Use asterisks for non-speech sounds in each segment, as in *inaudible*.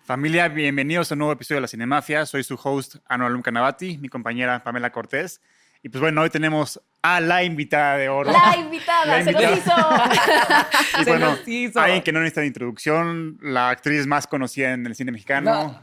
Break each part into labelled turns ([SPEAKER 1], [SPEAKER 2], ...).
[SPEAKER 1] Familia, bienvenidos a un nuevo episodio de La Cinemafia. Soy su host, Anualum Canavati, mi compañera Pamela Cortés. Y pues bueno, hoy tenemos a la invitada de oro.
[SPEAKER 2] La invitada,
[SPEAKER 1] La
[SPEAKER 2] se nos hizo.
[SPEAKER 1] Y
[SPEAKER 3] Se
[SPEAKER 1] bueno,
[SPEAKER 3] nos hizo.
[SPEAKER 1] alguien que no necesita de introducción, la actriz más conocida en el cine mexicano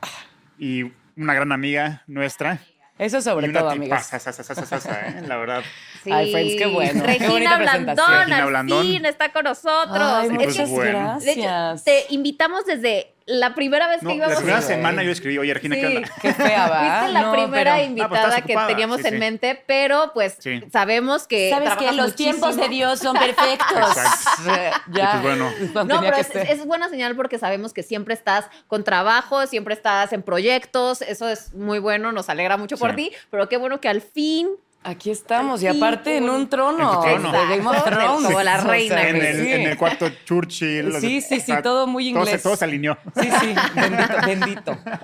[SPEAKER 1] y una gran amiga nuestra.
[SPEAKER 3] Eso
[SPEAKER 1] Y
[SPEAKER 3] sobre
[SPEAKER 1] una
[SPEAKER 3] todo,
[SPEAKER 1] tipa,
[SPEAKER 3] amigas.
[SPEAKER 1] sa, sa, sa, sa, sa, sa, eh, la verdad.
[SPEAKER 3] *laughs* Ay, friends, qué bueno. Qué
[SPEAKER 2] Regina
[SPEAKER 3] bonita
[SPEAKER 2] Blandón,
[SPEAKER 3] presentación.
[SPEAKER 1] Regina
[SPEAKER 2] al
[SPEAKER 1] Blandón.
[SPEAKER 2] fin, está con nosotros.
[SPEAKER 3] Ay,
[SPEAKER 2] Es
[SPEAKER 3] pues
[SPEAKER 1] muchas
[SPEAKER 3] muchas
[SPEAKER 2] que,
[SPEAKER 1] bueno.
[SPEAKER 2] de hecho,
[SPEAKER 3] gracias.
[SPEAKER 2] te invitamos desde la primera vez que
[SPEAKER 1] No, la
[SPEAKER 2] íbamos
[SPEAKER 1] primera
[SPEAKER 2] a
[SPEAKER 3] Sí, güey.
[SPEAKER 1] semana yo escribí, oye, Regina, ¿qué
[SPEAKER 2] Sí.
[SPEAKER 1] onda?
[SPEAKER 3] *laughs*
[SPEAKER 1] Ah, pues
[SPEAKER 3] Qué fea, va.
[SPEAKER 2] Fuiste la
[SPEAKER 3] Ah, No,
[SPEAKER 2] primera
[SPEAKER 3] pero-
[SPEAKER 2] invitada
[SPEAKER 1] estás
[SPEAKER 2] que
[SPEAKER 1] ocupada,
[SPEAKER 2] teníamos
[SPEAKER 1] sí,
[SPEAKER 2] en
[SPEAKER 1] sí.
[SPEAKER 2] mente, pero pues
[SPEAKER 1] Sí.
[SPEAKER 2] sabemos que
[SPEAKER 4] Sabes que
[SPEAKER 2] trabajas
[SPEAKER 4] los
[SPEAKER 2] muchísimo.
[SPEAKER 4] tiempos de Dios son perfectos.
[SPEAKER 1] Exacto.
[SPEAKER 3] ya.
[SPEAKER 1] pues bueno.
[SPEAKER 2] No,
[SPEAKER 3] tenía
[SPEAKER 2] pero
[SPEAKER 3] que
[SPEAKER 2] es,
[SPEAKER 3] ser.
[SPEAKER 2] es buena señal porque sabemos que siempre estás con trabajo, siempre estás en proyectos, eso es muy bueno, nos alegra mucho por
[SPEAKER 1] Sí.
[SPEAKER 2] ti, pero qué bueno que al fin
[SPEAKER 3] Aquí estamos, y
[SPEAKER 2] Sí,
[SPEAKER 3] aparte en
[SPEAKER 2] un-
[SPEAKER 3] un trono.
[SPEAKER 1] En tu trono.
[SPEAKER 3] de Game *laughs* of
[SPEAKER 2] Exacto,
[SPEAKER 3] Thrones.
[SPEAKER 2] como la
[SPEAKER 3] O sea,
[SPEAKER 2] reina,
[SPEAKER 1] En
[SPEAKER 2] güey.
[SPEAKER 1] el,
[SPEAKER 3] sí.
[SPEAKER 1] en el cuarto Churchill. o sea,
[SPEAKER 3] Sí, sí, sí,
[SPEAKER 1] está-
[SPEAKER 3] todo muy
[SPEAKER 1] todo se-
[SPEAKER 3] inglés.
[SPEAKER 1] Todo se alineó.
[SPEAKER 3] Sí, sí, bendito, bendito.
[SPEAKER 1] Pues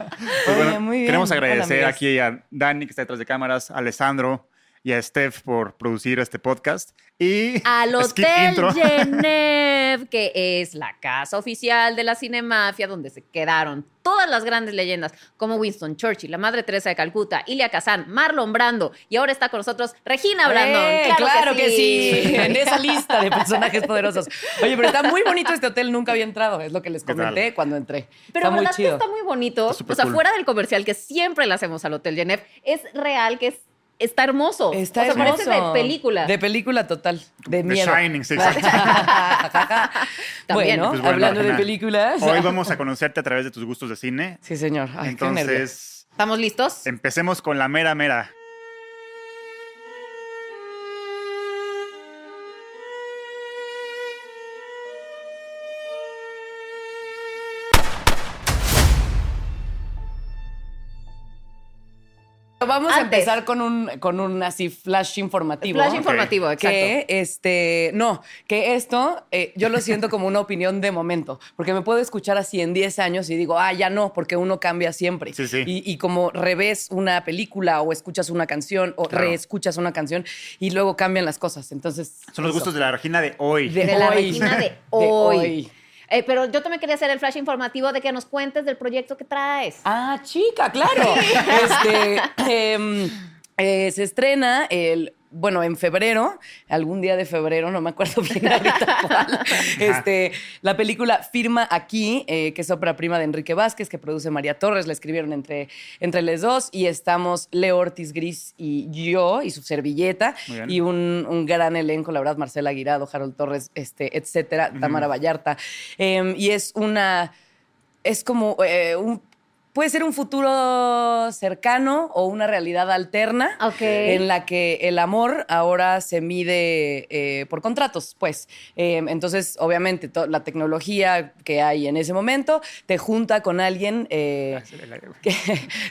[SPEAKER 3] Oye,
[SPEAKER 1] bueno,
[SPEAKER 3] muy bien.
[SPEAKER 1] Queremos
[SPEAKER 3] Hola,
[SPEAKER 1] agradecer
[SPEAKER 3] amigas.
[SPEAKER 1] aquí a Dani, que está detrás de cámaras, a Alessandro y a Steph por producir este podcast. Y
[SPEAKER 2] al
[SPEAKER 1] skip
[SPEAKER 2] Hotel
[SPEAKER 1] intro.
[SPEAKER 2] Genève, que es la casa oficial de la cinemafia, donde se quedaron todas las grandes leyendas, como Winston Churchill, la Madre Teresa de Calcuta, Ilia Kazan, Marlon Brando, y ahora está con nosotros Regina Brandon.
[SPEAKER 3] Eh,
[SPEAKER 2] claro, que, sí.
[SPEAKER 3] En esa lista de personajes poderosos. Oye, pero está muy bonito este hotel, nunca había entrado, es lo que les
[SPEAKER 1] ¿Qué tal?
[SPEAKER 3] comenté cuando entré.
[SPEAKER 2] *laughs* Pero
[SPEAKER 3] está muy
[SPEAKER 2] verdad que
[SPEAKER 3] chido.
[SPEAKER 2] está muy bonito.
[SPEAKER 1] Está súper
[SPEAKER 2] o sea,
[SPEAKER 1] cool.
[SPEAKER 2] fuera del comercial que siempre le hacemos al Hotel Genève, es real que es, está hermoso.
[SPEAKER 3] Está
[SPEAKER 2] o sea, parece de
[SPEAKER 3] hermoso.
[SPEAKER 2] película.
[SPEAKER 3] De película total, de
[SPEAKER 1] The
[SPEAKER 3] miedo.
[SPEAKER 1] Shining,
[SPEAKER 3] *laughs*
[SPEAKER 1] sí, exacto.
[SPEAKER 2] También.
[SPEAKER 3] bueno,
[SPEAKER 1] Pues bueno,
[SPEAKER 3] hablando
[SPEAKER 1] Regina,
[SPEAKER 3] de películas.
[SPEAKER 1] Hoy vamos a conocerte a través de tus gustos de cine.
[SPEAKER 3] Sí, señor. Ay, qué nervio.
[SPEAKER 1] Entonces,
[SPEAKER 2] ¿Estamos listos?
[SPEAKER 1] empecemos con la mera mera.
[SPEAKER 3] Vamos a
[SPEAKER 2] Antes.
[SPEAKER 3] empezar con un, con un así flash informativo.
[SPEAKER 2] Flash informativo, exacto.
[SPEAKER 3] Que este, no, que esto eh, yo lo siento como una opinión de momento, porque me puedo escuchar así en 10 años y digo, ah, ya no, porque uno cambia siempre.
[SPEAKER 1] Sí, sí.
[SPEAKER 3] Y, y como revés una película o escuchas una canción o
[SPEAKER 1] Claro.
[SPEAKER 3] reescuchas una canción y luego cambian las cosas. Entonces.
[SPEAKER 1] Son los
[SPEAKER 3] eso.
[SPEAKER 1] gustos de la Regina de hoy.
[SPEAKER 3] De-
[SPEAKER 2] De la
[SPEAKER 3] hoy.
[SPEAKER 2] Regina de
[SPEAKER 3] De
[SPEAKER 2] hoy.
[SPEAKER 3] hoy.
[SPEAKER 2] Eh, pero yo también quería hacer el flash informativo de que nos cuentes del proyecto que traes.
[SPEAKER 3] Ah,
[SPEAKER 1] *laughs*
[SPEAKER 3] chica, claro. Este, em, eh, se estrena el. Bueno, en febrero, algún día de febrero, no me acuerdo *laughs* bien ahorita cuál, este, la película Firma Aquí, eh, que es obra prima de Enrique Vázquez, que produce María Torres, la escribieron entre, entre les dos, y estamos Leo Ortiz Gris y yo, y su servilleta,
[SPEAKER 1] Muy bien.
[SPEAKER 3] y un, un gran elenco, la verdad, Marcela Aguirado, Harold Torres, este, etcétera, Tamara Vallarta. Em, y es una es como eh, un puede ser un futuro cercano o una realidad alterna
[SPEAKER 2] Ah, Ok.
[SPEAKER 3] en la que el amor ahora se mide eh, por contratos, pues. Eh, entonces, obviamente, to- la tecnología que hay en ese momento te junta con alguien eh, que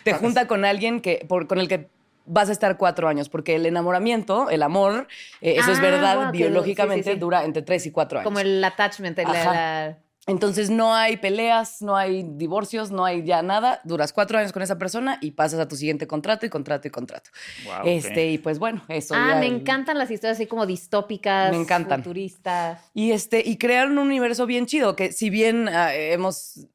[SPEAKER 3] te junta con alguien que por- con el que vas a estar cuatro años, porque el enamoramiento, el amor, eh, eso es
[SPEAKER 2] Ah,
[SPEAKER 3] verdad,
[SPEAKER 2] guau, que du-
[SPEAKER 3] biológicamente
[SPEAKER 2] sí, sí, sí.
[SPEAKER 3] dura entre tres y cuatro años.
[SPEAKER 2] Como el attachment, el-
[SPEAKER 3] Ajá.
[SPEAKER 2] la-
[SPEAKER 3] Entonces no hay peleas, no hay divorcios, no hay ya nada. Duras cuatro años con esa persona y pasas a tu siguiente contrato y contrato y contrato.
[SPEAKER 1] *laughs* Wow, Ah, ok.
[SPEAKER 3] Este, y pues bueno, eso.
[SPEAKER 2] Ah,
[SPEAKER 3] ya
[SPEAKER 2] me
[SPEAKER 3] el-
[SPEAKER 2] encantan las historias así como distópicas,
[SPEAKER 3] Me encantan.
[SPEAKER 2] futuristas.
[SPEAKER 3] Y este, y crearon un universo bien chido, que si bien ah, hemos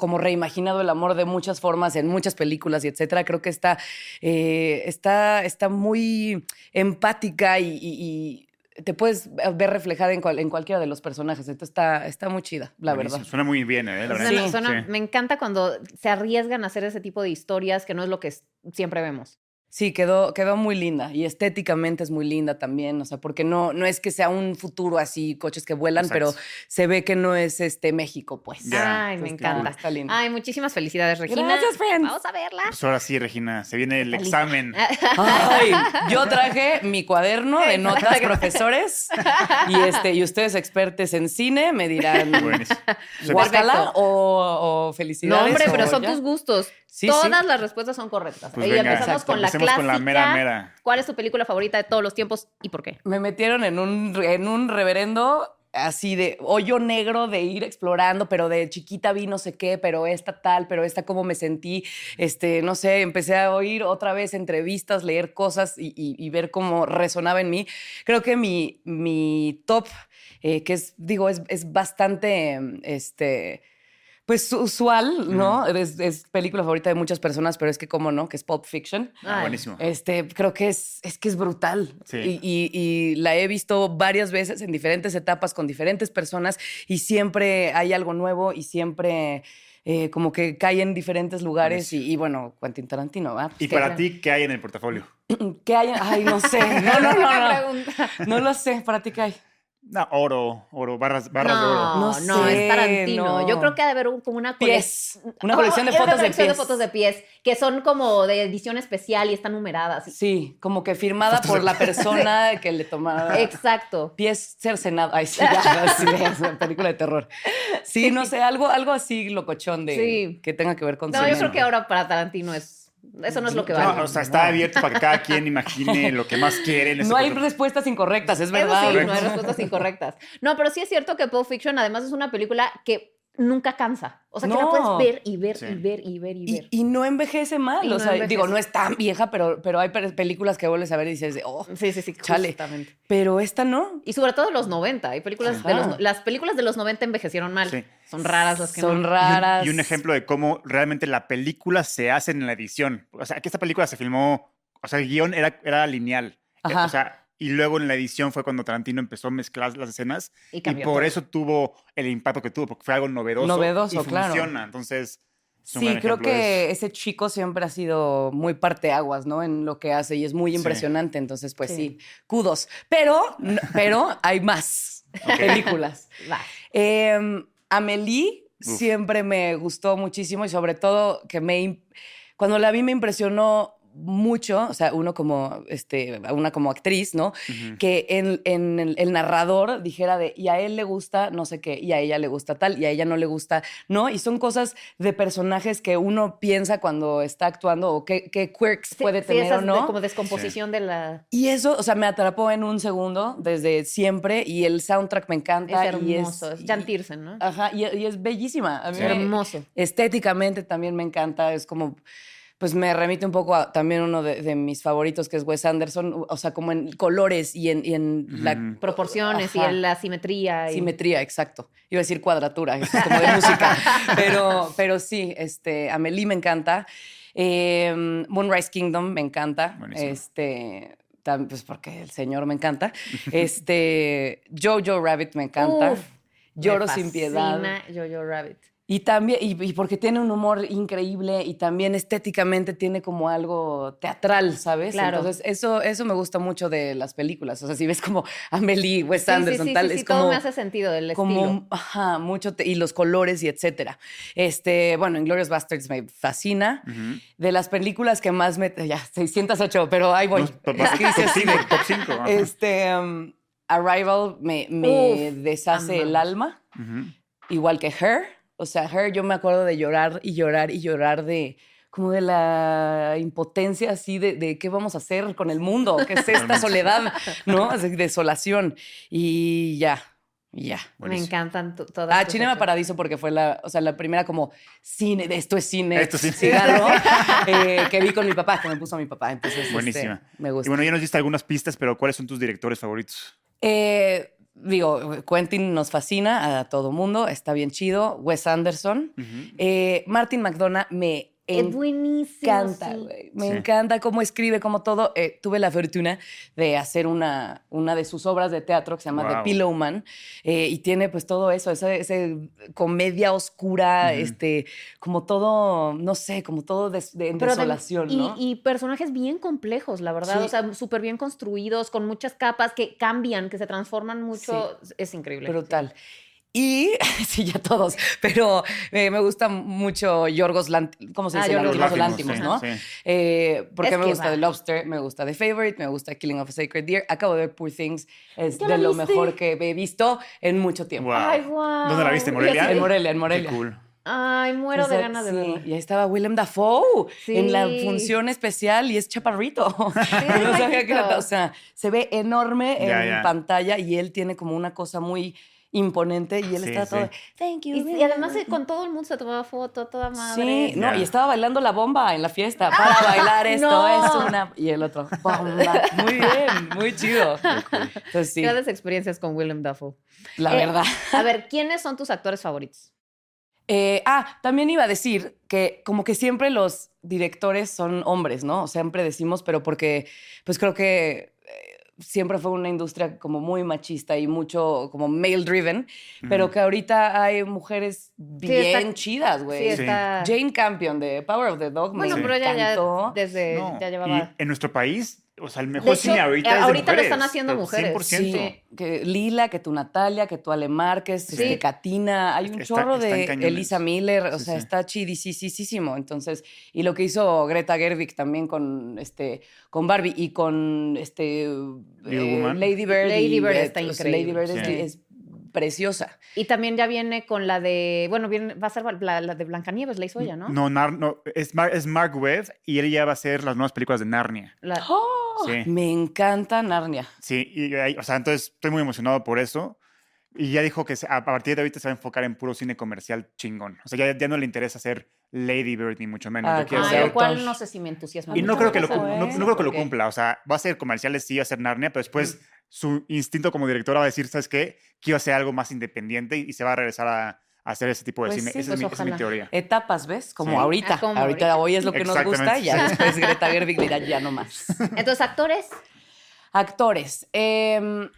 [SPEAKER 3] como reimaginado el amor de muchas formas en muchas películas y etcétera, creo que está, eh, está, está muy empática y, y- y te puedes ver reflejada en, cual- en cualquiera de los personajes. Entonces está, está muy chida, la
[SPEAKER 1] Buenísimo.
[SPEAKER 3] verdad.
[SPEAKER 1] Suena muy bien, ¿eh? La verdad.
[SPEAKER 2] Suena- suena-
[SPEAKER 1] Sí.
[SPEAKER 2] Me encanta cuando se arriesgan a hacer ese tipo de historias que no es lo que s- siempre vemos.
[SPEAKER 3] Sí, quedó, quedó muy linda y estéticamente es muy linda también, o sea, porque no, no es que sea un futuro así, coches que vuelan,
[SPEAKER 1] Exacto.
[SPEAKER 3] pero se ve que no es este México, pues.
[SPEAKER 1] Ya,
[SPEAKER 2] Ay, me
[SPEAKER 3] Entonces,
[SPEAKER 2] encanta.
[SPEAKER 3] Está linda.
[SPEAKER 2] Ay, muchísimas felicidades, Regina.
[SPEAKER 3] Gracias, friends.
[SPEAKER 2] Vamos a verla.
[SPEAKER 1] Pues ahora sí, Regina, se viene el
[SPEAKER 2] Está lista.
[SPEAKER 1] examen.
[SPEAKER 3] Ay,
[SPEAKER 2] *laughs*
[SPEAKER 3] yo traje mi cuaderno de notas, profesores, y, este, y ustedes expertos en cine me dirán *laughs*
[SPEAKER 1] Buenísimo. Pues
[SPEAKER 3] guácala
[SPEAKER 2] Perfecto.
[SPEAKER 3] o, o
[SPEAKER 2] No,
[SPEAKER 3] felicidades.
[SPEAKER 2] hombre,
[SPEAKER 3] o
[SPEAKER 2] pero son
[SPEAKER 3] ya.
[SPEAKER 2] tus gustos.
[SPEAKER 3] Sí, sí.
[SPEAKER 2] Todas las respuestas son correctas.
[SPEAKER 1] Pues
[SPEAKER 2] y
[SPEAKER 1] venga,
[SPEAKER 2] empezamos
[SPEAKER 1] exacto,
[SPEAKER 2] con la
[SPEAKER 1] empecemos
[SPEAKER 2] clásica.
[SPEAKER 1] con la mera, mera.
[SPEAKER 2] ¿Cuál es tu película favorita de todos los tiempos y por qué?
[SPEAKER 3] Me metieron en un, en un reverendo así de hoyo negro de ir explorando, pero de chiquita vi no sé qué, pero esta tal, pero esta cómo me sentí, este, no sé, empecé a oír otra vez entrevistas, leer cosas y, y- y ver cómo resonaba en mí. Creo que mi, mi top, eh, que es, digo, es, es bastante, em, este, pues usual, ¿no? es, es película favorita de muchas personas, pero es que, ¿cómo no? Que es Pulp Fiction.
[SPEAKER 1] Ah,
[SPEAKER 2] Ay.
[SPEAKER 1] buenísimo.
[SPEAKER 3] Este, creo que es, es que es brutal.
[SPEAKER 1] Sí.
[SPEAKER 3] Y, y- y la he visto varias veces en diferentes etapas con diferentes personas y siempre hay algo nuevo y siempre eh, como que cae en diferentes lugares y, y bueno, Quentin Tarantino, ¿va?
[SPEAKER 1] ¿Y para ti qué hay en el portafolio?
[SPEAKER 3] ¿Qué hay? Ay,
[SPEAKER 1] *laughs*
[SPEAKER 3] no sé. No, *laughs* no,
[SPEAKER 2] Buena
[SPEAKER 3] no, no.
[SPEAKER 2] pregunta.
[SPEAKER 3] No lo sé. ¿Para ti qué hay?
[SPEAKER 1] No, oro, oro, barras, barras de oro.
[SPEAKER 2] No, no,
[SPEAKER 3] No
[SPEAKER 2] es
[SPEAKER 3] sé,
[SPEAKER 2] Tarantino.
[SPEAKER 3] no.
[SPEAKER 2] Yo creo que ha de haber un- como una cole-
[SPEAKER 3] Pies. Una colección de
[SPEAKER 2] Oh, es *laughs* una
[SPEAKER 3] fotos de
[SPEAKER 2] colección
[SPEAKER 3] pies.
[SPEAKER 2] fotos de pies, que son como de edición especial y están numeradas.
[SPEAKER 3] Sí, como que firmada por
[SPEAKER 2] *laughs*
[SPEAKER 3] la persona que le tomaba.
[SPEAKER 2] Exacto.
[SPEAKER 3] pies cercenados.
[SPEAKER 2] *laughs*
[SPEAKER 3] Ay, sí, ya, así de- es una película de terror. Sí, no sé, algo, algo así locochón de
[SPEAKER 2] Sí.
[SPEAKER 3] que tenga que ver con
[SPEAKER 2] No, yo creo que ahora para Tarantino es. Eso no es lo que
[SPEAKER 1] No,
[SPEAKER 2] vale.
[SPEAKER 1] o sea, está abierto para que cada quien imagine lo que más quiere. en ese
[SPEAKER 3] No hay
[SPEAKER 1] portafolio.
[SPEAKER 3] respuestas incorrectas, es
[SPEAKER 2] Eso
[SPEAKER 3] verdad.
[SPEAKER 2] sí, no hay respuestas incorrectas. No, pero sí es cierto que Pulp Fiction además es una película que nunca cansa. O sea, que la
[SPEAKER 3] No.
[SPEAKER 2] puedes ver y ver
[SPEAKER 1] Sí.
[SPEAKER 2] y ver y ver y ver.
[SPEAKER 3] Y, y no envejece mal,
[SPEAKER 2] Y
[SPEAKER 3] o
[SPEAKER 2] no
[SPEAKER 3] sea, digo,
[SPEAKER 2] envejece.
[SPEAKER 3] no es tan vieja, pero, pero hay pe- películas que vuelves a ver y dices, oh,
[SPEAKER 2] sí, sí, sí,
[SPEAKER 3] Chale.
[SPEAKER 2] justamente.
[SPEAKER 3] pero esta no.
[SPEAKER 2] Y sobre todo de los 90. Hay películas
[SPEAKER 3] Ajá.
[SPEAKER 2] de los, no- las películas de los 90 envejecieron mal.
[SPEAKER 1] Sí.
[SPEAKER 2] Son raras las que
[SPEAKER 3] Son
[SPEAKER 2] no.
[SPEAKER 3] raras.
[SPEAKER 1] Y un ejemplo de cómo realmente la película se hace en la edición. O sea, que esta película se filmó, o sea, el guión era, era lineal. Eh,
[SPEAKER 3] Ajá.
[SPEAKER 1] O sea, y luego en la edición fue cuando Tarantino empezó a mezclar las escenas
[SPEAKER 2] Y
[SPEAKER 1] y,
[SPEAKER 2] cambió
[SPEAKER 1] por
[SPEAKER 2] todo.
[SPEAKER 1] eso tuvo el impacto que tuvo, porque fue algo novedoso.
[SPEAKER 3] Novedoso,
[SPEAKER 1] y
[SPEAKER 3] claro.
[SPEAKER 1] funciona. Entonces, es un
[SPEAKER 3] Sí,
[SPEAKER 1] gran
[SPEAKER 3] creo
[SPEAKER 1] ejemplo de eso.
[SPEAKER 3] que ese chico siempre ha sido muy parteaguas, ¿no? En lo que hace y es muy
[SPEAKER 1] Sí.
[SPEAKER 3] impresionante. Entonces, pues
[SPEAKER 2] Sí.
[SPEAKER 3] sí, kudos. Pero, pero hay más
[SPEAKER 1] Ok.
[SPEAKER 3] películas.
[SPEAKER 2] Va.
[SPEAKER 3] Eh, Amelie
[SPEAKER 1] Uf.
[SPEAKER 3] siempre me gustó muchísimo y sobre todo que me im- cuando la vi me impresionó mucho, o sea, uno como este, una como actriz, ¿no?
[SPEAKER 1] Ujú.
[SPEAKER 3] Que en, en el, el narrador dijera de y a él le gusta no sé qué, y a ella le gusta tal, y a ella no le gusta, ¿no? Y son cosas de personajes que uno piensa cuando está actuando o qué, qué quirks
[SPEAKER 2] Sí,
[SPEAKER 3] puede
[SPEAKER 2] sí,
[SPEAKER 3] tener
[SPEAKER 2] esas
[SPEAKER 3] o
[SPEAKER 2] de-
[SPEAKER 3] no.
[SPEAKER 2] como descomposición de la.
[SPEAKER 3] Y eso, o sea, me atrapó en un segundo desde siempre y el soundtrack me
[SPEAKER 2] Es
[SPEAKER 3] encanta. y
[SPEAKER 2] hermoso. Es
[SPEAKER 3] y-
[SPEAKER 2] Jan Tiersen, ¿no?
[SPEAKER 3] Ajá, y, y es bellísima. A mí
[SPEAKER 1] Sí.
[SPEAKER 3] me-
[SPEAKER 2] Hermoso.
[SPEAKER 3] Estéticamente también me encanta, es como, pues me remite un poco a también uno de, de mis favoritos, que es Wes Anderson, o sea, como en colores y en, y en
[SPEAKER 1] Ujú.
[SPEAKER 3] la
[SPEAKER 2] Proporciones
[SPEAKER 3] Ajá.
[SPEAKER 2] y la simetría. y-
[SPEAKER 3] simetría, exacto. Iba a decir cuadratura, es como de
[SPEAKER 2] *laughs*
[SPEAKER 3] música, pero, pero sí, este, Amelie me encanta, eh, Moonrise Kingdom me encanta,
[SPEAKER 1] Buenísimo.
[SPEAKER 3] este... tam- Pues porque el señor me encanta. Este, Jojo Rabbit me encanta.
[SPEAKER 2] Uf,
[SPEAKER 3] Lloro
[SPEAKER 2] Me
[SPEAKER 3] sin piedad.
[SPEAKER 2] fascina Jojo Rabbit.
[SPEAKER 3] Y también, y, y porque tiene un humor increíble y también estéticamente tiene como algo teatral, ¿sabes?
[SPEAKER 2] Claro.
[SPEAKER 3] Entonces, eso, eso me gusta mucho de las películas. O sea, si ves como Amelie, Wes
[SPEAKER 2] Sí, sí,
[SPEAKER 3] Anderson,
[SPEAKER 2] sí,
[SPEAKER 3] tal,
[SPEAKER 2] sí,
[SPEAKER 3] es
[SPEAKER 2] sí,
[SPEAKER 3] como.
[SPEAKER 2] todo me hace sentido el estilo.
[SPEAKER 3] como ajá, mucho te- y los colores y etcétera. Este, bueno, Inglourious Basterds me fascina.
[SPEAKER 1] Ujú.
[SPEAKER 3] De las películas que más me ya 608, pero ahí voy.
[SPEAKER 1] No, top
[SPEAKER 3] Es que hice así de-
[SPEAKER 1] 5, top 5.
[SPEAKER 3] este um, Arrival me, me
[SPEAKER 2] Uf,
[SPEAKER 3] deshace el
[SPEAKER 2] amamos.
[SPEAKER 3] alma igual que Her. O sea, Her, yo me acuerdo de llorar y llorar y llorar de como de la impotencia así de, de qué vamos a hacer con el mundo, qué es esta soledad, ¿no? Así, Desolación. Y ya, y ya.
[SPEAKER 2] Me encantan to- todas.
[SPEAKER 3] Ah,
[SPEAKER 2] sus
[SPEAKER 3] Cinema
[SPEAKER 2] opciones.
[SPEAKER 3] Paradiso porque fue la, o sea, la primera como cine, de esto es cine,
[SPEAKER 1] Esto sí. *laughs*
[SPEAKER 3] cigarro, eh, que vi con mi papá, que me puso mi papá. Entonces, este,
[SPEAKER 1] Buenísima.
[SPEAKER 3] me
[SPEAKER 1] Y
[SPEAKER 3] gusta.
[SPEAKER 1] bueno, ya nos diste algunas pistas, pero ¿cuáles son tus directores favoritos?
[SPEAKER 3] Eh, digo, Quentin nos fascina a todo mundo, está bien chido. Wes Anderson. Eh, Martin McDonough me
[SPEAKER 2] Es buenísimo.
[SPEAKER 3] encanta,
[SPEAKER 2] sí.
[SPEAKER 3] güey. Me
[SPEAKER 1] Sí.
[SPEAKER 3] encanta cómo escribe, cómo todo. Eh, tuve la fortuna de hacer una, una de sus obras de teatro que se llama
[SPEAKER 1] Wow.
[SPEAKER 3] The Pillow Man eh, y tiene pues todo eso, esa, ese comedia oscura,
[SPEAKER 1] Ujú.
[SPEAKER 3] este, como todo, no sé, como todo des- de, en
[SPEAKER 2] Pero de-
[SPEAKER 3] desolación,
[SPEAKER 2] y,
[SPEAKER 3] ¿no?
[SPEAKER 2] y personajes bien complejos, la verdad.
[SPEAKER 3] Sí.
[SPEAKER 2] O sea, súper bien construidos, con muchas capas que cambian, que se transforman mucho. Es increíble.
[SPEAKER 3] Brutal. Y, *laughs* sí, ya todos, pero eh, me gusta mucho Yorgos Lantimos, ¿cómo se
[SPEAKER 2] Ah,
[SPEAKER 3] dice?
[SPEAKER 2] Yorgos
[SPEAKER 3] Yorgos
[SPEAKER 2] Lanthimos,
[SPEAKER 3] Lanthimos, ¿no?
[SPEAKER 1] sí, sí.
[SPEAKER 3] Eh, porque
[SPEAKER 2] Es
[SPEAKER 3] me
[SPEAKER 2] que
[SPEAKER 3] gusta
[SPEAKER 2] va.
[SPEAKER 3] The Lobster, me gusta The Favorite, me gusta Killing of a Sacred Deer. Acabo de ver Poor Things, es
[SPEAKER 2] ¿Ya
[SPEAKER 3] de
[SPEAKER 2] la
[SPEAKER 3] lo
[SPEAKER 2] viste?
[SPEAKER 3] mejor que he visto en mucho tiempo.
[SPEAKER 1] Guau.
[SPEAKER 2] Ay, guau.
[SPEAKER 1] ¿Dónde la viste? ¿En
[SPEAKER 2] Y
[SPEAKER 1] Morelia?
[SPEAKER 2] así de-
[SPEAKER 3] En Morelia, en
[SPEAKER 1] Qué
[SPEAKER 3] Morelia. *laughs*
[SPEAKER 1] cool.
[SPEAKER 2] Ay, muero de
[SPEAKER 3] Entonces,
[SPEAKER 2] ganas de
[SPEAKER 3] sí,
[SPEAKER 2] verla.
[SPEAKER 3] Y ahí estaba Willem Dafoe
[SPEAKER 2] Sí.
[SPEAKER 3] en la función especial y
[SPEAKER 2] *laughs*
[SPEAKER 3] es chaparrito. *laughs* no sabía que era,
[SPEAKER 2] chaparrito.
[SPEAKER 3] ta- o sea, se ve enorme
[SPEAKER 1] Ya,
[SPEAKER 3] en
[SPEAKER 1] ya.
[SPEAKER 3] pantalla y él tiene como una cosa muy imponente y él
[SPEAKER 1] Sí,
[SPEAKER 3] está
[SPEAKER 1] sí.
[SPEAKER 3] todo, thank you.
[SPEAKER 2] Y, y
[SPEAKER 3] Willem".
[SPEAKER 2] además eh, con todo el mundo se tomaba foto, a toda madre. Ah,
[SPEAKER 3] Sí, no,
[SPEAKER 1] Ya.
[SPEAKER 3] y estaba bailando la bomba en la fiesta. Para bailar esto
[SPEAKER 2] no.
[SPEAKER 3] es una. Y el otro, bomba. Muy bien, muy chido. Entonces, sí,
[SPEAKER 2] Grandes experiencias con Willem Dafoe.
[SPEAKER 3] la
[SPEAKER 2] Eh,
[SPEAKER 3] verdad.
[SPEAKER 2] A ver, ¿quiénes son tus actores favoritos?
[SPEAKER 3] Eh, ah, también iba a decir que como que siempre los directores son hombres, ¿no? O sea, siempre decimos, pero porque pues creo que eh, siempre fue una industria como muy machista y mucho como male driven, pero que ahorita hay mujeres bien
[SPEAKER 2] está-
[SPEAKER 3] chidas,
[SPEAKER 2] Sí,
[SPEAKER 3] güey.
[SPEAKER 1] Sí.
[SPEAKER 2] está.
[SPEAKER 3] Jane Campion de Power of the Dog me
[SPEAKER 2] Bueno,
[SPEAKER 1] Sí.
[SPEAKER 2] pero ella ya
[SPEAKER 3] encantó.
[SPEAKER 2] desde
[SPEAKER 1] No,
[SPEAKER 2] ya
[SPEAKER 1] y
[SPEAKER 2] llevaba.
[SPEAKER 1] en nuestro país, o sea, el mejor
[SPEAKER 2] hecho,
[SPEAKER 1] cine ahorita
[SPEAKER 2] eh,
[SPEAKER 1] es de
[SPEAKER 2] ahorita lo
[SPEAKER 1] mujeres,
[SPEAKER 2] están haciendo
[SPEAKER 1] pero
[SPEAKER 2] mujeres,
[SPEAKER 1] 100%.
[SPEAKER 3] Sí, que Lila, que tu Natalia, que tu Ale Márquez,
[SPEAKER 2] Sí.
[SPEAKER 3] este, Katina, hay un
[SPEAKER 1] Está-
[SPEAKER 3] chorro
[SPEAKER 1] están
[SPEAKER 3] de
[SPEAKER 1] cañones.
[SPEAKER 3] Elisa Miller, o
[SPEAKER 1] Sí,
[SPEAKER 3] sea,
[SPEAKER 1] sí.
[SPEAKER 3] está chidisísimo. Entonces, y lo que hizo Greta Gerwig también con este con Barbie y con este eh,
[SPEAKER 1] Woman.
[SPEAKER 3] Lady Bird.
[SPEAKER 2] Lady
[SPEAKER 3] y,
[SPEAKER 2] Bird
[SPEAKER 3] eh,
[SPEAKER 2] está
[SPEAKER 3] o sea,
[SPEAKER 2] increíble.
[SPEAKER 3] Lady Bird es-
[SPEAKER 1] Sí.
[SPEAKER 3] es, preciosa.
[SPEAKER 2] Y también ya viene con la de. Bueno, viene, va a ser la, la de Blancanieves, la hizo ella, ¿no?
[SPEAKER 1] No, Nar- no, es, Mar- es Mark Webb y él ya va a hacer las nuevas películas de Narnia.
[SPEAKER 2] La-
[SPEAKER 3] Ah,
[SPEAKER 2] Oh.
[SPEAKER 1] Sí,
[SPEAKER 3] Me encanta Narnia.
[SPEAKER 1] sí. Y, ahí- o sea, entonces estoy muy emocionado por eso. Y ya dijo que se- a a partir de ahorita se va a enfocar en puro cine comercial chingón. O sea, ya, ya no le interesa hacer Lady Bird ni mucho menos.
[SPEAKER 3] Ah,
[SPEAKER 1] Ya quiere
[SPEAKER 2] Ah,
[SPEAKER 3] o sea,
[SPEAKER 1] hacer-
[SPEAKER 2] lo cual no sé si me entusiasma.
[SPEAKER 1] y no
[SPEAKER 2] mucho
[SPEAKER 1] creo, que lo,
[SPEAKER 2] eso,
[SPEAKER 1] cum-
[SPEAKER 2] ¿eh?
[SPEAKER 1] no, no creo que lo
[SPEAKER 2] Porque-
[SPEAKER 1] cumpla. O sea, va a hacer comerciales, sí, va a hacer Narnia, pero después su instinto como directora va a decir, ¿sabes qué? Quiero hacer algo más independiente y, y se va a regresar a, a hacer ese tipo de
[SPEAKER 3] Pues
[SPEAKER 1] cine.
[SPEAKER 3] sí,
[SPEAKER 1] Esa es
[SPEAKER 2] pues
[SPEAKER 1] mi- esa es mi
[SPEAKER 2] ojalá.
[SPEAKER 1] teoría.
[SPEAKER 3] Etapas, ¿ves? Como
[SPEAKER 1] Sí.
[SPEAKER 3] ahorita.
[SPEAKER 2] Ah, como
[SPEAKER 3] ahorita
[SPEAKER 2] ahorita.
[SPEAKER 3] hoy es lo que nos gusta y ya
[SPEAKER 1] Exactamente.
[SPEAKER 3] después
[SPEAKER 1] *laughs*
[SPEAKER 3] Greta Gerwig dirá ya no más.
[SPEAKER 2] Entonces, actores.
[SPEAKER 3] Actores. em,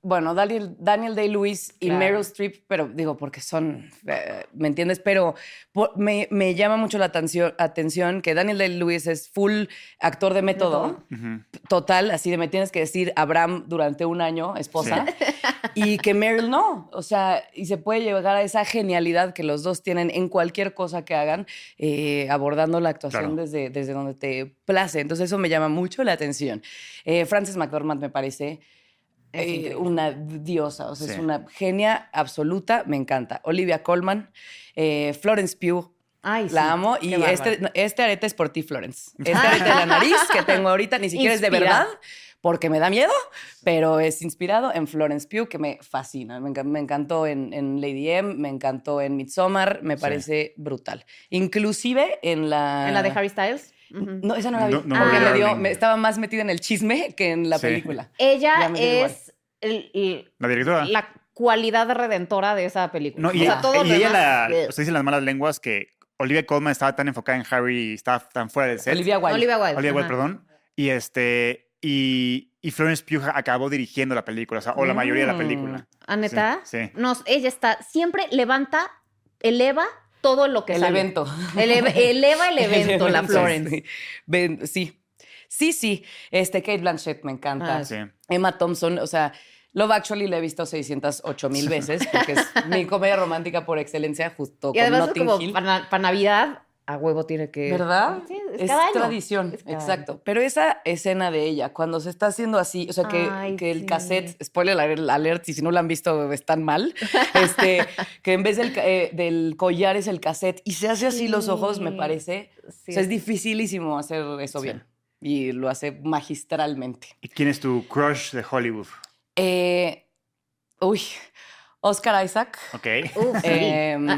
[SPEAKER 3] bueno, Daniel, Daniel Day-Lewis y
[SPEAKER 2] Claro.
[SPEAKER 3] Meryl Streep, pero digo, porque son, eh, ¿me entiendes? Pero po- me, me llama mucho la atención, atención que Daniel Day-Lewis es full actor de método,
[SPEAKER 1] Ujú.
[SPEAKER 3] total, así de me tienes que decir Abraham durante un año, esposa, y que Meryl no, o sea, y se puede llegar a esa genialidad que los dos tienen en cualquier cosa que hagan, eh, abordando la actuación
[SPEAKER 1] Claro.
[SPEAKER 3] desde, desde donde te place. Entonces eso me llama mucho la atención. Eh, Frances McDormand me parece
[SPEAKER 2] Es
[SPEAKER 3] eh,
[SPEAKER 2] increíble.
[SPEAKER 3] una diosa, o sea, es
[SPEAKER 1] Sí.
[SPEAKER 3] una genia absoluta, me encanta. Olivia Colman, eh, Florence Pugh,
[SPEAKER 2] Ay,
[SPEAKER 3] la
[SPEAKER 2] sí,
[SPEAKER 3] amo
[SPEAKER 2] qué Ah.
[SPEAKER 3] y
[SPEAKER 2] bárbara.
[SPEAKER 3] este, no, este arete es por ti, Florence. Este arete de la nariz que tengo ahorita ni siquiera es de
[SPEAKER 2] Inspira.
[SPEAKER 3] verdad porque me da miedo, pero es inspirado en Florence Pugh que me fascina. Me, enca- me encantó en, en Lady M, me encantó en Midsommar, me
[SPEAKER 1] Sí.
[SPEAKER 3] parece brutal. Inclusive en la...
[SPEAKER 2] En la de Harry Styles. Ujú.
[SPEAKER 3] No, esa no la vi.
[SPEAKER 1] No, no
[SPEAKER 2] me
[SPEAKER 3] porque me
[SPEAKER 2] olvidaron
[SPEAKER 3] dio-
[SPEAKER 1] ni-
[SPEAKER 3] me estaba más metida en el chisme que en la
[SPEAKER 1] Sí.
[SPEAKER 3] película. Ya
[SPEAKER 2] Ella
[SPEAKER 3] me dio
[SPEAKER 2] es el- el-
[SPEAKER 1] La directora.
[SPEAKER 2] la cualidad redentora de esa película.
[SPEAKER 1] No, y,
[SPEAKER 2] o sea, todo
[SPEAKER 1] y
[SPEAKER 2] lo
[SPEAKER 1] ella,
[SPEAKER 2] demás- eh,
[SPEAKER 1] la, o sea, dicen las malas lenguas que Olivia Colman estaba tan enfocada en Harry y estaba tan fuera del set.
[SPEAKER 3] Olivia Wilde.
[SPEAKER 2] Olivia Wilde.
[SPEAKER 1] Olivia Wilde,
[SPEAKER 2] ajá.
[SPEAKER 1] perdón. Y este. Y, y Florence Pugh acabó dirigiendo la película, o sea, o la mayoría de la
[SPEAKER 3] Mm.
[SPEAKER 1] película.
[SPEAKER 2] ¿Ah, neta?
[SPEAKER 1] Sí, sí.
[SPEAKER 2] No, ella está, siempre levanta, eleva todo lo que
[SPEAKER 3] el
[SPEAKER 2] sale.
[SPEAKER 3] evento. *laughs*
[SPEAKER 2] Eleva, eleva el
[SPEAKER 3] El
[SPEAKER 2] evento, la
[SPEAKER 3] evento,
[SPEAKER 2] Florence.
[SPEAKER 3] *laughs* sí. Ven- Sí. Sí, sí. Este, Kate Blanchett me encanta.
[SPEAKER 2] Ah,
[SPEAKER 1] Sí.
[SPEAKER 3] Emma Thompson, o sea, Love Actually la he visto 608 mil veces
[SPEAKER 2] *laughs*
[SPEAKER 3] porque es mi comedia romántica por excelencia junto
[SPEAKER 2] Y
[SPEAKER 3] con
[SPEAKER 2] además,
[SPEAKER 3] Notting
[SPEAKER 2] como
[SPEAKER 3] Hill.
[SPEAKER 2] para, para Navidad, a huevo tiene que.
[SPEAKER 3] ¿Verdad?
[SPEAKER 2] Sí, es,
[SPEAKER 3] es
[SPEAKER 2] cada año.
[SPEAKER 3] tradición,
[SPEAKER 2] Es cada año.
[SPEAKER 3] exacto. Pero esa escena de ella, cuando se está haciendo así, o sea, que,
[SPEAKER 2] Ay,
[SPEAKER 3] que el
[SPEAKER 2] sí.
[SPEAKER 3] cassette, spoiler alert, y si no la han visto están
[SPEAKER 2] *laughs*
[SPEAKER 3] mal, este, que en vez del, ca- eh, del collar es el cassette y se hace así los ojos, me
[SPEAKER 2] Sí.
[SPEAKER 3] parece.
[SPEAKER 2] Sí.
[SPEAKER 3] O sea, es dificilísimo hacer eso
[SPEAKER 1] Sí.
[SPEAKER 3] bien y lo hace magistralmente.
[SPEAKER 1] ¿Y quién es tu crush de Hollywood?
[SPEAKER 3] Eh, uy, Oscar Isaac.
[SPEAKER 1] Ok,
[SPEAKER 2] Uf, sí.
[SPEAKER 3] Em,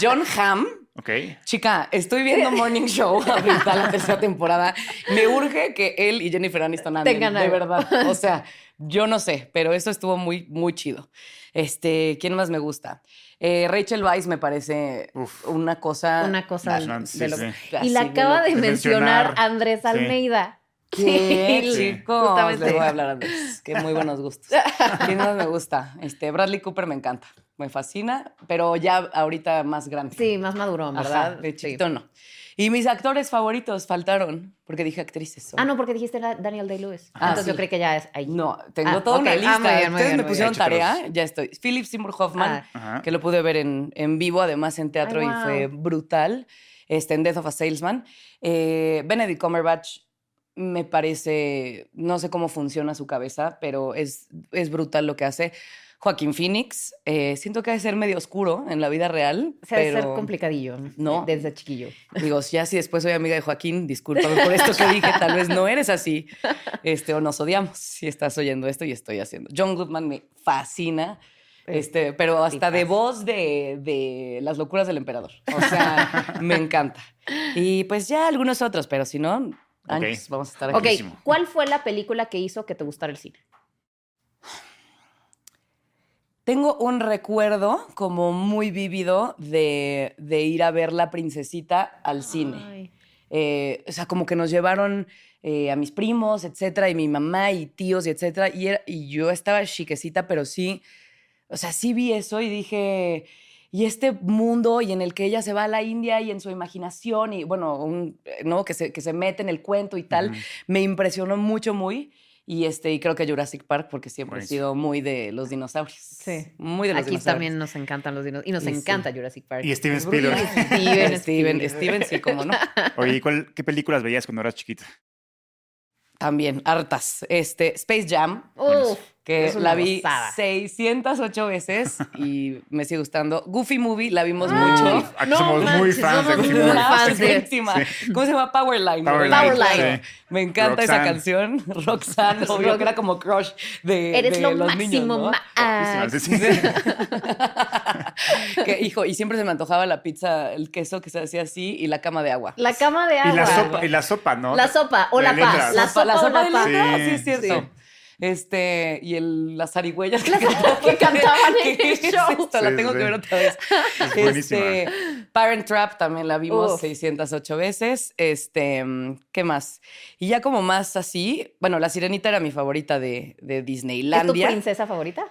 [SPEAKER 3] John Hamm.
[SPEAKER 1] ok.
[SPEAKER 3] Chica, estoy viendo
[SPEAKER 2] *laughs*
[SPEAKER 3] Morning Show ahorita la tercera temporada. Me urge que él y Jennifer Aniston anden,
[SPEAKER 2] Tengan
[SPEAKER 3] de
[SPEAKER 2] algo.
[SPEAKER 3] verdad.
[SPEAKER 2] *laughs*
[SPEAKER 3] O sea, yo no sé, pero eso estuvo muy, muy chido. Este, ¿quién más me gusta? Eh, Rachel Weisz me parece
[SPEAKER 1] Uf.
[SPEAKER 3] una cosa.
[SPEAKER 2] Una cosa
[SPEAKER 3] de-
[SPEAKER 1] Fascinante,
[SPEAKER 3] de
[SPEAKER 1] Ah, sí,
[SPEAKER 3] lo-
[SPEAKER 1] sí.
[SPEAKER 2] y la
[SPEAKER 3] así de
[SPEAKER 2] acaba
[SPEAKER 3] lo-
[SPEAKER 2] de
[SPEAKER 1] de
[SPEAKER 2] mencionar
[SPEAKER 1] mencionar.
[SPEAKER 2] Andrés
[SPEAKER 1] Sí.
[SPEAKER 2] Almeida.
[SPEAKER 3] ¿Qué,
[SPEAKER 2] *laughs* Sí,
[SPEAKER 3] chicos?
[SPEAKER 2] justamente.
[SPEAKER 3] Les voy a hablar a Andrés. Qué muy buenos gustos. ¿Quién más me gusta? Este, Bradley Cooper me encanta. Me fascina, pero ya ahorita más grande.
[SPEAKER 2] Sí, más madurón, ¿verdad?
[SPEAKER 3] Ajá, de
[SPEAKER 2] Sí.
[SPEAKER 3] chiquito no. Y mis actores favoritos faltaron, porque dije actrices. solo.
[SPEAKER 2] Ah, no, porque dijiste era Daniel Day-Lewis.
[SPEAKER 3] Ah,
[SPEAKER 2] Entonces
[SPEAKER 3] sí.
[SPEAKER 2] yo creí que ya es ahí.
[SPEAKER 3] No, tengo
[SPEAKER 2] Ah,
[SPEAKER 3] toda
[SPEAKER 2] ok.
[SPEAKER 3] una
[SPEAKER 2] Ah,
[SPEAKER 3] lista.
[SPEAKER 2] muy bien, muy
[SPEAKER 3] Ustedes
[SPEAKER 2] bien,
[SPEAKER 3] me
[SPEAKER 2] muy
[SPEAKER 3] pusieron
[SPEAKER 1] bien.
[SPEAKER 3] tarea, ya estoy. Philip Seymour
[SPEAKER 2] Ah,
[SPEAKER 3] Hoffman,
[SPEAKER 1] Ajá.
[SPEAKER 3] que lo pude ver en, en vivo, además en teatro,
[SPEAKER 2] Ay,
[SPEAKER 3] y
[SPEAKER 2] wow.
[SPEAKER 3] fue brutal. Este, en Death of a Salesman. Eh, Benedict Cumberbatch me parece, no sé cómo funciona su cabeza, pero es, es brutal lo que hace. Joaquín Phoenix, eh, siento que ha de ser medio oscuro en la vida real.
[SPEAKER 2] Se debe
[SPEAKER 3] pero...
[SPEAKER 2] ser complicadillo. eh,
[SPEAKER 3] No.
[SPEAKER 2] Desde chiquillo.
[SPEAKER 3] Digo, ya si después soy amiga de Joaquín, discúlpame por esto que dije, tal vez no eres así, este, o nos odiamos si estás oyendo esto y estoy haciendo. John Goodman me fascina,
[SPEAKER 2] Eh, Pues,
[SPEAKER 3] este, pero hasta de
[SPEAKER 2] tipazo.
[SPEAKER 3] voz de, de Las locuras del emperador. O sea, me encanta. Y pues ya algunos otros, pero si no, años
[SPEAKER 1] Ok.
[SPEAKER 3] vamos a estar aquí.
[SPEAKER 2] Ok,
[SPEAKER 1] Buenísimo.
[SPEAKER 2] ¿cuál fue la película que hizo que te gustara el cine?
[SPEAKER 3] Tengo un recuerdo como muy vívido de, de ir a ver La Princesita al cine.
[SPEAKER 2] Ay.
[SPEAKER 3] Eh, o sea, como que nos llevaron eh, a mis primos, etcétera, y mi mamá y tíos, y etcétera. Y, era- y yo estaba chiquecita, pero sí, o sea, sí vi eso y dije, y este mundo y en el que ella se va a la India y en su imaginación, y bueno, un- eh, ¿no? Que se, que se mete en el cuento y tal,
[SPEAKER 1] Ujú.
[SPEAKER 3] me impresionó mucho, muy. Y, este, y creo que Jurassic Park, porque siempre he
[SPEAKER 1] Buenísimo.
[SPEAKER 3] sido muy de los dinosaurios.
[SPEAKER 2] Sí.
[SPEAKER 3] Muy de los
[SPEAKER 2] Aquí *laughs*
[SPEAKER 3] dinosaurios.
[SPEAKER 2] también nos encantan los dinosaurios. Y nos
[SPEAKER 3] Y sí.
[SPEAKER 2] encanta Jurassic Park.
[SPEAKER 1] Y Steven
[SPEAKER 3] Es brutal. *laughs*
[SPEAKER 1] Spielberg.
[SPEAKER 2] Steven
[SPEAKER 3] Steven,
[SPEAKER 2] Spielberg.
[SPEAKER 3] Steven, sí,
[SPEAKER 2] *laughs*
[SPEAKER 3] como no.
[SPEAKER 1] Oye, ¿y cuál- qué películas veías cuando eras chiquita?
[SPEAKER 3] También, hartas. Este, Space Jam,
[SPEAKER 2] Uf,
[SPEAKER 3] que
[SPEAKER 2] Es una
[SPEAKER 3] la vi
[SPEAKER 2] gozada.
[SPEAKER 3] 608 veces
[SPEAKER 2] *laughs*
[SPEAKER 3] y me sigue gustando. Goofy Movie, la vimos
[SPEAKER 2] Ay,
[SPEAKER 3] mucho.
[SPEAKER 1] Aquí
[SPEAKER 2] no
[SPEAKER 1] somos muy
[SPEAKER 2] manches,
[SPEAKER 1] fans de
[SPEAKER 2] somos
[SPEAKER 1] Goofy
[SPEAKER 2] muy
[SPEAKER 1] Movie.
[SPEAKER 2] fans.
[SPEAKER 3] Es *laughs*
[SPEAKER 2] de-
[SPEAKER 3] buenísima. ¿Cómo se llama? Powerline. ¿verdad?
[SPEAKER 2] Powerline, Powerline.
[SPEAKER 1] sí.
[SPEAKER 3] Me encanta esa
[SPEAKER 1] Roxanne.
[SPEAKER 3] canción. *laughs* Roxanne, obvio que era como crush de,
[SPEAKER 2] eres
[SPEAKER 3] de
[SPEAKER 2] lo
[SPEAKER 3] los
[SPEAKER 2] máximo.
[SPEAKER 3] niños, ¿no?
[SPEAKER 2] ma- Ah,
[SPEAKER 1] Guapísimas, sí, sí.
[SPEAKER 3] *laughs* Que, hijo, y siempre se me antojaba la pizza, el queso que se hacía así y la cama de agua.
[SPEAKER 2] la cama de agua.
[SPEAKER 1] Y la sopa, y la sopa, ¿no?
[SPEAKER 2] Ah, La sopa o
[SPEAKER 1] De
[SPEAKER 2] la paz.
[SPEAKER 1] letras.
[SPEAKER 2] La sopa, o la
[SPEAKER 3] de
[SPEAKER 2] paz.
[SPEAKER 3] letras, sí,
[SPEAKER 1] Sí,
[SPEAKER 3] es cierto.
[SPEAKER 1] sí.
[SPEAKER 3] Este, y el, las zarigüeyas *laughs* que,
[SPEAKER 2] que cantaban en
[SPEAKER 3] ¿Qué
[SPEAKER 2] el
[SPEAKER 3] es
[SPEAKER 2] show.
[SPEAKER 3] esto? la
[SPEAKER 1] Sí,
[SPEAKER 3] tengo
[SPEAKER 1] sí.
[SPEAKER 3] que ver otra vez.
[SPEAKER 1] Es buenísima.
[SPEAKER 3] Este, Parent Trap también la vimos
[SPEAKER 2] Uf.
[SPEAKER 3] 608 veces. Este, mm, ¿qué más? Y ya como más así, bueno, La Sirenita era mi favorita de, de
[SPEAKER 2] ¿Es tu
[SPEAKER 3] Disneylandia.
[SPEAKER 2] princesa favorita?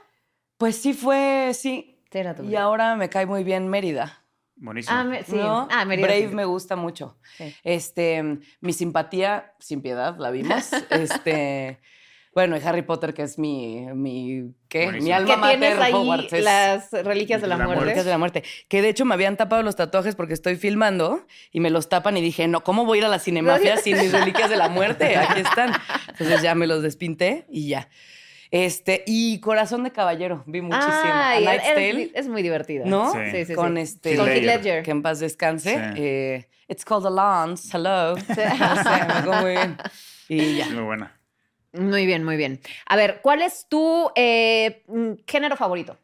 [SPEAKER 3] Pues sí fue, sí.
[SPEAKER 2] Sí, era tu
[SPEAKER 3] Y ahora me cae muy bien Mérida.
[SPEAKER 1] Buenísima.
[SPEAKER 2] Ah, me- sí.
[SPEAKER 3] ¿no?
[SPEAKER 2] Ah, Mérida.
[SPEAKER 3] Brave
[SPEAKER 2] sí.
[SPEAKER 3] me gusta mucho.
[SPEAKER 2] Sí.
[SPEAKER 3] Este, mi simpatía, sin piedad, la
[SPEAKER 2] *laughs*
[SPEAKER 3] vimos. este, bueno, y Harry Potter, que es mi, mi, ¿qué? Mi
[SPEAKER 1] Buenísimo.
[SPEAKER 3] alma
[SPEAKER 2] Que tienes
[SPEAKER 3] mater,
[SPEAKER 2] ahí
[SPEAKER 3] Hogwarts. es-
[SPEAKER 2] las reliquias de la,
[SPEAKER 1] La
[SPEAKER 2] muerte.
[SPEAKER 1] muerte.
[SPEAKER 3] Reliquias de la muerte. Que de hecho me habían tapado los tatuajes porque estoy filmando y me los tapan y dije, no, ¿cómo voy a ir a la cinemafia sin mis reliquias de la muerte? Aquí están. Entonces ya me los despinté y ya. Este, y Corazón de Caballero, vi muchísimo. A
[SPEAKER 2] Ay,
[SPEAKER 3] Knight's
[SPEAKER 2] es,
[SPEAKER 3] Tale,
[SPEAKER 2] es muy divertida.
[SPEAKER 3] ¿no?
[SPEAKER 1] Sí.
[SPEAKER 2] Sí, sí, sí.
[SPEAKER 3] Con este.
[SPEAKER 2] Con Heath
[SPEAKER 1] Ledger.
[SPEAKER 2] Ledger. *laughs*
[SPEAKER 3] Que en paz descanse.
[SPEAKER 1] Sí.
[SPEAKER 3] Eh, It's called the Lawns. Hello. No sé, me acuerdo muy bien. Y ya.
[SPEAKER 1] Muy buena.
[SPEAKER 2] Muy bien, muy bien. A ver, ¿cuál es tu eh, mm, género favorito?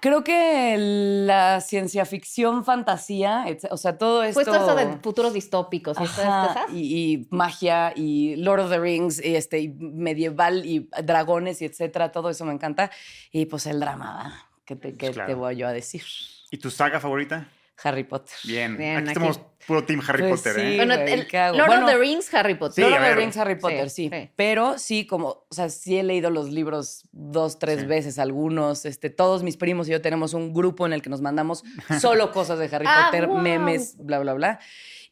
[SPEAKER 3] Creo que la ciencia ficción, fantasía, etc- o sea, todo esto.
[SPEAKER 2] Pues todo eso de futuros distópicos y estas
[SPEAKER 3] Ajá,
[SPEAKER 2] cosas.
[SPEAKER 3] y, y magia y Lord of the Rings y este y medieval y dragones y etcétera, todo eso me encanta y pues el drama, ¿verdad? ¿Qué te, qué
[SPEAKER 1] Pues claro.
[SPEAKER 3] te voy yo a decir?
[SPEAKER 1] ¿Y tu saga favorita?
[SPEAKER 3] Harry Potter.
[SPEAKER 1] Bien.
[SPEAKER 2] Bien,
[SPEAKER 1] aquí,
[SPEAKER 2] aquí-
[SPEAKER 1] somos puro team Harry
[SPEAKER 3] Pues
[SPEAKER 1] Potter,
[SPEAKER 3] sí.
[SPEAKER 1] ¿eh?
[SPEAKER 2] Bueno,
[SPEAKER 3] güey,
[SPEAKER 2] el-
[SPEAKER 3] ¿qué hago?
[SPEAKER 2] Lord
[SPEAKER 3] Bueno,
[SPEAKER 2] of the Rings, Harry Potter.
[SPEAKER 1] Sí,
[SPEAKER 3] Lord
[SPEAKER 1] a
[SPEAKER 3] of the
[SPEAKER 1] ver.
[SPEAKER 3] Rings, Harry Potter, sí,
[SPEAKER 2] sí.
[SPEAKER 3] Pero sí, como, o sea, sí he leído los libros dos, tres
[SPEAKER 1] Sí.
[SPEAKER 3] veces, algunos. Este, todos mis primos y yo tenemos un grupo en el que nos
[SPEAKER 1] *laughs*
[SPEAKER 3] mandamos solo cosas de Harry
[SPEAKER 2] Ah,
[SPEAKER 3] Potter,
[SPEAKER 2] guau.
[SPEAKER 3] memes, bla, bla, bla.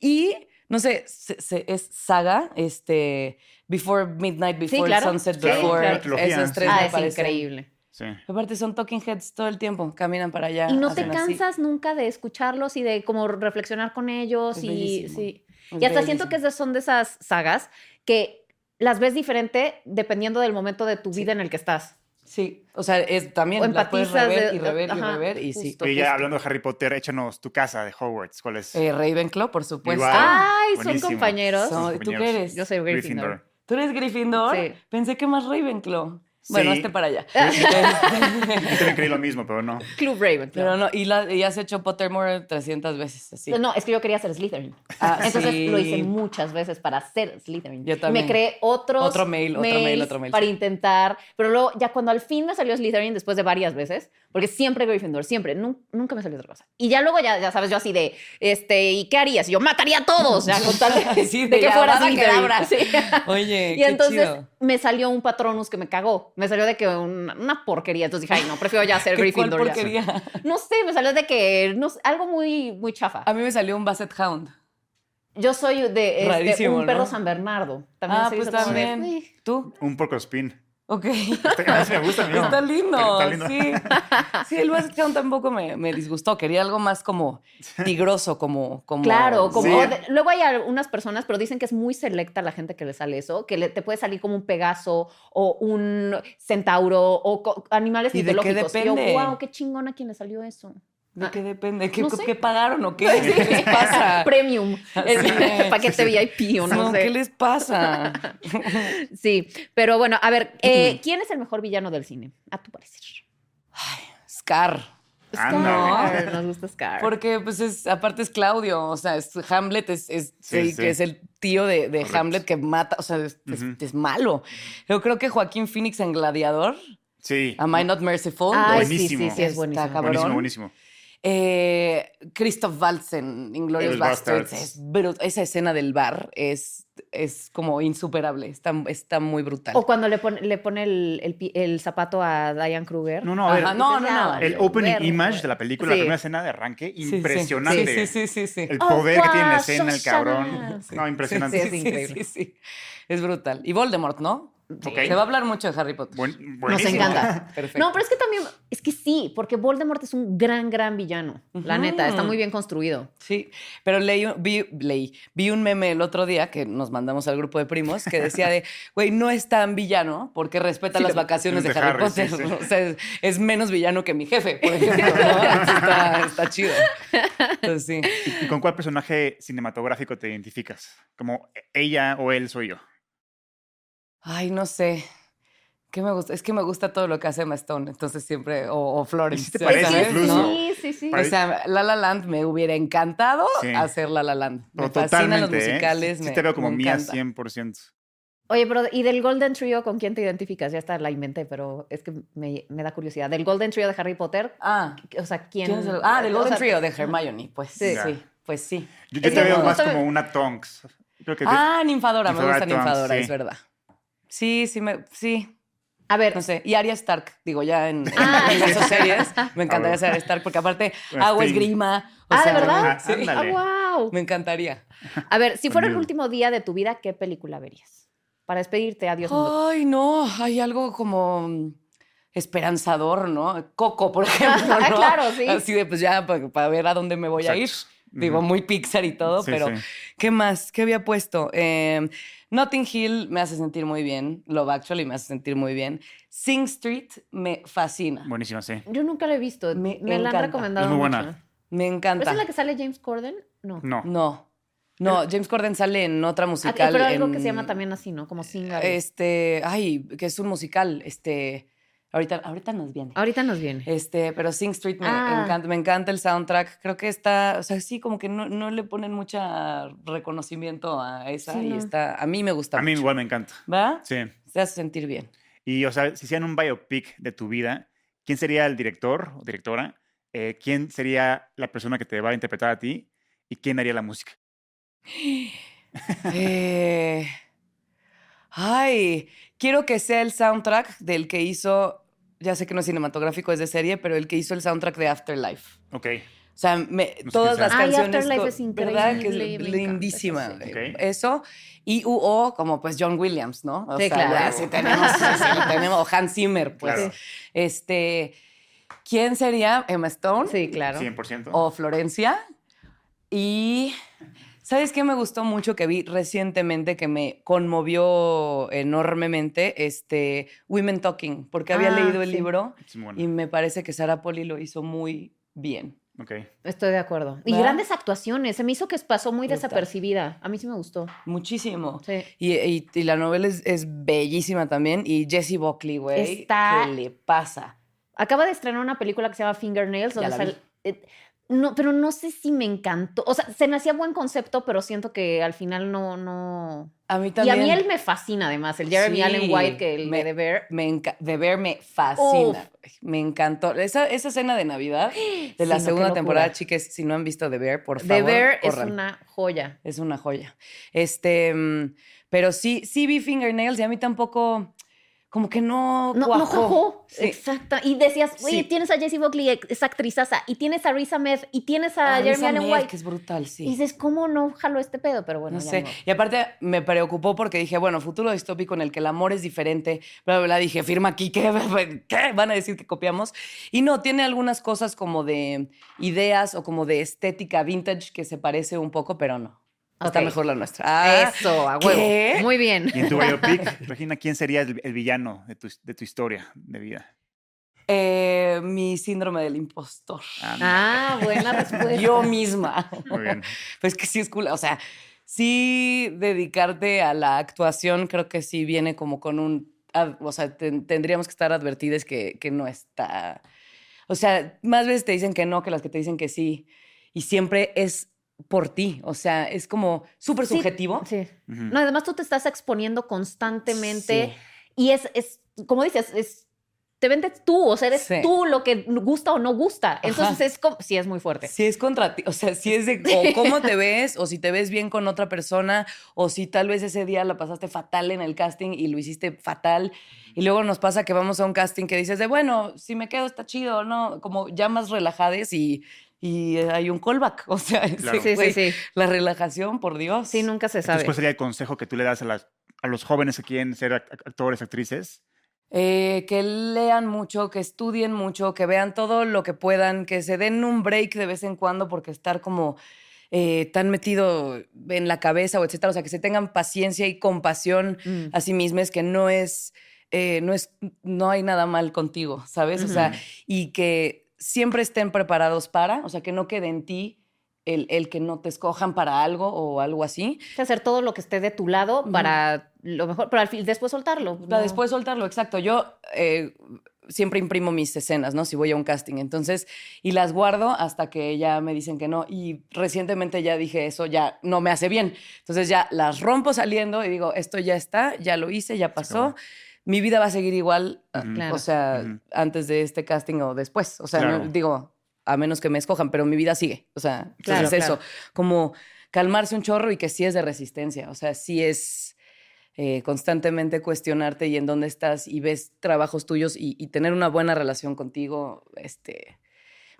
[SPEAKER 3] Y no sé, se- se- es saga, este, Before Midnight, Before
[SPEAKER 2] claro.
[SPEAKER 3] Sunset,
[SPEAKER 2] Sí,
[SPEAKER 3] Before.
[SPEAKER 2] claro.
[SPEAKER 1] Trilogía.
[SPEAKER 3] Esos tres
[SPEAKER 2] Ah,
[SPEAKER 3] me
[SPEAKER 2] es
[SPEAKER 3] parecen-
[SPEAKER 2] increíble.
[SPEAKER 1] Sí.
[SPEAKER 3] Aparte son talking heads todo el tiempo, caminan para allá.
[SPEAKER 2] Y no te
[SPEAKER 3] hacen así.
[SPEAKER 2] cansas nunca de escucharlos y de como reflexionar con ellos
[SPEAKER 3] Es
[SPEAKER 2] y
[SPEAKER 3] bellísimo.
[SPEAKER 2] sí.
[SPEAKER 3] Es
[SPEAKER 2] Y hasta siento
[SPEAKER 3] bellísimo.
[SPEAKER 2] que esas son de esas sagas que las ves diferente dependiendo del momento de tu vida en el que estás.
[SPEAKER 3] Sí, o sea, es, también
[SPEAKER 2] O
[SPEAKER 3] la puedes
[SPEAKER 2] empatizas
[SPEAKER 3] rever
[SPEAKER 2] de-
[SPEAKER 3] y rever y
[SPEAKER 2] ajá,
[SPEAKER 3] rever y sí.
[SPEAKER 2] justo.
[SPEAKER 1] Oye, ya hablando de Harry Potter, échanos tu casa de Hogwarts. ¿Cuál es?
[SPEAKER 3] Eh, Ravenclaw, por supuesto.
[SPEAKER 1] Igual.
[SPEAKER 2] Ay, son
[SPEAKER 1] buenísimo.
[SPEAKER 2] compañeros.
[SPEAKER 3] Son- ¿Tú
[SPEAKER 1] compañeros.
[SPEAKER 3] qué eres?
[SPEAKER 2] Yo soy Gryffindor.
[SPEAKER 1] Gryffindor.
[SPEAKER 3] ¿Tú eres Gryffindor?
[SPEAKER 2] Sí.
[SPEAKER 3] Pensé que más Ravenclaw. Bueno,
[SPEAKER 1] Sí.
[SPEAKER 3] hazte
[SPEAKER 2] *laughs*
[SPEAKER 3] para allá. *laughs* Este,
[SPEAKER 1] Yo también creí lo mismo, pero no.
[SPEAKER 2] Club Raven.
[SPEAKER 3] Pero no, y, la- y has hecho Pottermore 300 veces, así.
[SPEAKER 2] No, es que yo quería ser Slytherin.
[SPEAKER 3] Ah,
[SPEAKER 2] Entonces
[SPEAKER 3] sí.
[SPEAKER 2] lo hice muchas veces para ser Slytherin.
[SPEAKER 3] Yo también.
[SPEAKER 2] Me creé otros
[SPEAKER 3] Otro mail, otro mail,
[SPEAKER 2] mails
[SPEAKER 3] otro mail,
[SPEAKER 2] Para
[SPEAKER 3] sí.
[SPEAKER 2] intentar. Pero luego, ya cuando al fin me salió Slytherin, después de varias veces, porque siempre Gryffindor, siempre, nun- nunca me salió otra cosa. Y ya luego, ya, ya sabes, yo así de, este, ¿y qué harías? Y Yo mataría a todos, ya con
[SPEAKER 3] *laughs*
[SPEAKER 2] tal de,
[SPEAKER 3] *laughs* Sí,
[SPEAKER 2] de
[SPEAKER 3] de
[SPEAKER 2] que
[SPEAKER 3] ya,
[SPEAKER 2] fuera
[SPEAKER 3] abracadabra.
[SPEAKER 2] Slytherin. Sí.
[SPEAKER 3] Oye,
[SPEAKER 2] *laughs* Y
[SPEAKER 3] *laughs* qué
[SPEAKER 2] entonces
[SPEAKER 3] chido.
[SPEAKER 2] me salió un patronus que me cagó. Me salió de que una, una porquería. Entonces dije, ay, no, prefiero ya ser
[SPEAKER 3] *laughs* ¿Qué- ¿Cuál
[SPEAKER 2] Gryffindor. ya.
[SPEAKER 3] porquería?
[SPEAKER 2] No sé, me salió de que no sé, algo muy, muy chafa.
[SPEAKER 3] A mí me salió un Basset Hound.
[SPEAKER 2] Yo soy de este,
[SPEAKER 3] Rarísimo,
[SPEAKER 2] un perro
[SPEAKER 3] ¿no?
[SPEAKER 2] San Bernardo. También
[SPEAKER 3] Ah,
[SPEAKER 2] se
[SPEAKER 3] pues
[SPEAKER 2] hizo como de,
[SPEAKER 3] también.
[SPEAKER 2] "Uy".
[SPEAKER 3] ¿Tú?
[SPEAKER 1] Un porco spin. *laughs* Este,
[SPEAKER 3] Ok.
[SPEAKER 1] me gusta, amigo.
[SPEAKER 3] Está lindo,
[SPEAKER 1] Está lindo.
[SPEAKER 3] sí. Sí, el Basset Hound tampoco me, me disgustó. Quería algo más como tigroso, como... como
[SPEAKER 2] Claro, como
[SPEAKER 1] Sí.
[SPEAKER 2] de- luego hay algunas personas, pero dicen que es muy selecta la gente que le sale eso, que le- te puede salir como un pegaso o un centauro o co- animales
[SPEAKER 3] ¿Y de qué
[SPEAKER 2] mitológicos. Y
[SPEAKER 3] depende?
[SPEAKER 2] yo, wow, qué chingón a quien le salió eso. Ah. *laughs*
[SPEAKER 3] ¿De qué depende? ¿Qué,
[SPEAKER 2] No sé.
[SPEAKER 3] ¿qué pagaron o
[SPEAKER 2] *laughs*
[SPEAKER 3] qué? ¿Qué les pasa? Ah,
[SPEAKER 2] Premium, el *laughs*
[SPEAKER 3] es.
[SPEAKER 2] paquete VIP o no,
[SPEAKER 3] No,
[SPEAKER 2] sé.
[SPEAKER 3] ¿qué les *laughs* pasa?
[SPEAKER 2] Sí, pero bueno, a ver,
[SPEAKER 3] Mm.
[SPEAKER 2] eh, ¿quién es el mejor villano del cine, a tu parecer?
[SPEAKER 3] Scar.
[SPEAKER 1] Ándale.
[SPEAKER 2] Scar, nos gusta Scar.
[SPEAKER 3] Porque, pues, es, aparte es Claudio, o sea, es Hamlet es, es-
[SPEAKER 1] Sí,
[SPEAKER 3] sí, que
[SPEAKER 1] sí.
[SPEAKER 3] es el tío de, de
[SPEAKER 1] Correcto.
[SPEAKER 3] Hamlet que mata, o sea, es, es-
[SPEAKER 1] Ujú.
[SPEAKER 3] es malo. Yo creo que Joaquín Phoenix en Gladiador
[SPEAKER 1] Sí.
[SPEAKER 3] Am I Not Merciful?
[SPEAKER 2] Ay,
[SPEAKER 1] Buenísimo.
[SPEAKER 2] Sí, sí, sí, es
[SPEAKER 3] Está
[SPEAKER 2] buenísimo.
[SPEAKER 3] cabrón.
[SPEAKER 1] buenísimo, buenísimo.
[SPEAKER 3] Eh, Christoph Waltz en Inglorious
[SPEAKER 1] Inglourious
[SPEAKER 3] Bastards.
[SPEAKER 1] Basterds.
[SPEAKER 3] Es brut- Esa escena del bar es, es como insuperable. Está, está muy brutal.
[SPEAKER 2] O
[SPEAKER 1] Oh,
[SPEAKER 2] cuando le pone, le pone el, el pi- el zapato a Diane Kruger. "Ah,
[SPEAKER 1] No, no, a ver.
[SPEAKER 3] Ajá, Ah, no, no, no.
[SPEAKER 1] El opening
[SPEAKER 2] Verde.
[SPEAKER 3] pues.
[SPEAKER 1] image de la película,
[SPEAKER 2] Sí.
[SPEAKER 1] la primera escena de arranque,
[SPEAKER 3] Sí, sí.
[SPEAKER 1] impresionante.
[SPEAKER 3] Sí, sí, sí, sí. sí.
[SPEAKER 1] El
[SPEAKER 2] Oh,
[SPEAKER 1] poder que tiene la
[SPEAKER 2] guau,
[SPEAKER 1] escena, el
[SPEAKER 2] Susana.
[SPEAKER 1] cabrón.
[SPEAKER 2] Sí.
[SPEAKER 1] No, impresionante.
[SPEAKER 2] Sí, sí, es increíble.
[SPEAKER 3] sí, sí. Es brutal. Y Voldemort, ¿no?
[SPEAKER 1] Ok.
[SPEAKER 3] Se va a hablar mucho de Harry Potter.
[SPEAKER 1] Buen-
[SPEAKER 2] Nos
[SPEAKER 1] buenísimo.
[SPEAKER 2] *laughs* encanta.
[SPEAKER 3] Perfecto.
[SPEAKER 2] No, pero es que también, es que sí, porque Voldemort es un gran, gran villano. La
[SPEAKER 3] Ujú.
[SPEAKER 2] neta, está muy bien construido.
[SPEAKER 3] Sí, pero leí, un- vi, leí, vi un meme el otro día que nos mandamos al grupo de primos que decía de, *laughs* güey, no es tan villano porque respeta
[SPEAKER 1] Sí,
[SPEAKER 3] las
[SPEAKER 1] lo-
[SPEAKER 3] vacaciones de,
[SPEAKER 1] de
[SPEAKER 3] Harry,
[SPEAKER 1] Harry,
[SPEAKER 3] Potter.
[SPEAKER 1] sí, sí.
[SPEAKER 3] ¿no? *laughs* O sea, es, es menos villano que mi jefe,
[SPEAKER 1] *laughs*
[SPEAKER 3] por ejemplo. ¿no? Está, está chido. Entonces, sí.
[SPEAKER 1] ¿Y con cuál personaje cinematográfico te identificas? Como ella o él soy yo.
[SPEAKER 3] Ay, no sé. ¿Qué me gusta? Es que me gusta todo lo que hace Emma Stone, entonces siempre, o, o Florence.
[SPEAKER 1] Pues te parece
[SPEAKER 3] ¿sabes?
[SPEAKER 1] incluso?
[SPEAKER 3] ¿No?
[SPEAKER 2] Sí, sí, sí.
[SPEAKER 3] O sea, La La Land me hubiera encantado
[SPEAKER 1] Sí.
[SPEAKER 3] hacer La La Land. Me
[SPEAKER 1] Pero
[SPEAKER 3] fascinan los
[SPEAKER 1] totalmente. ¿eh?
[SPEAKER 3] musicales.
[SPEAKER 1] Sí,
[SPEAKER 3] me-
[SPEAKER 1] te veo como
[SPEAKER 3] me
[SPEAKER 1] mía
[SPEAKER 3] encanta.
[SPEAKER 1] 100%.
[SPEAKER 2] Oye, pero ¿y del Golden Trio con quién te identificas? Ya está, la inventé, pero es que me, me da curiosidad. ¿Del Golden Trio de Harry Potter?
[SPEAKER 3] Ah,
[SPEAKER 2] O sea, ¿quién?
[SPEAKER 3] ¿Quién es el- Ah, del
[SPEAKER 2] o
[SPEAKER 3] Golden
[SPEAKER 2] sea,
[SPEAKER 3] Trio de Hermione, pues sí,
[SPEAKER 2] Sí.
[SPEAKER 1] Ya.
[SPEAKER 3] sí, pues sí.
[SPEAKER 1] Yo, yo te
[SPEAKER 3] Es que
[SPEAKER 1] veo más
[SPEAKER 2] justo-
[SPEAKER 1] como una Tonks. Creo que
[SPEAKER 3] Ah, ninfadora, me
[SPEAKER 1] Ninfadora
[SPEAKER 3] gusta
[SPEAKER 1] Tonks,
[SPEAKER 3] ninfadora,
[SPEAKER 1] sí.
[SPEAKER 3] es verdad. Sí, sí, me, sí,
[SPEAKER 2] A ver,
[SPEAKER 3] no sé. Y Arya Stark, digo, ya en, en-
[SPEAKER 2] Ah.
[SPEAKER 3] en esas series,
[SPEAKER 1] *laughs*
[SPEAKER 3] me
[SPEAKER 1] Ah,
[SPEAKER 3] encantaría
[SPEAKER 1] bueno.
[SPEAKER 3] ser Arya Stark, porque aparte
[SPEAKER 1] Con
[SPEAKER 3] hago
[SPEAKER 1] Sting.
[SPEAKER 3] esgrima. o
[SPEAKER 2] Ah, ¿de
[SPEAKER 1] verdad?
[SPEAKER 3] sí,
[SPEAKER 1] Pues Ándale.
[SPEAKER 2] ah, wow.
[SPEAKER 3] me encantaría.
[SPEAKER 2] A ver, si fuera el
[SPEAKER 1] Conmigo.
[SPEAKER 2] último día de tu vida, ¿qué película verías? Para despedirte, adiós mundo.
[SPEAKER 3] Ay, no, hay algo como mm, esperanzador, ¿no? Coco, por *laughs* ejemplo,
[SPEAKER 2] *laughs* Ah,
[SPEAKER 3] ¿no?
[SPEAKER 2] claro, sí.
[SPEAKER 3] Así de, pues ya, para, ver a dónde me voy a ir.
[SPEAKER 1] Exacto.
[SPEAKER 3] Digo,
[SPEAKER 1] Ujú.
[SPEAKER 3] muy Pixar y todo,
[SPEAKER 1] Sí,
[SPEAKER 3] pero
[SPEAKER 1] sí.
[SPEAKER 3] ¿qué más? ¿Qué había puesto? Eh, Notting Hill me hace sentir muy bien. Love Actually me hace sentir muy bien. Sing Street me fascina.
[SPEAKER 1] Buenísimo, sí.
[SPEAKER 2] Yo nunca la he visto. Me,
[SPEAKER 3] Me
[SPEAKER 2] la han
[SPEAKER 3] encanta.
[SPEAKER 2] recomendado.
[SPEAKER 1] Es muy buena.
[SPEAKER 2] mucho.
[SPEAKER 3] Me
[SPEAKER 2] ¿Pero
[SPEAKER 3] encanta.
[SPEAKER 2] ¿Esa es la que sale James Corden? No.
[SPEAKER 1] No.
[SPEAKER 3] No, no, James Corden sale en otra
[SPEAKER 2] Ah,
[SPEAKER 3] musical.
[SPEAKER 2] pero algo que
[SPEAKER 3] en-
[SPEAKER 2] se llama también así, ¿no? Como Single.
[SPEAKER 3] Este, ay, que es un musical. Este, ahorita, ahorita nos viene.
[SPEAKER 2] Ahorita nos viene.
[SPEAKER 3] Este, pero Sing Street me
[SPEAKER 2] Ah.
[SPEAKER 3] encanta, me encanta el soundtrack. Creo que está, o sea, sí, como que no, no le ponen mucha reconocimiento a esa
[SPEAKER 2] Sí,
[SPEAKER 3] y
[SPEAKER 2] no.
[SPEAKER 3] está, a mí me gusta.
[SPEAKER 1] A mí
[SPEAKER 3] mucho.
[SPEAKER 1] igual me encanta.
[SPEAKER 3] ¿Va?
[SPEAKER 1] Sí.
[SPEAKER 3] Se hace sentir bien.
[SPEAKER 1] Y, o sea, si hicieran un biopic de tu vida, ¿quién sería el director o directora? Eh, ¿Quién sería la persona que te va a interpretar a ti? ¿Y quién haría la música?
[SPEAKER 3] Eh, ay, quiero que sea el soundtrack del que hizo, ya sé que no es cinematográfico, es de serie, pero el que hizo el soundtrack de Afterlife.
[SPEAKER 1] Ok.
[SPEAKER 3] O sea, me-
[SPEAKER 1] quién
[SPEAKER 3] todas
[SPEAKER 1] sea.
[SPEAKER 3] las
[SPEAKER 2] Ay,
[SPEAKER 3] canciones.
[SPEAKER 2] Afterlife
[SPEAKER 3] co-
[SPEAKER 2] es
[SPEAKER 3] ¿verdad? Que es
[SPEAKER 2] increíble, me encanta
[SPEAKER 3] lindísima. eh,
[SPEAKER 2] esa
[SPEAKER 1] serie. Ok.
[SPEAKER 3] Eso. Y UO, como pues John Williams, ¿no? O
[SPEAKER 2] Sí,
[SPEAKER 3] sea,
[SPEAKER 2] claro.
[SPEAKER 3] ya sí
[SPEAKER 2] *laughs*
[SPEAKER 3] tenemos, sí, sí tenemos. O Hans Zimmer, pues.
[SPEAKER 1] Claro.
[SPEAKER 3] Este. ¿Quién sería Emma Stone?
[SPEAKER 2] Sí, claro.
[SPEAKER 1] 100%.
[SPEAKER 3] O Florencia. Y. ¿Sabes qué me gustó mucho que vi recientemente que me conmovió enormemente? Este. Women Talking, porque había
[SPEAKER 2] Ah,
[SPEAKER 3] leído el
[SPEAKER 2] sí.
[SPEAKER 3] libro
[SPEAKER 1] Es muy
[SPEAKER 3] y
[SPEAKER 1] bueno.
[SPEAKER 3] me parece que Sara Poli lo hizo muy bien.
[SPEAKER 1] Ok.
[SPEAKER 2] Estoy de acuerdo. Y
[SPEAKER 3] ¿Va?
[SPEAKER 2] grandes actuaciones. Se me hizo que pasó muy
[SPEAKER 3] Brutal.
[SPEAKER 2] desapercibida. A mí sí me gustó.
[SPEAKER 3] Muchísimo.
[SPEAKER 2] Sí.
[SPEAKER 3] Y, y- y la novela es, es bellísima también. Y Jessie Buckley, güey.
[SPEAKER 2] Está-
[SPEAKER 3] ¿Qué le pasa?
[SPEAKER 2] Acaba de estrenar una película que se llama Fingernails.
[SPEAKER 3] Ya
[SPEAKER 2] Donde
[SPEAKER 3] la vi.
[SPEAKER 2] sale- eh, no, pero no sé si me encantó. O sea, se me hacía buen concepto, pero siento que al final no, no.
[SPEAKER 3] A mí
[SPEAKER 2] Y a
[SPEAKER 3] también.
[SPEAKER 2] mí él me fascina, además, el Jeremy
[SPEAKER 3] Sí,
[SPEAKER 2] Allen White, que el
[SPEAKER 3] me-
[SPEAKER 2] de The Bear.
[SPEAKER 3] me enca- de ver me fascina. Me encantó. Esa, esa escena de Navidad
[SPEAKER 2] Sí,
[SPEAKER 3] de la
[SPEAKER 2] no, qué
[SPEAKER 3] segunda
[SPEAKER 2] locura.
[SPEAKER 3] temporada, chiques, si no han visto de ver, por
[SPEAKER 2] The
[SPEAKER 3] favor.
[SPEAKER 2] Bear es
[SPEAKER 3] corran.
[SPEAKER 2] una joya.
[SPEAKER 3] Es una joya. Este, mm, pero sí, sí vi fingernails y a mí tampoco, como que no.
[SPEAKER 2] No, no
[SPEAKER 3] cuajó.
[SPEAKER 2] cuajó.
[SPEAKER 3] Sí.
[SPEAKER 2] Exacto. Y decías, oye,
[SPEAKER 3] Sí.
[SPEAKER 2] tienes a Jessie Buckley, es actrizaza, y tienes a Risa Meth, y tienes a,
[SPEAKER 3] Ah,
[SPEAKER 2] Jeremy
[SPEAKER 3] Lisa
[SPEAKER 2] Allen
[SPEAKER 3] Mead,
[SPEAKER 2] White.
[SPEAKER 3] Que es brutal, sí.
[SPEAKER 2] Y dices, ¿cómo no jaló este pedo? Pero bueno,
[SPEAKER 3] No
[SPEAKER 2] ya
[SPEAKER 3] sé.
[SPEAKER 2] ni modo.
[SPEAKER 3] Y aparte me preocupó porque dije, bueno, futuro distópico en el que el amor es diferente, bla, bla, bla. Dije, firma aquí, ¿qué? *laughs* Pues, ¿Qué? Van a decir que copiamos. Y no, tiene algunas cosas como de ideas o como de estética vintage que se parece un poco, pero no. Está
[SPEAKER 2] Ok.
[SPEAKER 3] mejor la nuestra. Ah,
[SPEAKER 2] Eso, a huevo.
[SPEAKER 3] ¿qué?
[SPEAKER 2] Muy bien.
[SPEAKER 1] Y en tu biopic, Regina, ¿quién sería el, el villano de tu, de tu historia de vida?
[SPEAKER 3] eh, mi síndrome
[SPEAKER 2] *laughs*
[SPEAKER 3] del impostor.
[SPEAKER 1] Ah,
[SPEAKER 2] Ah,
[SPEAKER 3] *laughs*
[SPEAKER 2] buena respuesta.
[SPEAKER 3] Yo misma.
[SPEAKER 1] Muy bien.
[SPEAKER 3] Pues que sí es cool. O sea, sí dedicarte a la actuación creo que sí viene como con un... ad- O sea, ten- tendríamos que estar advertidas que, que no está... O sea, más veces te dicen que no que las que te dicen que sí. Y siempre es por ti. O sea, es como súper
[SPEAKER 2] Sí,
[SPEAKER 3] subjetivo.
[SPEAKER 2] Sí.
[SPEAKER 1] Ujú.
[SPEAKER 3] Mm.
[SPEAKER 2] No, además tú te estás exponiendo constantemente y es, es como dices, es te vendes tú, o sea, eres
[SPEAKER 3] Sí.
[SPEAKER 2] tú lo que gusta o no gusta. Entonces
[SPEAKER 3] Ajá.
[SPEAKER 2] es como, sí es muy fuerte.
[SPEAKER 3] Si es contra ti, o sea, si es de o cómo
[SPEAKER 2] *laughs*
[SPEAKER 3] te ves, o si te ves bien con otra persona, o si tal vez ese día la pasaste fatal en el casting y lo hiciste fatal. Y luego nos pasa que vamos a un casting que dices de, bueno, si me quedo está chido, ¿no? Como ya más relajades y, y hay un callback. *laughs* O sea, ese
[SPEAKER 1] Claro.
[SPEAKER 2] Sí, sí,
[SPEAKER 3] güey,
[SPEAKER 2] sí.
[SPEAKER 3] la relajación, por Dios.
[SPEAKER 2] Sí, nunca se sabe.
[SPEAKER 1] Entonces, ¿cuál sería el consejo que tú le das a, las, a los jóvenes que quieren ser act- actores, actrices?
[SPEAKER 3] Eh, que lean mucho, que estudien mucho, que vean todo lo que puedan, que se den un break de vez en cuando porque estar como eh, tan metido en la cabeza o etcétera, o sea, que se tengan paciencia y compasión
[SPEAKER 2] Mm.
[SPEAKER 3] a sí mismas, que no es, eh, no es, no hay nada mal contigo, ¿sabes? O sea,
[SPEAKER 1] Ujú.
[SPEAKER 3] y que siempre estén preparados para, o sea, que no quede en ti el, el que no te escojan para algo o algo así,
[SPEAKER 2] O sea, hacer todo lo que esté de tu lado
[SPEAKER 3] Ujú.
[SPEAKER 2] para lo mejor, pero al fin después soltarlo.
[SPEAKER 3] Para
[SPEAKER 2] no.
[SPEAKER 3] después soltarlo, exacto. Yo eh, siempre imprimo mis escenas, ¿no? Si voy a un casting. Entonces, y las guardo hasta que ya me dicen que no. Y recientemente ya dije, eso ya no me hace bien. Entonces ya las rompo saliendo y digo, esto ya está, ya lo hice, ya pasó.
[SPEAKER 1] acabó.
[SPEAKER 3] Mi vida va a seguir igual, ah,
[SPEAKER 1] Ujú.
[SPEAKER 2] Claro.
[SPEAKER 3] o sea,
[SPEAKER 1] Ujú.
[SPEAKER 3] antes de este casting o después. O sea, no-
[SPEAKER 1] Claro.
[SPEAKER 3] digo, a menos que me escojan, pero mi vida sigue. O sea,
[SPEAKER 2] Claro,
[SPEAKER 3] entonces eso,
[SPEAKER 2] claro.
[SPEAKER 3] como calmarse un chorro y que sí es de resistencia. O sea, sí es eh, constantemente cuestionarte y en dónde estás y ves trabajos tuyos y, y tener una buena relación contigo, este,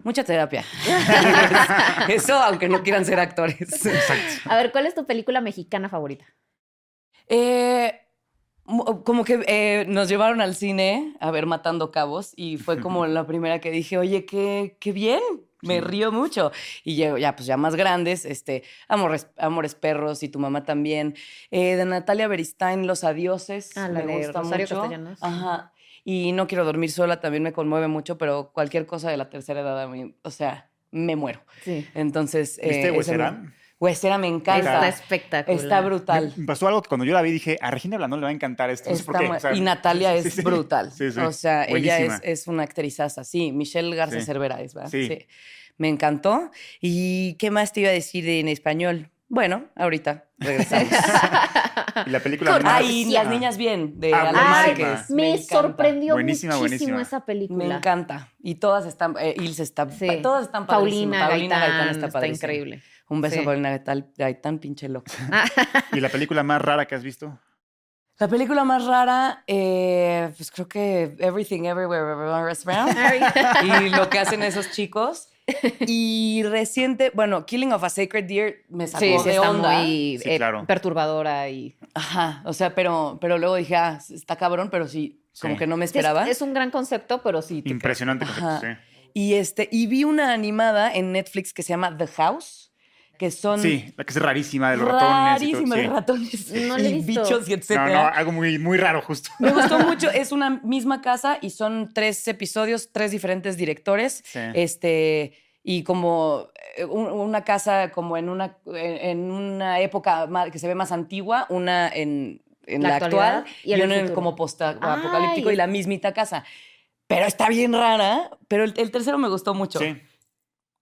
[SPEAKER 3] mucha terapia. *laughs* Eso, aunque no quieran ser actores.
[SPEAKER 1] Exacto.
[SPEAKER 2] A ver, ¿cuál es tu película mexicana favorita?
[SPEAKER 3] Eh, mo- como que eh, nos llevaron al cine a ver Matando Cabos y fue como la primera que dije, oye, qué, qué bien, me
[SPEAKER 1] Sí.
[SPEAKER 3] río mucho. Y llego ya, pues ya más grandes, este, Amores, Amores Perros y tu mamá también. Eh, de Natalia Beristain, Los Adioses,
[SPEAKER 2] Ah, la
[SPEAKER 3] me
[SPEAKER 2] de
[SPEAKER 3] gusta
[SPEAKER 2] Rosario
[SPEAKER 3] mucho.
[SPEAKER 2] Castellanos.
[SPEAKER 3] Ajá. Y No quiero dormir sola también me conmueve mucho, pero cualquier cosa de la tercera edad a mí, o sea, me muero.
[SPEAKER 2] Sí.
[SPEAKER 3] Entonces, eh,
[SPEAKER 1] ¿Viste
[SPEAKER 3] ese me-
[SPEAKER 1] Huesera?
[SPEAKER 3] Huesera me
[SPEAKER 2] Está
[SPEAKER 3] encanta. Está,
[SPEAKER 2] espectacular. *laughs*
[SPEAKER 3] brutal.
[SPEAKER 1] Me pasó algo que cuando yo la vi dije, a Regina Blandón le va a encantar esto. No sé por
[SPEAKER 3] Está
[SPEAKER 1] qué.
[SPEAKER 3] mu-
[SPEAKER 1] o sea,
[SPEAKER 3] y Natalia
[SPEAKER 1] sí,
[SPEAKER 3] es
[SPEAKER 1] sí, sí. *laughs*
[SPEAKER 3] brutal.
[SPEAKER 1] Sí, sí.
[SPEAKER 3] O sea, ella
[SPEAKER 1] Buenísima.
[SPEAKER 3] es, es una actrizaza. Sí, Michelle Garza
[SPEAKER 1] Sí.
[SPEAKER 3] Cervera es, ¿verdad?
[SPEAKER 1] Sí.
[SPEAKER 3] Me encantó. ¿Y qué más te iba a decir de- en español? Bueno, ahorita regresamos.
[SPEAKER 1] Y la película
[SPEAKER 2] Corta.
[SPEAKER 1] animada-
[SPEAKER 3] Ay, Las Niñas Bien, de
[SPEAKER 1] Ah,
[SPEAKER 3] Ale
[SPEAKER 2] Ay,
[SPEAKER 3] Márquez.
[SPEAKER 2] me,
[SPEAKER 3] encanta.
[SPEAKER 2] sorprendió
[SPEAKER 1] Buenísima,
[SPEAKER 2] muchísimo
[SPEAKER 1] buenísima.
[SPEAKER 2] esa
[SPEAKER 3] Me
[SPEAKER 2] película.
[SPEAKER 3] encanta. Y todas están, eh, Ilse está,
[SPEAKER 2] Sí.
[SPEAKER 3] pa- todas están
[SPEAKER 2] Paulina,
[SPEAKER 3] padrísimas.
[SPEAKER 2] Gaitán, está
[SPEAKER 3] padrísima. *laughs*
[SPEAKER 2] increíble.
[SPEAKER 3] Un beso
[SPEAKER 2] Sí.
[SPEAKER 3] a Paulina Gaitán, Gaitán, pinche loca.
[SPEAKER 1] ¿Y la película más rara que has visto?
[SPEAKER 3] La película más rara, eh, pues creo que Everything Everywhere Everywhere All Around. y lo que hacen esos chicos. Y reciente, bueno, Killing of a Sacred Deer me sacó
[SPEAKER 2] Sí, sí,
[SPEAKER 3] de
[SPEAKER 2] está
[SPEAKER 3] onda.
[SPEAKER 2] muy
[SPEAKER 1] Sí,
[SPEAKER 2] eh,
[SPEAKER 1] claro.
[SPEAKER 2] perturbadora y
[SPEAKER 3] Ajá, o sea, pero, pero luego dije, ah, está cabrón, pero sí, como
[SPEAKER 1] Sí.
[SPEAKER 3] que no me
[SPEAKER 2] Sí, es-
[SPEAKER 3] esperaba.
[SPEAKER 2] Es, un gran concepto, pero sí. te-
[SPEAKER 1] Impresionante. concepto,
[SPEAKER 3] Ajá.
[SPEAKER 1] sí.
[SPEAKER 3] Y este, y vi una animada en Netflix que se llama The House, que son
[SPEAKER 1] Sí, la que es rarísima de los ratones. y todo,
[SPEAKER 3] rarísimas
[SPEAKER 1] sí.
[SPEAKER 3] de ratones
[SPEAKER 2] No la he
[SPEAKER 3] y
[SPEAKER 2] visto.
[SPEAKER 1] No, no,
[SPEAKER 3] bichos y
[SPEAKER 1] ah.
[SPEAKER 3] etcétera.
[SPEAKER 1] algo muy, muy raro justo.
[SPEAKER 3] Me gustó mucho, es una misma casa y son tres episodios, tres diferentes directores.
[SPEAKER 1] Sí.
[SPEAKER 3] este y como eh, un- una casa como en una e, en una época ma- que se ve más antigua una en, en
[SPEAKER 2] La
[SPEAKER 3] la,
[SPEAKER 2] actualidad
[SPEAKER 3] actual
[SPEAKER 2] y
[SPEAKER 3] y,
[SPEAKER 2] en el
[SPEAKER 3] una en
[SPEAKER 2] futuro.
[SPEAKER 3] como post-apocalíptico
[SPEAKER 2] Ay.
[SPEAKER 3] y la mismita casa pero está bien rara pero el, el tercero me gustó mucho
[SPEAKER 1] Sí.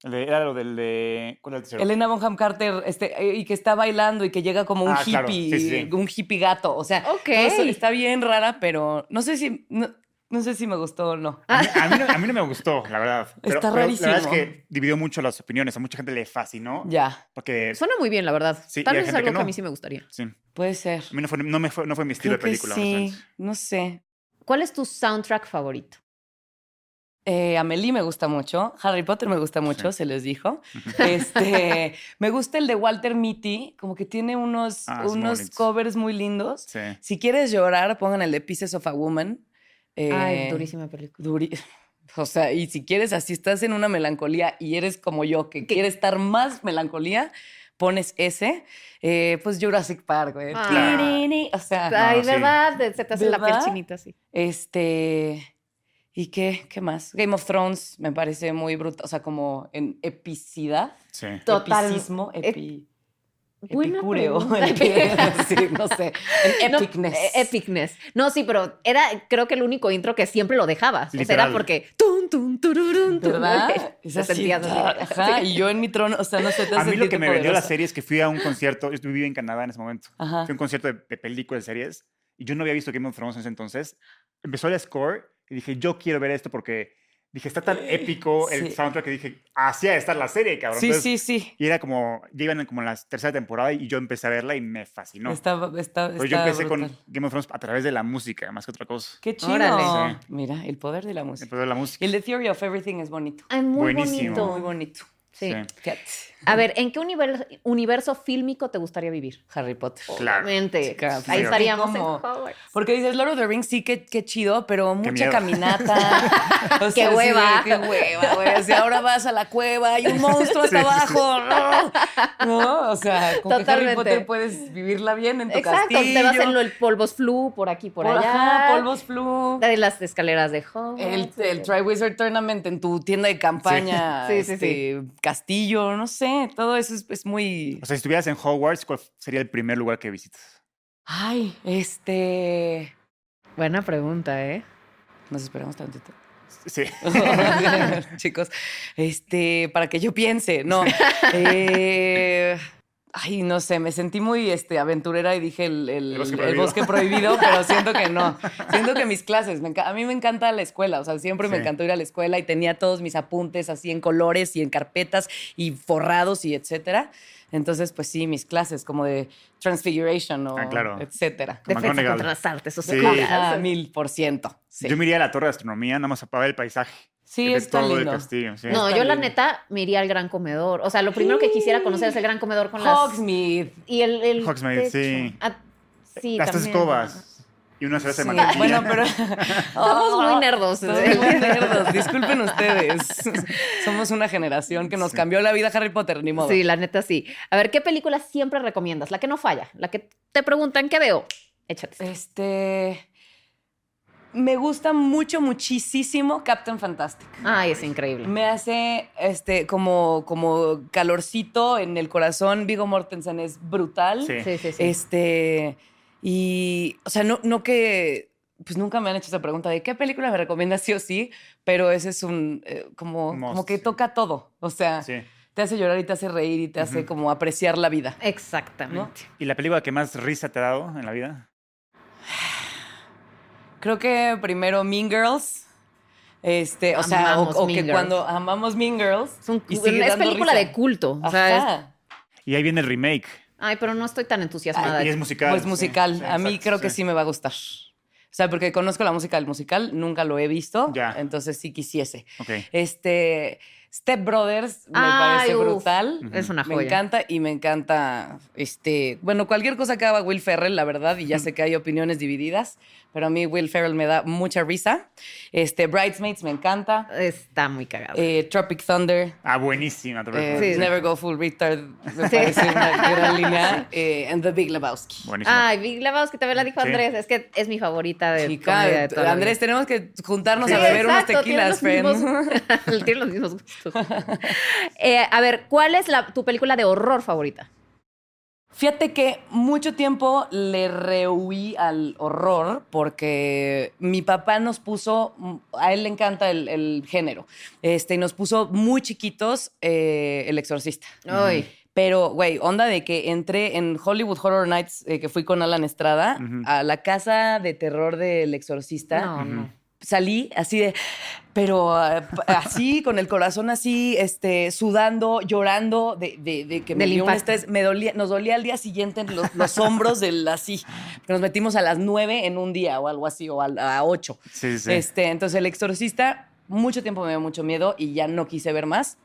[SPEAKER 1] El de- Era lo del de. ¿Cuál era el tercero?
[SPEAKER 3] Elena Bonham Carter este, eh, y que está bailando y que llega como un
[SPEAKER 1] Ah,
[SPEAKER 3] hippie
[SPEAKER 1] claro. Sí, sí, sí.
[SPEAKER 3] un hippie gato o sea
[SPEAKER 2] Ok.
[SPEAKER 3] todo eso está bien rara pero no sé si no, no sé si me gustó o no
[SPEAKER 1] A mí, a mí no, a mí no
[SPEAKER 3] *laughs*
[SPEAKER 1] me gustó, la verdad. Pero,
[SPEAKER 3] Está
[SPEAKER 1] pero La verdad
[SPEAKER 3] rarísimo.
[SPEAKER 1] es que dividió mucho las opiniones. A mucha gente le fascinó.
[SPEAKER 3] ya
[SPEAKER 1] Porque.
[SPEAKER 2] Suena muy bien, la verdad.
[SPEAKER 1] Sí,
[SPEAKER 2] Tal
[SPEAKER 1] y hay
[SPEAKER 2] vez es
[SPEAKER 1] gente
[SPEAKER 2] algo que,
[SPEAKER 1] que no.
[SPEAKER 2] a mí sí me gustaría.
[SPEAKER 1] sí, a
[SPEAKER 3] puede ser
[SPEAKER 1] mí no fue, no me fue, no fue mi estilo
[SPEAKER 3] Creo
[SPEAKER 1] de
[SPEAKER 3] que
[SPEAKER 1] película.
[SPEAKER 3] sí
[SPEAKER 1] honestamente.
[SPEAKER 3] no sé
[SPEAKER 2] ¿Cuál es tu soundtrack favorito?
[SPEAKER 3] Eh, Amelie me gusta mucho, Harry Potter me gusta mucho, se les dijo. Este, *laughs* me gusta el de Walter Mitty, como que tiene unos,
[SPEAKER 1] Ah, son
[SPEAKER 3] unos
[SPEAKER 1] bonitos.
[SPEAKER 3] covers muy lindos.
[SPEAKER 1] Sí.
[SPEAKER 3] Si quieres llorar, pongan el de Pieces of a Woman. Eh,
[SPEAKER 2] Ay, durísima película.
[SPEAKER 3] duri- *laughs* o sea, y si quieres, así estás en una melancolía y eres como yo, que quiere estar más melancolía, pones ese, Eh, pues Jurassic Park, güey.
[SPEAKER 2] Ah.
[SPEAKER 3] Tirini, O sea,
[SPEAKER 2] Ay,
[SPEAKER 1] sí.
[SPEAKER 2] ¿verdad? Se te hace la piel
[SPEAKER 3] ¿Verdad?
[SPEAKER 2] chinita, sí.
[SPEAKER 3] Este. ¿Y qué? ¿Qué más? Game of Thrones me parece muy brutal. O sea, como en epicidad.
[SPEAKER 1] Sí.
[SPEAKER 2] Total. eh,
[SPEAKER 3] Epicismo, epi.
[SPEAKER 2] Buena
[SPEAKER 3] epicúreo.
[SPEAKER 2] pregunta. *laughs*
[SPEAKER 3] epi- sí, no sé. En
[SPEAKER 2] No,
[SPEAKER 3] epicness.
[SPEAKER 2] eh, epicness. No, sí, pero era, creo que el único intro que siempre lo dejabas. O sea, era
[SPEAKER 1] Literal.
[SPEAKER 2] porque tun, tun, tururun, tun, *laughs*
[SPEAKER 3] ¿Verdad?
[SPEAKER 2] eh, Te
[SPEAKER 3] Es así,
[SPEAKER 2] sentías así.
[SPEAKER 3] Ajá, y yo en mi trono, o sea, no sé, te
[SPEAKER 1] A
[SPEAKER 3] hace
[SPEAKER 1] mí lo
[SPEAKER 3] sentirte
[SPEAKER 1] que me vendió la
[SPEAKER 3] poderosa.
[SPEAKER 1] serie es que fui a un concierto. Yo vivía en Canadá en ese momento.
[SPEAKER 3] Ajá.
[SPEAKER 1] Fui a un concierto de, de películas, de series. Y yo no había visto Game of Thrones en ese entonces. Empezó el score Y dije, yo quiero ver esto porque dije, está tan épico el
[SPEAKER 3] Eh, Sí.
[SPEAKER 1] soundtrack que dije, así está la serie, cabrón. pues,
[SPEAKER 3] Sí,
[SPEAKER 1] Entonces,
[SPEAKER 3] sí, sí.
[SPEAKER 1] Y era como, ya iban en como en la tercera temporada y yo empecé a verla y me fascinó.
[SPEAKER 3] Está, está,
[SPEAKER 1] Pero yo
[SPEAKER 3] está
[SPEAKER 1] empecé con
[SPEAKER 3] brutal.
[SPEAKER 1] Game of Thrones a través de la música, más que otra cosa.
[SPEAKER 3] Qué chido.
[SPEAKER 2] Órale.
[SPEAKER 1] Sí.
[SPEAKER 3] Mira, el poder de la
[SPEAKER 1] El
[SPEAKER 3] música.
[SPEAKER 1] poder de la música.
[SPEAKER 3] El The Theory of Everything es bonito.
[SPEAKER 2] Ay, muy
[SPEAKER 1] Buenísimo.
[SPEAKER 2] bonito.
[SPEAKER 3] Muy bonito.
[SPEAKER 2] Sí.
[SPEAKER 1] Sí.
[SPEAKER 3] Fíjate.
[SPEAKER 2] A ver, ¿en qué univer- universo fílmico te gustaría vivir?
[SPEAKER 3] Harry Potter.
[SPEAKER 1] Claro.
[SPEAKER 2] Obviamente.
[SPEAKER 3] Chica, pues,
[SPEAKER 2] Ahí
[SPEAKER 1] sí.
[SPEAKER 2] estaríamos en
[SPEAKER 3] ¿Cómo?
[SPEAKER 2] Hogwarts.
[SPEAKER 3] Porque dices, Lord of the Rings, sí, qué, qué chido, pero mucha
[SPEAKER 1] miedo. *laughs*
[SPEAKER 3] caminata. O sí,
[SPEAKER 2] hueva.
[SPEAKER 3] qué *laughs* hueva, güey. O sea, ahora vas a la cueva, hay un monstruo hasta
[SPEAKER 1] Sí, sí, sí.
[SPEAKER 3] abajo. No, No, o sea, con que Harry
[SPEAKER 2] Totalmente.
[SPEAKER 3] Potter puedes vivirla bien en tu
[SPEAKER 2] Exacto,
[SPEAKER 3] castillo.
[SPEAKER 2] te vas en los polvos flu por aquí, por, allá.
[SPEAKER 3] ajá, polvos flu.
[SPEAKER 2] La de las escaleras de Hogwarts.
[SPEAKER 3] El, el Triwizard Tournament en tu tienda de campaña,
[SPEAKER 2] Sí. Sí, sí, sí.
[SPEAKER 3] este, castillo, no sé, todo eso es, es muy...
[SPEAKER 1] O sea, si estuvieras en Hogwarts, ¿cuál sería el primer lugar que visitas?
[SPEAKER 3] Ay, este...
[SPEAKER 2] Buena pregunta, ¿eh?
[SPEAKER 3] Nos esperamos tantito.
[SPEAKER 1] Sí.
[SPEAKER 3] *laughs* Chicos, este, para que yo piense, no. Eh, ay, no sé, me sentí muy este, aventurera y dije el, el-
[SPEAKER 1] El bosque
[SPEAKER 3] el
[SPEAKER 1] prohibido.
[SPEAKER 3] bosque prohibido, pero
[SPEAKER 1] *laughs*
[SPEAKER 3] siento que no. Siento que mis clases, me enca- a mí me encanta la escuela, o sea, siempre me
[SPEAKER 1] Sí.
[SPEAKER 3] encantó ir a la escuela y tenía todos mis apuntes así en colores y en carpetas y forrados y etcétera. Entonces, pues sí, mis clases como de Transfiguration o
[SPEAKER 1] Ah, claro.
[SPEAKER 3] etcétera. Ah,
[SPEAKER 1] Como
[SPEAKER 2] Defensa
[SPEAKER 1] McGonagall.
[SPEAKER 2] contra las artes
[SPEAKER 1] Sí.
[SPEAKER 2] oscuras.
[SPEAKER 3] mil por ciento. Sí,
[SPEAKER 1] Yo me iría a la Torre de Astronomía, nada más a ver el paisaje.
[SPEAKER 3] sí
[SPEAKER 1] de
[SPEAKER 3] está
[SPEAKER 1] todo el
[SPEAKER 3] lindo.
[SPEAKER 1] castillo. sí.
[SPEAKER 2] No,
[SPEAKER 3] Está
[SPEAKER 2] yo la
[SPEAKER 3] lindo.
[SPEAKER 2] neta me iría al gran comedor. O sea, lo primero que quisiera conocer es el gran comedor con las.
[SPEAKER 3] Hogsmeade.
[SPEAKER 2] Y el. el
[SPEAKER 1] Hogsmeade,
[SPEAKER 2] techo.
[SPEAKER 1] sí.
[SPEAKER 2] Ah, sí,
[SPEAKER 1] Las tres
[SPEAKER 2] también.
[SPEAKER 1] escobas y una cerveza
[SPEAKER 3] Sí,
[SPEAKER 1] de mantequilla.
[SPEAKER 3] Bueno, *laughs* pero.
[SPEAKER 2] Somos
[SPEAKER 3] Ah,
[SPEAKER 2] muy nerdos. ¿eh?
[SPEAKER 3] Somos muy *laughs* nerdos, disculpen *laughs* ustedes. Somos una generación que nos
[SPEAKER 1] Sí.
[SPEAKER 3] cambió la vida Harry Potter, ni modo.
[SPEAKER 2] Sí, la neta sí. A ver, ¿qué película siempre recomiendas? La que no falla, la que te preguntan qué veo. Échate.
[SPEAKER 3] Eh, Este. Me gusta mucho, muchísimo Captain Fantastic.
[SPEAKER 2] Ay, es increíble.
[SPEAKER 3] Me hace este como, como calorcito en el corazón. Vigo Mortensen es brutal.
[SPEAKER 1] Sí.
[SPEAKER 2] Sí, sí, sí.
[SPEAKER 3] Este. Y. O sea, no, no que. Pues nunca me han hecho esa pregunta de qué película me recomiendas sí o sí, pero ese es un. eh, como,
[SPEAKER 1] Must,
[SPEAKER 3] como que
[SPEAKER 1] sí.
[SPEAKER 3] toca todo. O sea,
[SPEAKER 1] Sí.
[SPEAKER 3] te hace llorar y te hace reír y te hace
[SPEAKER 1] Ujú.
[SPEAKER 3] como apreciar la vida.
[SPEAKER 2] Exactamente.
[SPEAKER 1] ¿Y la película que más risa te ha dado en la vida?
[SPEAKER 3] Creo que primero Mean Girls. Este, o sea, o,
[SPEAKER 2] Amamos
[SPEAKER 3] o
[SPEAKER 2] Mean
[SPEAKER 3] que
[SPEAKER 2] Girls.
[SPEAKER 3] cuando amamos Mean Girls.
[SPEAKER 2] Es, un-
[SPEAKER 3] y sigue
[SPEAKER 2] es
[SPEAKER 3] dando
[SPEAKER 2] película
[SPEAKER 3] risa.
[SPEAKER 2] de culto. O sea, es-
[SPEAKER 3] Ajá.
[SPEAKER 1] Y ahí viene el remake.
[SPEAKER 2] ay, pero no estoy tan entusiasmada.
[SPEAKER 1] Y es musical.
[SPEAKER 3] Pues
[SPEAKER 1] sí,
[SPEAKER 3] musical.
[SPEAKER 1] sí,
[SPEAKER 3] a mí
[SPEAKER 1] exacto,
[SPEAKER 3] creo que sí me va a gustar. O sea, porque conozco la música del musical, nunca lo he visto.
[SPEAKER 1] Ya.
[SPEAKER 3] Entonces sí quisiese.
[SPEAKER 1] Ok.
[SPEAKER 3] Este, Step Brothers me
[SPEAKER 2] Ay,
[SPEAKER 3] parece
[SPEAKER 2] uf.
[SPEAKER 3] brutal.
[SPEAKER 2] Es una joya.
[SPEAKER 3] Me encanta y me encanta, este, bueno, cualquier cosa que haga Will Ferrell, la verdad, y ya sé que hay opiniones divididas, pero a mí Will Ferrell me da mucha risa. Este, Bridesmaids me encanta.
[SPEAKER 2] Ah, Está muy cagada.
[SPEAKER 3] Eh, Tropic Thunder.
[SPEAKER 1] Ah, buenísima. te
[SPEAKER 3] eh,
[SPEAKER 1] recuerdo.
[SPEAKER 2] Sí.
[SPEAKER 3] Never Go Full Retard me parece una
[SPEAKER 2] *laughs*
[SPEAKER 3] gran línea. Eh, and The Big Lebowski.
[SPEAKER 1] Buenísima.
[SPEAKER 2] Ay, Big Lebowski, también la dijo
[SPEAKER 1] Sí.
[SPEAKER 2] Andrés. Es que es mi favorita de
[SPEAKER 3] Chica,
[SPEAKER 2] comedia de toda la
[SPEAKER 3] Andrés,
[SPEAKER 2] vida.
[SPEAKER 3] tenemos que juntarnos
[SPEAKER 1] Sí,
[SPEAKER 3] a beber
[SPEAKER 2] Exacto,
[SPEAKER 3] unos tequilas,
[SPEAKER 2] tiene los
[SPEAKER 3] friend.
[SPEAKER 2] mismos- *laughs* tiene los mismos
[SPEAKER 3] *laughs*
[SPEAKER 2] gustos. Eh, a ver, ¿cuál es la- tu película de horror favorita?
[SPEAKER 3] Fíjate que mucho tiempo le rehuí al horror porque mi papá nos puso, a él le encanta el, el género, este, y nos puso muy chiquitos eh, El Exorcista.
[SPEAKER 2] Ay,
[SPEAKER 3] Pero, güey, onda de que entré en Hollywood Horror Nights, eh, que fui con Alan Estrada,
[SPEAKER 1] Ujú.
[SPEAKER 3] a la casa de terror del Exorcista
[SPEAKER 2] no, no.
[SPEAKER 3] salí así de, pero eh, p- así, con el corazón así, este, sudando, llorando, de, de- de que me
[SPEAKER 2] Del
[SPEAKER 3] dio un
[SPEAKER 2] impacto.
[SPEAKER 3] estrés. Me dolía, nos dolía al día siguiente en los, los hombros del así. que Nos metimos a las nueve en un día o algo así, o al- a, ocho.
[SPEAKER 1] Sí, sí, sí.
[SPEAKER 3] Este, entonces, el exorcista, mucho tiempo me dio mucho miedo y ya no quise ver más.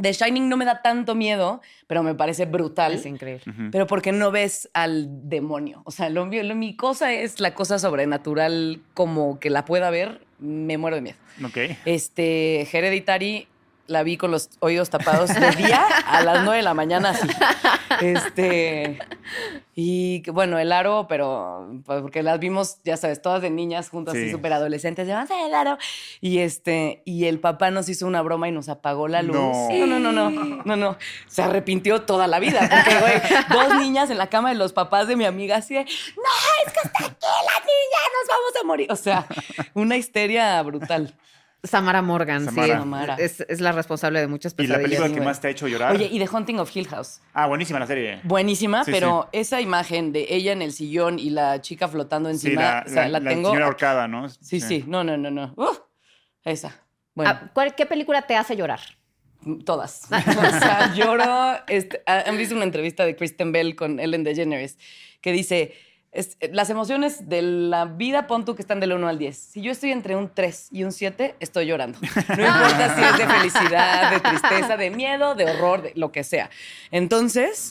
[SPEAKER 3] The Shining no me da tanto miedo, pero me parece brutal.
[SPEAKER 2] Es increíble.
[SPEAKER 1] Ujú.
[SPEAKER 3] Pero porque no ves al demonio. O sea, lo, lo- mi cosa es la cosa sobrenatural, como que la pueda ver, me muero de miedo.
[SPEAKER 1] Ok.
[SPEAKER 3] Este, Hereditary, la vi con los oídos tapados de día a las 9 de la mañana, así. Este, y que, bueno, el aro, pero pues, porque las vimos, ya sabes, todas de niñas juntas,
[SPEAKER 1] Sí.
[SPEAKER 3] así súper adolescentes, de vamos a ver el aro. Y este, y el papá nos hizo una broma y nos apagó la luz.
[SPEAKER 1] No.
[SPEAKER 3] no, no, no, no, no, no. Se arrepintió toda la vida, porque, güey, dos niñas en la cama de los papás de mi amiga, así de, no, es que está aquí la niña, nos vamos a morir. O sea, una histeria brutal.
[SPEAKER 2] Samara Morgan, sí.
[SPEAKER 1] Samara.
[SPEAKER 3] Samara.
[SPEAKER 2] Es, es la responsable de muchas
[SPEAKER 1] Y la
[SPEAKER 2] pesadillas. Ah,
[SPEAKER 1] película que
[SPEAKER 3] güey.
[SPEAKER 1] más te ha hecho llorar.
[SPEAKER 3] Oye, y The Haunting of Hill House.
[SPEAKER 1] ah, buenísima la serie.
[SPEAKER 3] Buenísima,
[SPEAKER 1] Sí,
[SPEAKER 3] pero esa imagen de ella en el sillón y la chica flotando
[SPEAKER 1] Sí,
[SPEAKER 3] encima,
[SPEAKER 1] la,
[SPEAKER 3] o sea,
[SPEAKER 1] la-
[SPEAKER 3] la,
[SPEAKER 1] la
[SPEAKER 3] tengo.
[SPEAKER 1] señora ahorcada, ¿no?
[SPEAKER 3] sí, sí, no, no, no, no. Uf, esa. Bueno.
[SPEAKER 2] Ah, ¿cuál- ¿Qué película te hace llorar?
[SPEAKER 3] Todas. O sea, lloro. este, ah, han visto una entrevista de Kristen Bell con Ellen DeGeneres que dice, es- eh, las emociones de la vida, pon tú que están del 1 al 10. Si yo estoy entre un 3 y un 7, estoy llorando. No importa si es de felicidad, de tristeza, de miedo, de horror, de lo que sea. Entonces,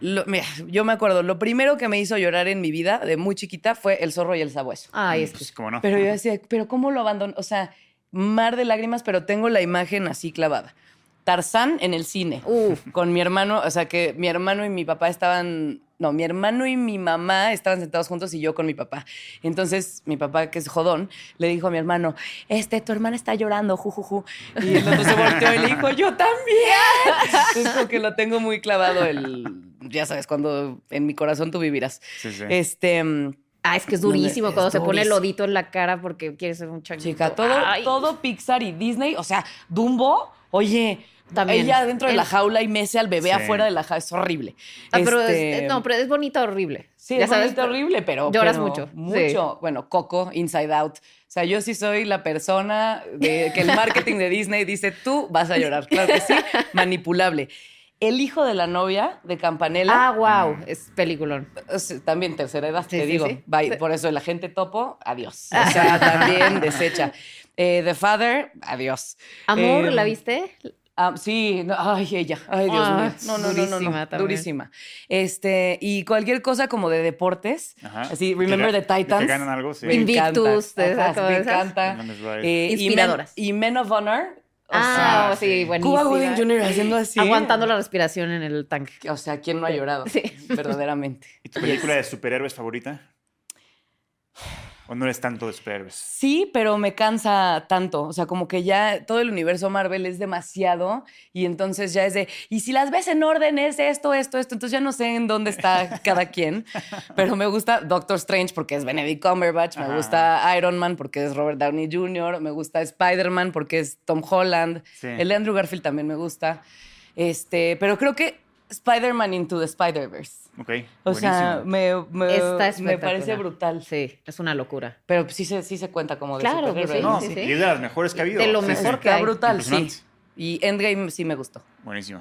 [SPEAKER 3] lo- mira, yo me acuerdo, lo primero que me hizo llorar en mi vida de muy chiquita fue El zorro y el sabueso.
[SPEAKER 2] Ay, es que
[SPEAKER 1] Pues, ¿cómo no?
[SPEAKER 3] Pero yo decía, ¿pero cómo lo abandonó? O sea, mar de lágrimas, pero tengo la imagen así clavada. Tarzán en el cine.
[SPEAKER 2] Uf.
[SPEAKER 3] Con mi hermano, o sea, que mi hermano y mi papá estaban. No, mi hermano y mi mamá estaban sentados juntos y yo con mi papá. Entonces, mi papá, que es jodón, le dijo a mi hermano: Este, tu hermana está llorando, jujuju. Y el otro se volteó y le dijo: Yo también. Entonces, como que lo tengo muy clavado el. Ya sabes, cuando en mi corazón tú vivirás.
[SPEAKER 1] Sí, sí.
[SPEAKER 3] Este. mm,
[SPEAKER 2] Ah, es que es
[SPEAKER 3] No, no,
[SPEAKER 2] durísimo
[SPEAKER 3] es
[SPEAKER 2] cuando se pone el
[SPEAKER 3] durísimo.
[SPEAKER 2] lodito en la cara porque quiere ser un changuito.
[SPEAKER 3] Chica, todo,
[SPEAKER 2] Ay.
[SPEAKER 3] todo Pixar y Disney, o sea, Dumbo, oye,
[SPEAKER 2] También.
[SPEAKER 3] ella dentro de la
[SPEAKER 2] El-
[SPEAKER 3] jaula y mece al bebé
[SPEAKER 1] Sí.
[SPEAKER 3] afuera de la jaula, es horrible.
[SPEAKER 2] Ah, pero es-
[SPEAKER 3] Este,
[SPEAKER 2] no, pero es bonita, horrible.
[SPEAKER 3] Sí,
[SPEAKER 2] Ya
[SPEAKER 3] es
[SPEAKER 2] sabes,
[SPEAKER 3] bonito, horrible, pero...
[SPEAKER 2] lloras
[SPEAKER 3] pero
[SPEAKER 2] mucho, sí.
[SPEAKER 3] Mucho. Bueno, Coco, Inside Out. O sea, yo sí soy la persona de, que el marketing de Disney dice, tú vas a llorar. Claro
[SPEAKER 2] *laughs*
[SPEAKER 3] que sí, manipulable. El hijo de la novia de Campanella...
[SPEAKER 2] Ah, wow, es peliculón.
[SPEAKER 3] O sea, también tercera edad,
[SPEAKER 2] Sí,
[SPEAKER 3] te
[SPEAKER 2] sí,
[SPEAKER 3] digo.
[SPEAKER 2] sí.
[SPEAKER 3] Bye. Por eso la gente topo,
[SPEAKER 2] *laughs*
[SPEAKER 3] adiós. O sea, también desecha. Eh, The Father, adiós.
[SPEAKER 2] Amor,
[SPEAKER 3] Eh,
[SPEAKER 2] ¿la viste?
[SPEAKER 3] ah, sí, no, ay, ella. Ay, Dios
[SPEAKER 2] Ah,
[SPEAKER 3] mío. No, no, no, no, no,
[SPEAKER 2] durísima también.
[SPEAKER 3] Durísima. Este, y cualquier cosa como de deportes.
[SPEAKER 1] Ajá.
[SPEAKER 3] Así,
[SPEAKER 1] Que
[SPEAKER 3] Remember
[SPEAKER 1] ga-
[SPEAKER 3] the Titans.
[SPEAKER 1] que ganan algo, sí.
[SPEAKER 3] Me encanta.
[SPEAKER 2] Invictus, de esas,
[SPEAKER 3] Ajá,
[SPEAKER 2] como
[SPEAKER 3] me
[SPEAKER 2] de esas.
[SPEAKER 3] encanta.
[SPEAKER 1] No, that's right.
[SPEAKER 3] Eh, y Men-
[SPEAKER 2] Inspiradoras.
[SPEAKER 3] Y Men, of Honor. o sea,
[SPEAKER 2] ah,
[SPEAKER 1] sea,
[SPEAKER 2] sí, buenísima.
[SPEAKER 3] Cuba Gooding Jr. haciendo así.
[SPEAKER 2] Aguantando la respiración en el tanque.
[SPEAKER 3] O sea, ¿quién no ha llorado?
[SPEAKER 2] Sí.
[SPEAKER 3] Verdaderamente.
[SPEAKER 1] ¿Y tu película de superhéroes favorita? ¿O no eres tanto de superhéroes?
[SPEAKER 3] Sí, pero me cansa tanto. O sea, como que ya todo el universo Marvel es demasiado y entonces ya es de, y si las ves en orden es esto, esto, esto. Entonces ya no sé en dónde está cada quien. Pero me gusta Doctor Strange porque es Benedict Cumberbatch, me
[SPEAKER 1] Ajá.
[SPEAKER 3] gusta Iron Man porque es Robert Downey Jr., me gusta Spider-Man porque es Tom Holland,
[SPEAKER 1] Sí.
[SPEAKER 3] el de Andrew Garfield también me gusta. Este, pero creo que Spider-Man Into the Spider-Verse.
[SPEAKER 1] Ok.
[SPEAKER 3] O sea,
[SPEAKER 1] buenísimo.
[SPEAKER 3] me, me-
[SPEAKER 2] Está espectacular.
[SPEAKER 3] me parece brutal.
[SPEAKER 2] Sí, es una locura.
[SPEAKER 3] Pero sí se, sí se cuenta como de
[SPEAKER 2] Claro, pues
[SPEAKER 3] superhéroe,
[SPEAKER 2] sí,
[SPEAKER 3] ¿no?
[SPEAKER 1] No,
[SPEAKER 2] sí, sí.
[SPEAKER 1] y es de las mejores que ha habido.
[SPEAKER 2] De lo
[SPEAKER 1] Sí,
[SPEAKER 2] mejor
[SPEAKER 1] sí.
[SPEAKER 2] que hay.
[SPEAKER 3] Está brutal, sí.
[SPEAKER 1] Impresionante.
[SPEAKER 3] Y Endgame sí me gustó.
[SPEAKER 1] Buenísimo.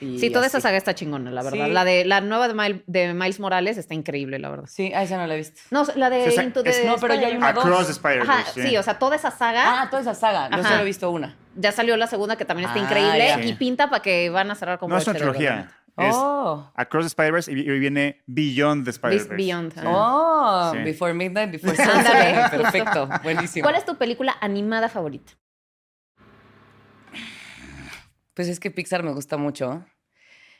[SPEAKER 3] Y
[SPEAKER 2] Sí, toda
[SPEAKER 3] así.
[SPEAKER 2] esa saga está chingona, la verdad.
[SPEAKER 3] Sí.
[SPEAKER 2] La de la nueva de, Mil- de Miles Morales está increíble, la verdad.
[SPEAKER 3] Sí, a esa no la he visto.
[SPEAKER 2] No, la de
[SPEAKER 1] Sí, o sea,
[SPEAKER 2] Into
[SPEAKER 1] es-
[SPEAKER 2] the
[SPEAKER 3] no, pero ya
[SPEAKER 2] Eh,
[SPEAKER 3] hay
[SPEAKER 2] Spider-Man.
[SPEAKER 3] una
[SPEAKER 1] Across the
[SPEAKER 2] Ajá,
[SPEAKER 1] Spider-Verse.
[SPEAKER 2] sí. o sea, toda esa saga
[SPEAKER 3] Ah, toda esa saga. Yo
[SPEAKER 2] Ajá.
[SPEAKER 3] solo he visto una.
[SPEAKER 2] ya salió la segunda que también está
[SPEAKER 3] Ah,
[SPEAKER 2] increíble
[SPEAKER 3] ya.
[SPEAKER 2] y pinta para que van a cerrar con
[SPEAKER 1] no es
[SPEAKER 2] broche
[SPEAKER 1] una
[SPEAKER 2] de oro,
[SPEAKER 1] trilogía. Es
[SPEAKER 3] Oh.
[SPEAKER 1] Across the Spider-Verse y y viene Beyond the
[SPEAKER 2] la neta.
[SPEAKER 1] Spider-Verse.
[SPEAKER 2] Be- Beyond.
[SPEAKER 1] Sí.
[SPEAKER 2] ah. ajá.
[SPEAKER 3] Oh,
[SPEAKER 1] Ah. Sí.
[SPEAKER 3] Before Midnight, Before
[SPEAKER 2] Ándale,
[SPEAKER 3] Sunset.
[SPEAKER 2] justo.
[SPEAKER 3] Perfecto, buenísimo.
[SPEAKER 2] ¿Cuál es tu película animada favorita?
[SPEAKER 3] Pues es que Pixar me gusta mucho.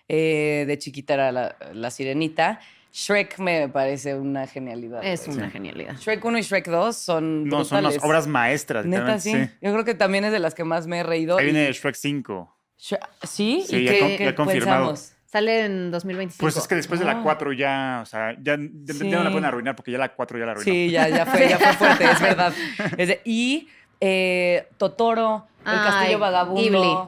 [SPEAKER 3] Eh, de chiquita era la, la sirenita. Shrek me parece una genialidad.
[SPEAKER 2] Es
[SPEAKER 3] güey.
[SPEAKER 2] una genialidad.
[SPEAKER 3] Shrek 1 y Shrek 2
[SPEAKER 2] Oh,
[SPEAKER 3] son
[SPEAKER 1] No, son
[SPEAKER 3] brutales.
[SPEAKER 1] las obras maestras.
[SPEAKER 3] Neta,
[SPEAKER 1] literalmente,
[SPEAKER 3] sí. Yo creo que también es de las que más me he reído.
[SPEAKER 1] Ahí
[SPEAKER 3] y-
[SPEAKER 1] viene Shrek 5.
[SPEAKER 3] Shre- ¿Sí?
[SPEAKER 1] Sí,
[SPEAKER 3] ¿Y
[SPEAKER 1] ya
[SPEAKER 3] qué,
[SPEAKER 1] con- ya
[SPEAKER 3] qué
[SPEAKER 1] confirmado.
[SPEAKER 3] pensamos?
[SPEAKER 2] Sale en 2025.
[SPEAKER 1] Pues es que después de la
[SPEAKER 3] Ah.
[SPEAKER 1] 4 ya, o sea, ya, ya-
[SPEAKER 3] Sí.
[SPEAKER 1] ya no la pueden arruinar porque ya la 4 ya la arruinó.
[SPEAKER 3] Sí, ya, ya fue, ya fue fuerte,
[SPEAKER 1] *laughs*
[SPEAKER 3] es verdad. Es de- y eh, Totoro, El
[SPEAKER 2] Ay,
[SPEAKER 3] Castillo Vagabundo,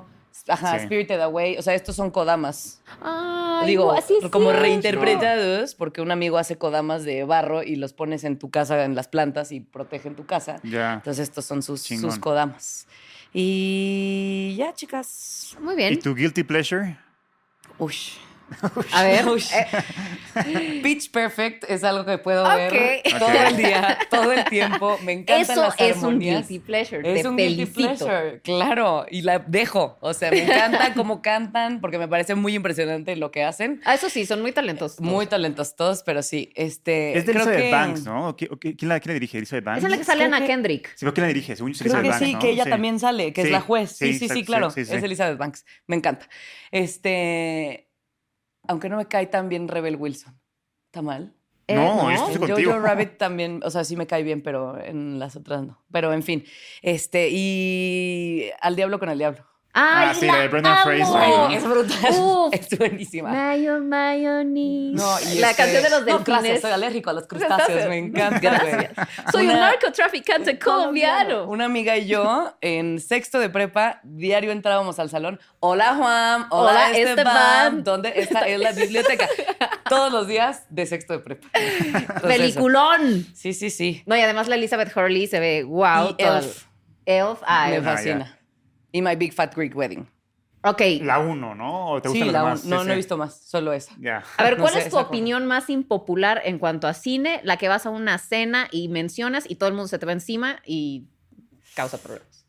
[SPEAKER 2] Ghibli.
[SPEAKER 3] ajá,
[SPEAKER 1] Sí.
[SPEAKER 3] Spirited Away, o sea, estos son kodamas.
[SPEAKER 2] Ay,
[SPEAKER 3] Digo,
[SPEAKER 2] guau, sí es
[SPEAKER 3] como
[SPEAKER 2] cierto.
[SPEAKER 3] reinterpretados, porque un amigo hace kodamas de barro y los pones en tu casa, en las plantas y protegen tu casa.
[SPEAKER 1] Ya.
[SPEAKER 3] Entonces estos son sus,
[SPEAKER 1] Chingón.
[SPEAKER 3] sus kodamas. Y ya, chicas.
[SPEAKER 2] Muy
[SPEAKER 1] ¿Y
[SPEAKER 2] bien.
[SPEAKER 1] tu guilty pleasure?
[SPEAKER 3] Uy. *laughs*
[SPEAKER 2] A ver. eh.
[SPEAKER 3] Ush. *laughs* Pitch Perfect es algo que puedo ver
[SPEAKER 2] Ok.
[SPEAKER 3] todo
[SPEAKER 1] Ok.
[SPEAKER 3] el día, todo el tiempo. Me encantan
[SPEAKER 2] Eso
[SPEAKER 3] las
[SPEAKER 2] es un
[SPEAKER 3] armonías.
[SPEAKER 2] guilty pleasure.
[SPEAKER 3] Es
[SPEAKER 2] te
[SPEAKER 3] un guilty
[SPEAKER 2] felicito.
[SPEAKER 3] pleasure, claro, y la dejo. O sea, me
[SPEAKER 2] *laughs*
[SPEAKER 3] encanta cómo cantan, porque me parece muy impresionante lo que hacen.
[SPEAKER 2] Ah, eso sí, son muy talentosos.
[SPEAKER 3] Muy talentosos todos, pero sí, este.
[SPEAKER 1] Es de
[SPEAKER 3] creo
[SPEAKER 1] Elizabeth
[SPEAKER 3] que-
[SPEAKER 1] Banks, ¿no? ¿O qui- o qui- ¿Quién la, quién la dirige? ¿Elizabeth Banks?
[SPEAKER 2] Esa es la que sale
[SPEAKER 3] Creo
[SPEAKER 2] Ana
[SPEAKER 3] que-
[SPEAKER 2] Kendrick.
[SPEAKER 1] Sí, pero ¿quién la dirige? Según yo, es
[SPEAKER 3] Creo
[SPEAKER 1] Elizabeth
[SPEAKER 3] que
[SPEAKER 1] Banks,
[SPEAKER 3] sí,
[SPEAKER 1] ¿no?
[SPEAKER 3] que ella también sale, que es
[SPEAKER 1] Sí,
[SPEAKER 3] la juez.
[SPEAKER 1] sí,
[SPEAKER 3] Sí, sí, sí,
[SPEAKER 1] exacto,
[SPEAKER 3] claro.
[SPEAKER 1] sí, sí,
[SPEAKER 3] Es
[SPEAKER 1] sí.
[SPEAKER 3] Elizabeth Banks. Me encanta. Este. Aunque no me cae tan bien Rebel Wilson. ¿Está mal?
[SPEAKER 2] Eh,
[SPEAKER 1] No,
[SPEAKER 2] ¿no?
[SPEAKER 1] yo estoy
[SPEAKER 3] En
[SPEAKER 1] contigo.
[SPEAKER 3] Jojo Rabbit también, o sea, sí me cae bien, pero en las otras no. Pero en fin, este, y al diablo con el diablo.
[SPEAKER 2] Ay,
[SPEAKER 1] Ah, sí, la de Brendan
[SPEAKER 2] amo.
[SPEAKER 1] Fraser,
[SPEAKER 3] Güey,
[SPEAKER 1] ¿no?
[SPEAKER 3] Es brutal.
[SPEAKER 2] Uf.
[SPEAKER 3] *laughs* Es buenísima.
[SPEAKER 2] Mayo, mayonnaise.
[SPEAKER 3] No, y
[SPEAKER 2] la
[SPEAKER 3] este-
[SPEAKER 2] canción de los
[SPEAKER 4] No,
[SPEAKER 2] delfines.
[SPEAKER 4] gracias, soy alérgico a los
[SPEAKER 2] Crustáceos.
[SPEAKER 4] crustáceos,
[SPEAKER 2] *laughs*
[SPEAKER 3] Me encanta, güey.
[SPEAKER 2] Soy un
[SPEAKER 3] Una-
[SPEAKER 2] narcotraficante colombiano.
[SPEAKER 3] Una amiga y yo, en sexto de prepa, diario entrábamos al salón. Hola, Juan. Hola,
[SPEAKER 2] Hola,
[SPEAKER 3] Esteban.
[SPEAKER 2] Esteban.
[SPEAKER 3] ¿Dónde? Esta es la biblioteca. Todos los días de sexto
[SPEAKER 2] *laughs*
[SPEAKER 3] de prepa. Entonces,
[SPEAKER 2] Peliculón.
[SPEAKER 3] Sí, sí, sí.
[SPEAKER 2] No, y además la Elizabeth Hurley se ve wow.
[SPEAKER 3] Y
[SPEAKER 2] toda-
[SPEAKER 3] Elf.
[SPEAKER 2] Elf. Ah,
[SPEAKER 3] Me
[SPEAKER 2] Elf.
[SPEAKER 1] ya.
[SPEAKER 3] fascina. Y My Big Fat Greek Wedding.
[SPEAKER 2] Ok.
[SPEAKER 1] La 1, ¿no? ¿O te
[SPEAKER 3] Sí,
[SPEAKER 1] gustan las
[SPEAKER 3] la
[SPEAKER 1] demás?
[SPEAKER 3] un- no,
[SPEAKER 1] Sí,
[SPEAKER 3] no he
[SPEAKER 1] sí.
[SPEAKER 3] visto más, solo esa.
[SPEAKER 1] Ya.
[SPEAKER 2] A ver,
[SPEAKER 3] *laughs* No
[SPEAKER 2] ¿cuál
[SPEAKER 3] sé,
[SPEAKER 2] es tu
[SPEAKER 3] esa cosa.
[SPEAKER 2] opinión más impopular en cuanto a cine? La que vas a una cena y mencionas y todo el mundo se te va encima y causa problemas.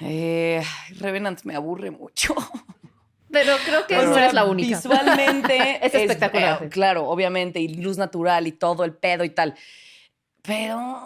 [SPEAKER 3] Eh, Revenant me aburre mucho.
[SPEAKER 2] Pero creo *laughs* que
[SPEAKER 3] O
[SPEAKER 2] no
[SPEAKER 3] sea,
[SPEAKER 2] eres la única.
[SPEAKER 3] Visualmente
[SPEAKER 2] *laughs* Es espectacular.
[SPEAKER 3] eh, claro, obviamente, y luz natural y todo el pedo y tal. Pero.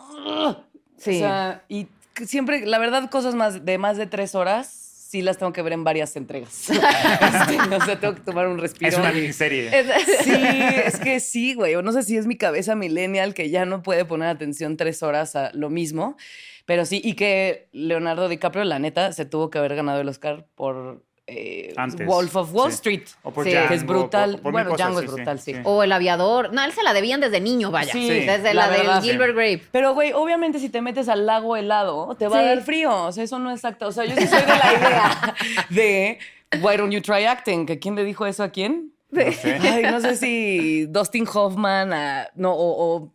[SPEAKER 2] Sí.
[SPEAKER 3] O sea, y c- siempre, la verdad, cosas más de más de tres horas sí las tengo que ver en varias entregas. *laughs* Este, o sea, tengo que tomar un respiro.
[SPEAKER 1] Es una miniserie.
[SPEAKER 2] Es-
[SPEAKER 3] Sí, es que sí, güey. O No sé si es mi cabeza millennial que ya no puede poner atención tres horas a lo mismo, pero sí, y que Leonardo DiCaprio, la neta, se tuvo que haber ganado el Oscar por eh,
[SPEAKER 1] Antes,
[SPEAKER 3] Wolf of Wall
[SPEAKER 1] sí.
[SPEAKER 3] Street.
[SPEAKER 1] O por
[SPEAKER 2] Sí,
[SPEAKER 1] Django,
[SPEAKER 3] que es brutal.
[SPEAKER 1] por- por mil
[SPEAKER 3] bueno,
[SPEAKER 1] cosas,
[SPEAKER 3] Django
[SPEAKER 1] sí,
[SPEAKER 3] es
[SPEAKER 1] sí,
[SPEAKER 3] brutal, sí.
[SPEAKER 1] sí.
[SPEAKER 2] O el aviador. No, él se la debían desde niño, vaya.
[SPEAKER 3] Sí,
[SPEAKER 2] desde la,
[SPEAKER 3] la
[SPEAKER 2] del
[SPEAKER 3] verdad.
[SPEAKER 2] Gilbert Grape.
[SPEAKER 3] Pero, güey, obviamente si te metes al lago helado, te va
[SPEAKER 2] Sí.
[SPEAKER 3] a dar frío. O sea, eso no es acto. O sea, yo sí soy de la idea de Why don't you try acting? ¿Que ¿Quién le dijo eso a quién? *laughs*
[SPEAKER 1] No sé.
[SPEAKER 3] Ay, no sé si Dustin Hoffman, a- no, o, o-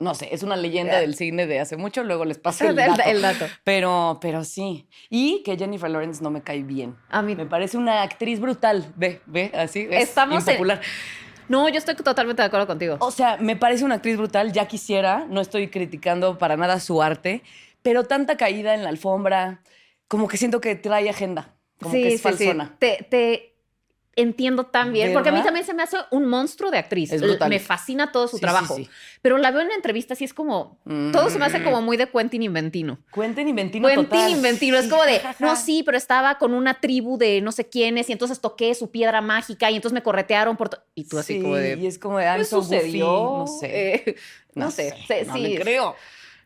[SPEAKER 3] no sé, es una leyenda del cine de hace mucho, luego les paso el
[SPEAKER 2] El- *laughs* el
[SPEAKER 3] dato.
[SPEAKER 2] dato.
[SPEAKER 3] Pero, pero sí. Y que Jennifer Lawrence no me cae bien.
[SPEAKER 2] A mí-
[SPEAKER 3] Me parece una actriz brutal. Ve, ve, así. Es
[SPEAKER 2] Estamos en-
[SPEAKER 3] impopular.
[SPEAKER 2] No, yo estoy totalmente de acuerdo contigo.
[SPEAKER 3] O sea, me parece una actriz brutal, ya quisiera, no estoy criticando para nada su arte, pero tanta caída en la alfombra, como que siento que trae agenda, como que es falsona.
[SPEAKER 2] Te, te entiendo tan bien, porque a mí
[SPEAKER 3] ¿Verdad?
[SPEAKER 2] también se me hace un monstruo de actriz.
[SPEAKER 3] Es brutal.
[SPEAKER 2] Me fascina todo su
[SPEAKER 3] Sí,
[SPEAKER 2] trabajo.
[SPEAKER 3] sí, sí.
[SPEAKER 2] Pero la veo en entrevistas y es como, todo se me hace como muy de Quentin Inventino.
[SPEAKER 3] Cuenten inventino
[SPEAKER 2] Quentin
[SPEAKER 3] total.
[SPEAKER 2] Inventino, es como de,
[SPEAKER 3] Ja, ja, ja.
[SPEAKER 2] no, sí, pero estaba con una tribu de no sé quiénes y entonces toqué su piedra mágica y entonces me corretearon por... to-". Y tú así
[SPEAKER 3] Sí,
[SPEAKER 2] como de...
[SPEAKER 3] y es como de, I'm
[SPEAKER 2] "Pues
[SPEAKER 3] so goofy",
[SPEAKER 2] sucedió,
[SPEAKER 3] no sé.
[SPEAKER 2] eh, no,
[SPEAKER 3] No
[SPEAKER 2] sé,
[SPEAKER 3] sé,
[SPEAKER 2] sí,
[SPEAKER 3] no
[SPEAKER 2] sí.
[SPEAKER 3] le creo.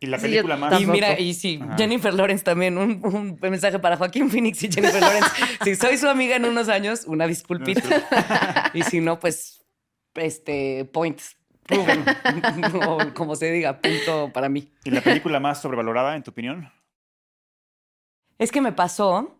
[SPEAKER 1] Y la
[SPEAKER 2] Sí, yo
[SPEAKER 1] película más.
[SPEAKER 3] Y
[SPEAKER 2] tampoco.
[SPEAKER 3] mira, y sí,
[SPEAKER 1] Ajá.
[SPEAKER 3] Jennifer Lawrence también, un, un mensaje para Joaquín Phoenix y
[SPEAKER 2] *laughs*
[SPEAKER 3] Jennifer Lawrence. si soy su amiga en unos años, una disculpita. y si no, pues, este, points.
[SPEAKER 2] *laughs*
[SPEAKER 3] proven. *laughs* o como se diga, punto para mí.
[SPEAKER 1] ¿Y la película más sobrevalorada, en tu opinión?
[SPEAKER 3] Es que me pasó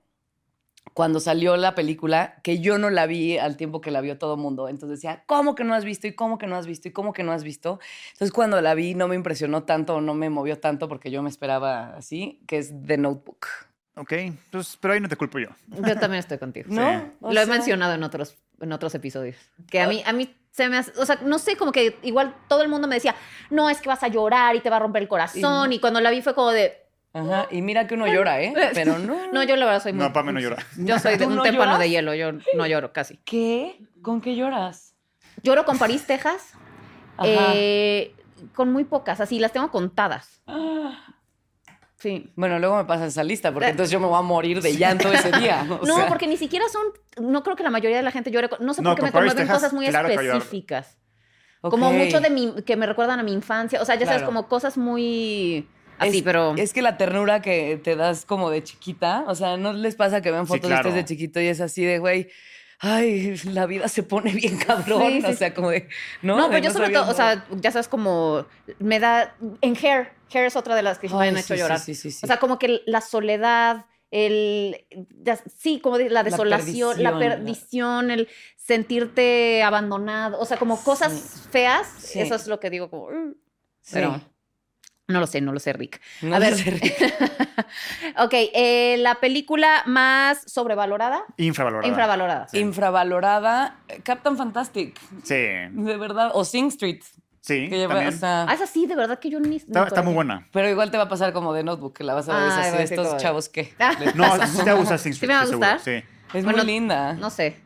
[SPEAKER 3] cuando salió la película que yo no la vi al tiempo que la vio todo el mundo. Entonces decía, ¿cómo que no has visto? ¿Y cómo que no has visto? ¿Y cómo que no has visto? Entonces cuando la vi no me impresionó tanto, no me movió tanto porque yo me esperaba así, que es The Notebook.
[SPEAKER 1] Ok, pues, pero ahí no te culpo yo.
[SPEAKER 2] Yo también estoy contigo.
[SPEAKER 3] ¿No? O
[SPEAKER 2] Lo he
[SPEAKER 3] sea,
[SPEAKER 2] mencionado en otros, en otros episodios. Que a mí, a mí se me hace, o sea, no sé, como que igual todo el mundo me decía, no, es que vas a llorar y te va a romper el corazón. Y cuando la vi fue como de,
[SPEAKER 3] Ajá, y mira que uno
[SPEAKER 2] *laughs*
[SPEAKER 3] llora, ¿eh? Pero no.
[SPEAKER 2] no, yo la verdad soy muy...
[SPEAKER 1] No, Pame no llora.
[SPEAKER 2] Yo soy de
[SPEAKER 3] ¿Tú
[SPEAKER 2] un
[SPEAKER 3] no
[SPEAKER 2] témpano
[SPEAKER 3] lloras?
[SPEAKER 2] de hielo, yo no lloro casi.
[SPEAKER 3] ¿Qué? ¿Con qué lloras?
[SPEAKER 2] Lloro con París, Texas,
[SPEAKER 3] Ajá.
[SPEAKER 2] eh, con muy pocas, así las tengo contadas. Sí.
[SPEAKER 3] Ah. Bueno, luego me pasas esa lista porque entonces yo me voy a morir de llanto ese día. o
[SPEAKER 2] eh. no,
[SPEAKER 3] sea.
[SPEAKER 2] porque ni siquiera son, no creo que la mayoría de la gente llore, con- no sé
[SPEAKER 1] No,
[SPEAKER 2] por qué
[SPEAKER 1] con
[SPEAKER 2] me
[SPEAKER 1] Paris,
[SPEAKER 2] conmueven
[SPEAKER 1] Texas,
[SPEAKER 2] cosas muy
[SPEAKER 1] claro que lloro.
[SPEAKER 2] específicas. Como
[SPEAKER 3] Ok.
[SPEAKER 2] mucho de mi, que me recuerdan a mi infancia. O sea, ya sabes,
[SPEAKER 3] Claro.
[SPEAKER 2] como cosas muy así,
[SPEAKER 3] es,
[SPEAKER 2] pero.
[SPEAKER 3] Es que la ternura que te das como de chiquita, o sea, ¿no les pasa que ven
[SPEAKER 1] Sí,
[SPEAKER 3] fotos de
[SPEAKER 1] claro.
[SPEAKER 3] ustedes de chiquito y es así de, güey, ay, la vida se pone bien cabrón?
[SPEAKER 2] Sí, sí,
[SPEAKER 3] o
[SPEAKER 2] sí.
[SPEAKER 3] sea, como de, no,
[SPEAKER 2] no,
[SPEAKER 3] de
[SPEAKER 2] pero yo sobre
[SPEAKER 3] sabías
[SPEAKER 2] todo, o sea, ya sabes, como me da. En Hair, Hair es otra de las que
[SPEAKER 3] nada.
[SPEAKER 2] me han
[SPEAKER 3] Ay,
[SPEAKER 2] hecho
[SPEAKER 3] sí,
[SPEAKER 2] llorar.
[SPEAKER 3] Sí, sí, sí.
[SPEAKER 2] O sea, como que la soledad, el. ya- sí, como de- la desolación, la
[SPEAKER 3] perdición, la-
[SPEAKER 2] perdición, el sentirte abandonado. O sea, como cosas
[SPEAKER 3] Sí.
[SPEAKER 2] feas.
[SPEAKER 3] Sí.
[SPEAKER 2] Eso es lo que digo, como. "Mm".
[SPEAKER 3] Sí.
[SPEAKER 2] Pero. No lo sé, no lo sé, Rick.
[SPEAKER 3] No
[SPEAKER 2] a ver. *laughs*
[SPEAKER 3] se ríe.
[SPEAKER 2] ok, eh, la película más sobrevalorada,
[SPEAKER 1] Infravalorada.
[SPEAKER 2] infravalorada.
[SPEAKER 3] Infravalorada, eh, Captain Fantastic,
[SPEAKER 1] Sí,
[SPEAKER 3] de verdad, o Sing Street,
[SPEAKER 1] sí.
[SPEAKER 3] que lleva,
[SPEAKER 1] también.
[SPEAKER 3] o sea,
[SPEAKER 2] Ah, esa sí, de verdad que yo ni.
[SPEAKER 1] está, está muy buena.
[SPEAKER 3] pero igual te va a pasar como de Notebook, que la vas a ver y es
[SPEAKER 2] Ay, va
[SPEAKER 3] así,
[SPEAKER 2] a
[SPEAKER 3] de
[SPEAKER 2] decir
[SPEAKER 3] estos
[SPEAKER 2] como de-
[SPEAKER 3] chavos que
[SPEAKER 2] Ah,
[SPEAKER 3] *laughs*
[SPEAKER 1] No, sí te va a gustar Sing
[SPEAKER 2] ¿Sí
[SPEAKER 1] Street,
[SPEAKER 2] me va a
[SPEAKER 1] estoy seguro,
[SPEAKER 2] gustar?
[SPEAKER 1] Sí.
[SPEAKER 3] es
[SPEAKER 2] Bueno,
[SPEAKER 3] muy linda.
[SPEAKER 2] No sé.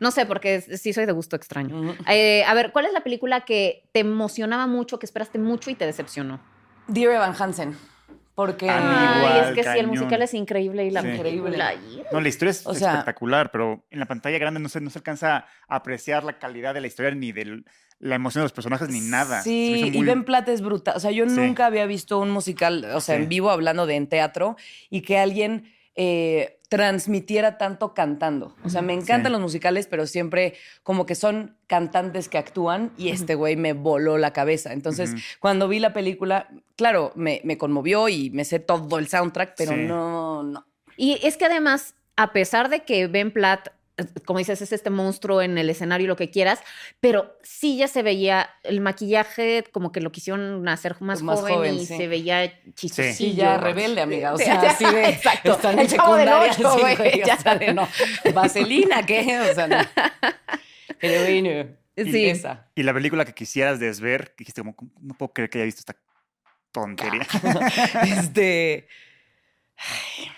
[SPEAKER 2] No sé, porque es- sí soy de gusto extraño.
[SPEAKER 3] Ujú.
[SPEAKER 2] Eh, a ver, ¿cuál es la película que te emocionaba mucho, que esperaste mucho y te decepcionó?
[SPEAKER 3] Dear Evan Hansen. Porque.
[SPEAKER 1] A mí
[SPEAKER 2] Ay,
[SPEAKER 1] igual,
[SPEAKER 2] es que sí, el
[SPEAKER 1] cañón.
[SPEAKER 2] musical es increíble y la
[SPEAKER 1] Sí.
[SPEAKER 2] película.
[SPEAKER 1] No, la historia es
[SPEAKER 3] O sea-
[SPEAKER 1] espectacular, pero en la pantalla grande no se, no se alcanza a apreciar la calidad de la historia ni de la emoción de los personajes ni nada. Se me hizo
[SPEAKER 3] Sí, y
[SPEAKER 1] muy-
[SPEAKER 3] Ben Platt es brutal. O sea, yo
[SPEAKER 1] Sí.
[SPEAKER 3] nunca había visto un musical, o sea,
[SPEAKER 1] Sí.
[SPEAKER 3] en vivo hablando de en teatro y que alguien eh, transmitiera tanto cantando. O sea, me encantan
[SPEAKER 1] Sí.
[SPEAKER 3] los musicales, pero siempre como que son cantantes que actúan y este güey me voló la cabeza. Entonces,
[SPEAKER 1] Ujú.
[SPEAKER 3] cuando vi la película, claro, me, me conmovió y me sé todo el soundtrack, pero
[SPEAKER 1] Sí.
[SPEAKER 3] no, no.
[SPEAKER 2] Y es que además, a pesar de que Ben Platt, eh, como dices, es este monstruo en el escenario y lo que quieras, pero sí ya se veía el maquillaje como que lo quisieron hacer más,
[SPEAKER 3] Pues Más
[SPEAKER 2] joven,
[SPEAKER 3] joven,
[SPEAKER 2] y
[SPEAKER 3] sí.
[SPEAKER 2] se veía chistosito.
[SPEAKER 3] Sí, ya rebelde, amiga. O sea,
[SPEAKER 2] eh, Sí,
[SPEAKER 3] así
[SPEAKER 2] *laughs*
[SPEAKER 3] de.
[SPEAKER 2] exacto.
[SPEAKER 3] Están en
[SPEAKER 2] El Chavo del
[SPEAKER 3] secundaria,
[SPEAKER 2] Ocho,
[SPEAKER 3] sí,
[SPEAKER 2] güey,
[SPEAKER 3] güey, o
[SPEAKER 2] ya.
[SPEAKER 3] sea, de, no. Vaselina, ¿qué? O sea, no.
[SPEAKER 2] *laughs*
[SPEAKER 3] Pero bueno,
[SPEAKER 2] Sí.
[SPEAKER 3] esa.
[SPEAKER 1] Y la película que quisieras desver, que dijiste como, "¿Cómo- no puedo creer que haya visto esta tontería.
[SPEAKER 3] Ah,
[SPEAKER 1] *laughs*
[SPEAKER 3] Este. ay,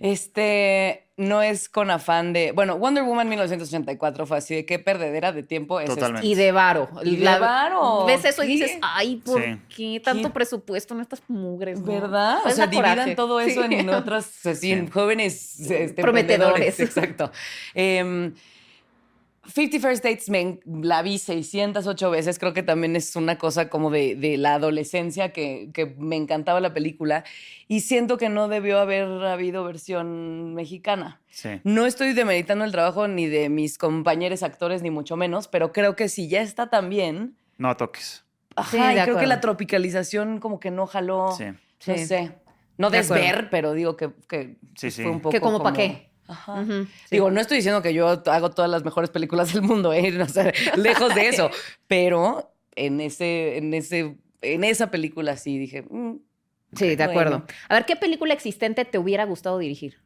[SPEAKER 3] Este no es con afán de. Bueno, Wonder Woman 1984 fue así de qué perdedera de tiempo es
[SPEAKER 1] Totalmente.
[SPEAKER 2] Y de varo.
[SPEAKER 3] Y de
[SPEAKER 2] La-
[SPEAKER 3] varo.
[SPEAKER 2] Ves eso y
[SPEAKER 3] Sí.
[SPEAKER 2] dices, ay, ¿por
[SPEAKER 1] Sí.
[SPEAKER 2] qué tanto
[SPEAKER 3] ¿Qué?
[SPEAKER 2] presupuesto en estas mugres?
[SPEAKER 3] esto.
[SPEAKER 2] no?"
[SPEAKER 3] ¿Verdad? O
[SPEAKER 2] Pues
[SPEAKER 3] sea,
[SPEAKER 2] da coraje.
[SPEAKER 3] dividan todo eso
[SPEAKER 2] Sí.
[SPEAKER 3] en *laughs* otros así, en
[SPEAKER 1] Sí.
[SPEAKER 3] jóvenes este,
[SPEAKER 2] Prometedores.
[SPEAKER 3] emprendedores. Exacto. Em, 50 First Dates me en- la vi 608 veces. Creo que también es una cosa como de, de la adolescencia que, que me encantaba la película. Y siento que no debió haber habido versión mexicana.
[SPEAKER 1] Sí.
[SPEAKER 3] No estoy demeritando el trabajo ni de mis compañeros actores, ni mucho menos, pero creo que si ya está tan bien.
[SPEAKER 1] No toques.
[SPEAKER 3] Ajá,
[SPEAKER 2] Sí,
[SPEAKER 3] y
[SPEAKER 2] de
[SPEAKER 3] creo
[SPEAKER 2] acuerdo.
[SPEAKER 3] que la tropicalización como que no jaló.
[SPEAKER 1] Sí.
[SPEAKER 3] No
[SPEAKER 2] Sí.
[SPEAKER 3] sé. No
[SPEAKER 2] De acuerdo.
[SPEAKER 3] desver, pero digo que, que
[SPEAKER 1] Sí, sí.
[SPEAKER 3] pues fue un poco.
[SPEAKER 2] *laughs* Que como pa' qué.
[SPEAKER 3] Ajá.
[SPEAKER 2] Ujú, sí.
[SPEAKER 3] Digo, no estoy diciendo que yo hago todas las mejores películas del mundo, ¿eh? *laughs* O sea, lejos de eso. Pero en ese, en ese, en esa película sí dije. mm,
[SPEAKER 2] Sí, de acuerdo.
[SPEAKER 3] Bueno.
[SPEAKER 2] A ver, ¿qué película existente te hubiera gustado dirigir?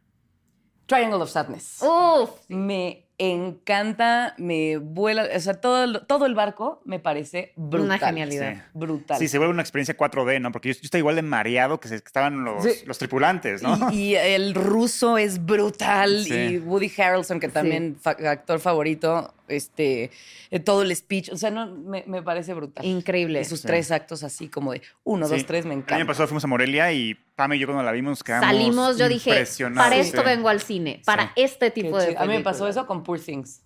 [SPEAKER 3] Triangle of Sadness.
[SPEAKER 2] Uf,
[SPEAKER 3] Me encanta, me vuela, o sea, todo, el- todo el barco me parece brutal.
[SPEAKER 2] una genialidad.
[SPEAKER 3] Brutal.
[SPEAKER 1] Sí, se vuelve una experiencia 4D, ¿no? Porque yo, yo estaba igual de mareado que, se- que estaban los,
[SPEAKER 3] Sí.
[SPEAKER 1] los tripulantes, pues, ¿no?
[SPEAKER 3] Y, y el ruso es brutal.
[SPEAKER 1] Sí.
[SPEAKER 3] Y Woody Harrelson, que también fa- actor favorito, este, eh, todo el speech. O sea, no, me, me parece brutal.
[SPEAKER 2] Increíble.
[SPEAKER 3] Y sus
[SPEAKER 1] Sí.
[SPEAKER 3] tres actos así como de uno,
[SPEAKER 1] Sí.
[SPEAKER 3] dos, tres, me
[SPEAKER 1] El año
[SPEAKER 3] encanta.
[SPEAKER 1] pasado fuimos a Morelia y Pam y yo cuando la vimos nos quedamos
[SPEAKER 2] Salimos, yo dije,
[SPEAKER 1] impresionados.
[SPEAKER 2] para
[SPEAKER 3] Sí.
[SPEAKER 2] esto vengo al cine, para
[SPEAKER 1] Sí.
[SPEAKER 2] este
[SPEAKER 3] Qué
[SPEAKER 2] tipo de
[SPEAKER 3] chido. A mí me pasó
[SPEAKER 2] películas.
[SPEAKER 3] eso con Poor Things.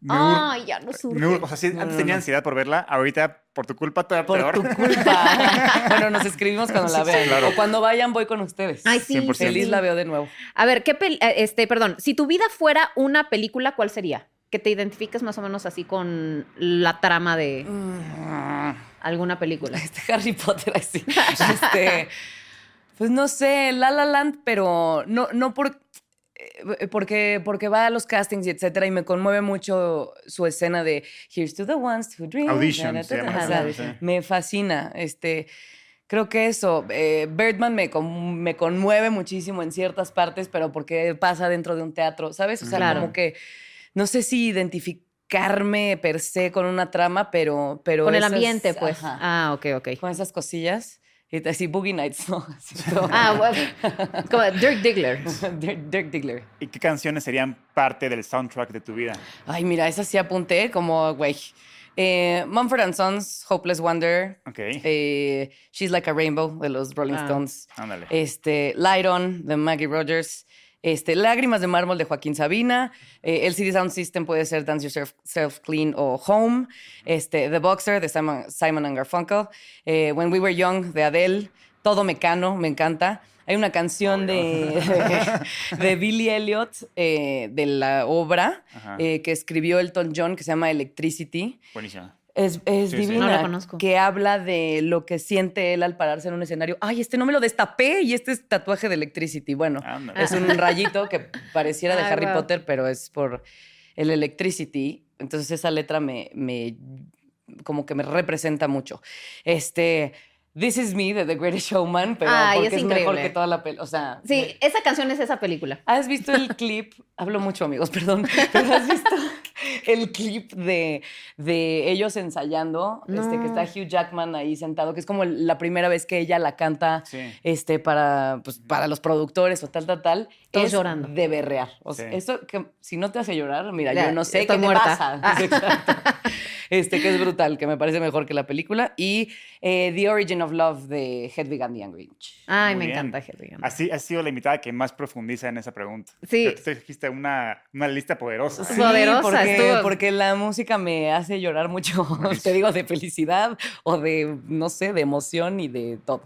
[SPEAKER 1] Me ur-
[SPEAKER 2] Ay, ya no surge.
[SPEAKER 1] me ur- o sea, sí,
[SPEAKER 3] No,
[SPEAKER 1] antes
[SPEAKER 3] no,
[SPEAKER 1] tenía
[SPEAKER 3] no.
[SPEAKER 1] ansiedad por verla, ahorita por tu culpa todavía
[SPEAKER 3] Por
[SPEAKER 1] peor.
[SPEAKER 3] tu
[SPEAKER 1] *laughs*
[SPEAKER 3] culpa. bueno, nos escribimos cuando la
[SPEAKER 1] Sí,
[SPEAKER 3] vean.
[SPEAKER 1] claro.
[SPEAKER 3] O cuando vayan, voy con ustedes.
[SPEAKER 2] Ay, sí.
[SPEAKER 1] 100%.
[SPEAKER 3] Feliz
[SPEAKER 2] sí.
[SPEAKER 3] la veo de nuevo.
[SPEAKER 2] A ver, ¿qué pel- eh, este, perdón, si tu vida fuera una película, ¿cuál sería? Que te identifiques más o menos así con la trama de alguna película.
[SPEAKER 3] *laughs* este Harry Potter
[SPEAKER 2] *laughs*
[SPEAKER 3] así. Este, pues no sé, La La Land, pero no, no por, eh, porque, porque va a los castings y etcétera, y me conmueve mucho su escena de Here's to the ones who dream.
[SPEAKER 1] Audition, se
[SPEAKER 2] ta,
[SPEAKER 1] llama.
[SPEAKER 2] ta,
[SPEAKER 1] la
[SPEAKER 3] O sea,
[SPEAKER 1] canción, sí.
[SPEAKER 3] me fascina. Este, creo que eso. eh, Birdman me, con- me conmueve muchísimo en ciertas partes, pero porque pasa dentro de un teatro, ¿sabes? O sea,
[SPEAKER 2] Claro.
[SPEAKER 3] como que no sé si identificarme per se con una trama, pero... pero
[SPEAKER 2] Con el
[SPEAKER 3] esas-
[SPEAKER 2] ambiente, pues.
[SPEAKER 3] ajá
[SPEAKER 2] Ah, ok, ok.
[SPEAKER 3] con esas cosillas. Y te- así, Boogie Nights, *laughs* ¿no? Así todo.
[SPEAKER 2] Ah,
[SPEAKER 3] *laughs*
[SPEAKER 2] bueno. Como Dirk Diggler.
[SPEAKER 3] Dirk, Dirk Diggler.
[SPEAKER 1] *laughs* ¿Y qué canciones serían parte del soundtrack de tu vida?
[SPEAKER 3] Ay, mira, esa sí apunté como, güey. Eh, Mumford and Sons, Hopeless Wonder.
[SPEAKER 1] Ok,
[SPEAKER 3] eh, She's Like a Rainbow, de los Rolling
[SPEAKER 2] Ah.
[SPEAKER 3] Stones.
[SPEAKER 1] ándale.
[SPEAKER 3] Este, Light On, de Maggie Rogers. Este, Lágrimas de Mármol, de Joaquín Sabina. Eh, LCD Sound System puede ser Dance Yourself Self Clean o Home. Este, The Boxer, de Simon, Simon and Garfunkel. Eh, When We Were Young, de Adele. Todo Mecano, me encanta. Hay una canción de, de, *laughs* Billy Elliot eh, de la obra
[SPEAKER 1] Ajá.
[SPEAKER 3] eh, que escribió Elton John que se llama Electricity.
[SPEAKER 1] Buenísimo.
[SPEAKER 3] Es, es
[SPEAKER 1] Sí, sí.
[SPEAKER 3] divina.
[SPEAKER 2] No la conozco.
[SPEAKER 3] Que habla de lo que siente él al pararse en un escenario. Ay, este no me lo destapé y este es tatuaje de Electricity. Bueno,
[SPEAKER 1] Ándale.
[SPEAKER 2] *laughs*
[SPEAKER 3] es un rayito que pareciera de
[SPEAKER 2] Ah. Ay,
[SPEAKER 3] Harry
[SPEAKER 2] guau.
[SPEAKER 3] Potter, pero es por el Electricity. Entonces esa letra me, me como que me representa mucho. Este, This Is Me de The Greatest Showman, pero
[SPEAKER 2] Ay,
[SPEAKER 3] porque
[SPEAKER 2] es
[SPEAKER 3] es, mejor
[SPEAKER 2] increíble.
[SPEAKER 3] que toda la película. O sea,
[SPEAKER 2] Sí, esa canción es esa película.
[SPEAKER 3] ¿Has visto el clip? Hablo mucho, amigos, perdón. Pero ¿has visto el clip de, de ellos ensayando? Este, que
[SPEAKER 2] No.
[SPEAKER 3] está Hugh Jackman ahí sentado, que es como la primera vez que ella la canta
[SPEAKER 1] Sí.
[SPEAKER 3] este, para, pues, para los productores o tal, tal, tal.
[SPEAKER 2] Todos
[SPEAKER 3] es
[SPEAKER 2] llorando.
[SPEAKER 3] de berrear. O sea,
[SPEAKER 1] Sí.
[SPEAKER 3] eso que si no te hace llorar, mira,
[SPEAKER 2] Ya,
[SPEAKER 3] yo no sé
[SPEAKER 2] estoy
[SPEAKER 3] qué
[SPEAKER 2] muerta.
[SPEAKER 3] te pasa.
[SPEAKER 2] Ah.
[SPEAKER 3] *laughs* Exacto. este, que es brutal, que me parece mejor que la película. Y eh, The Origin of Love de Hedwig and the Angry Inch.
[SPEAKER 2] Ay,
[SPEAKER 1] Muy
[SPEAKER 2] me
[SPEAKER 1] bien.
[SPEAKER 2] encanta Hedwig. Ann.
[SPEAKER 1] Así has sido la invitada que más profundiza en esa pregunta.
[SPEAKER 2] Sí.
[SPEAKER 1] Pero tú trajiste una, una lista poderosa.
[SPEAKER 2] Sí. Poderosa,
[SPEAKER 3] porque,
[SPEAKER 2] estuvo-
[SPEAKER 3] porque la música me hace llorar mucho, *laughs* te digo, de felicidad o de, no sé, de emoción y de todo.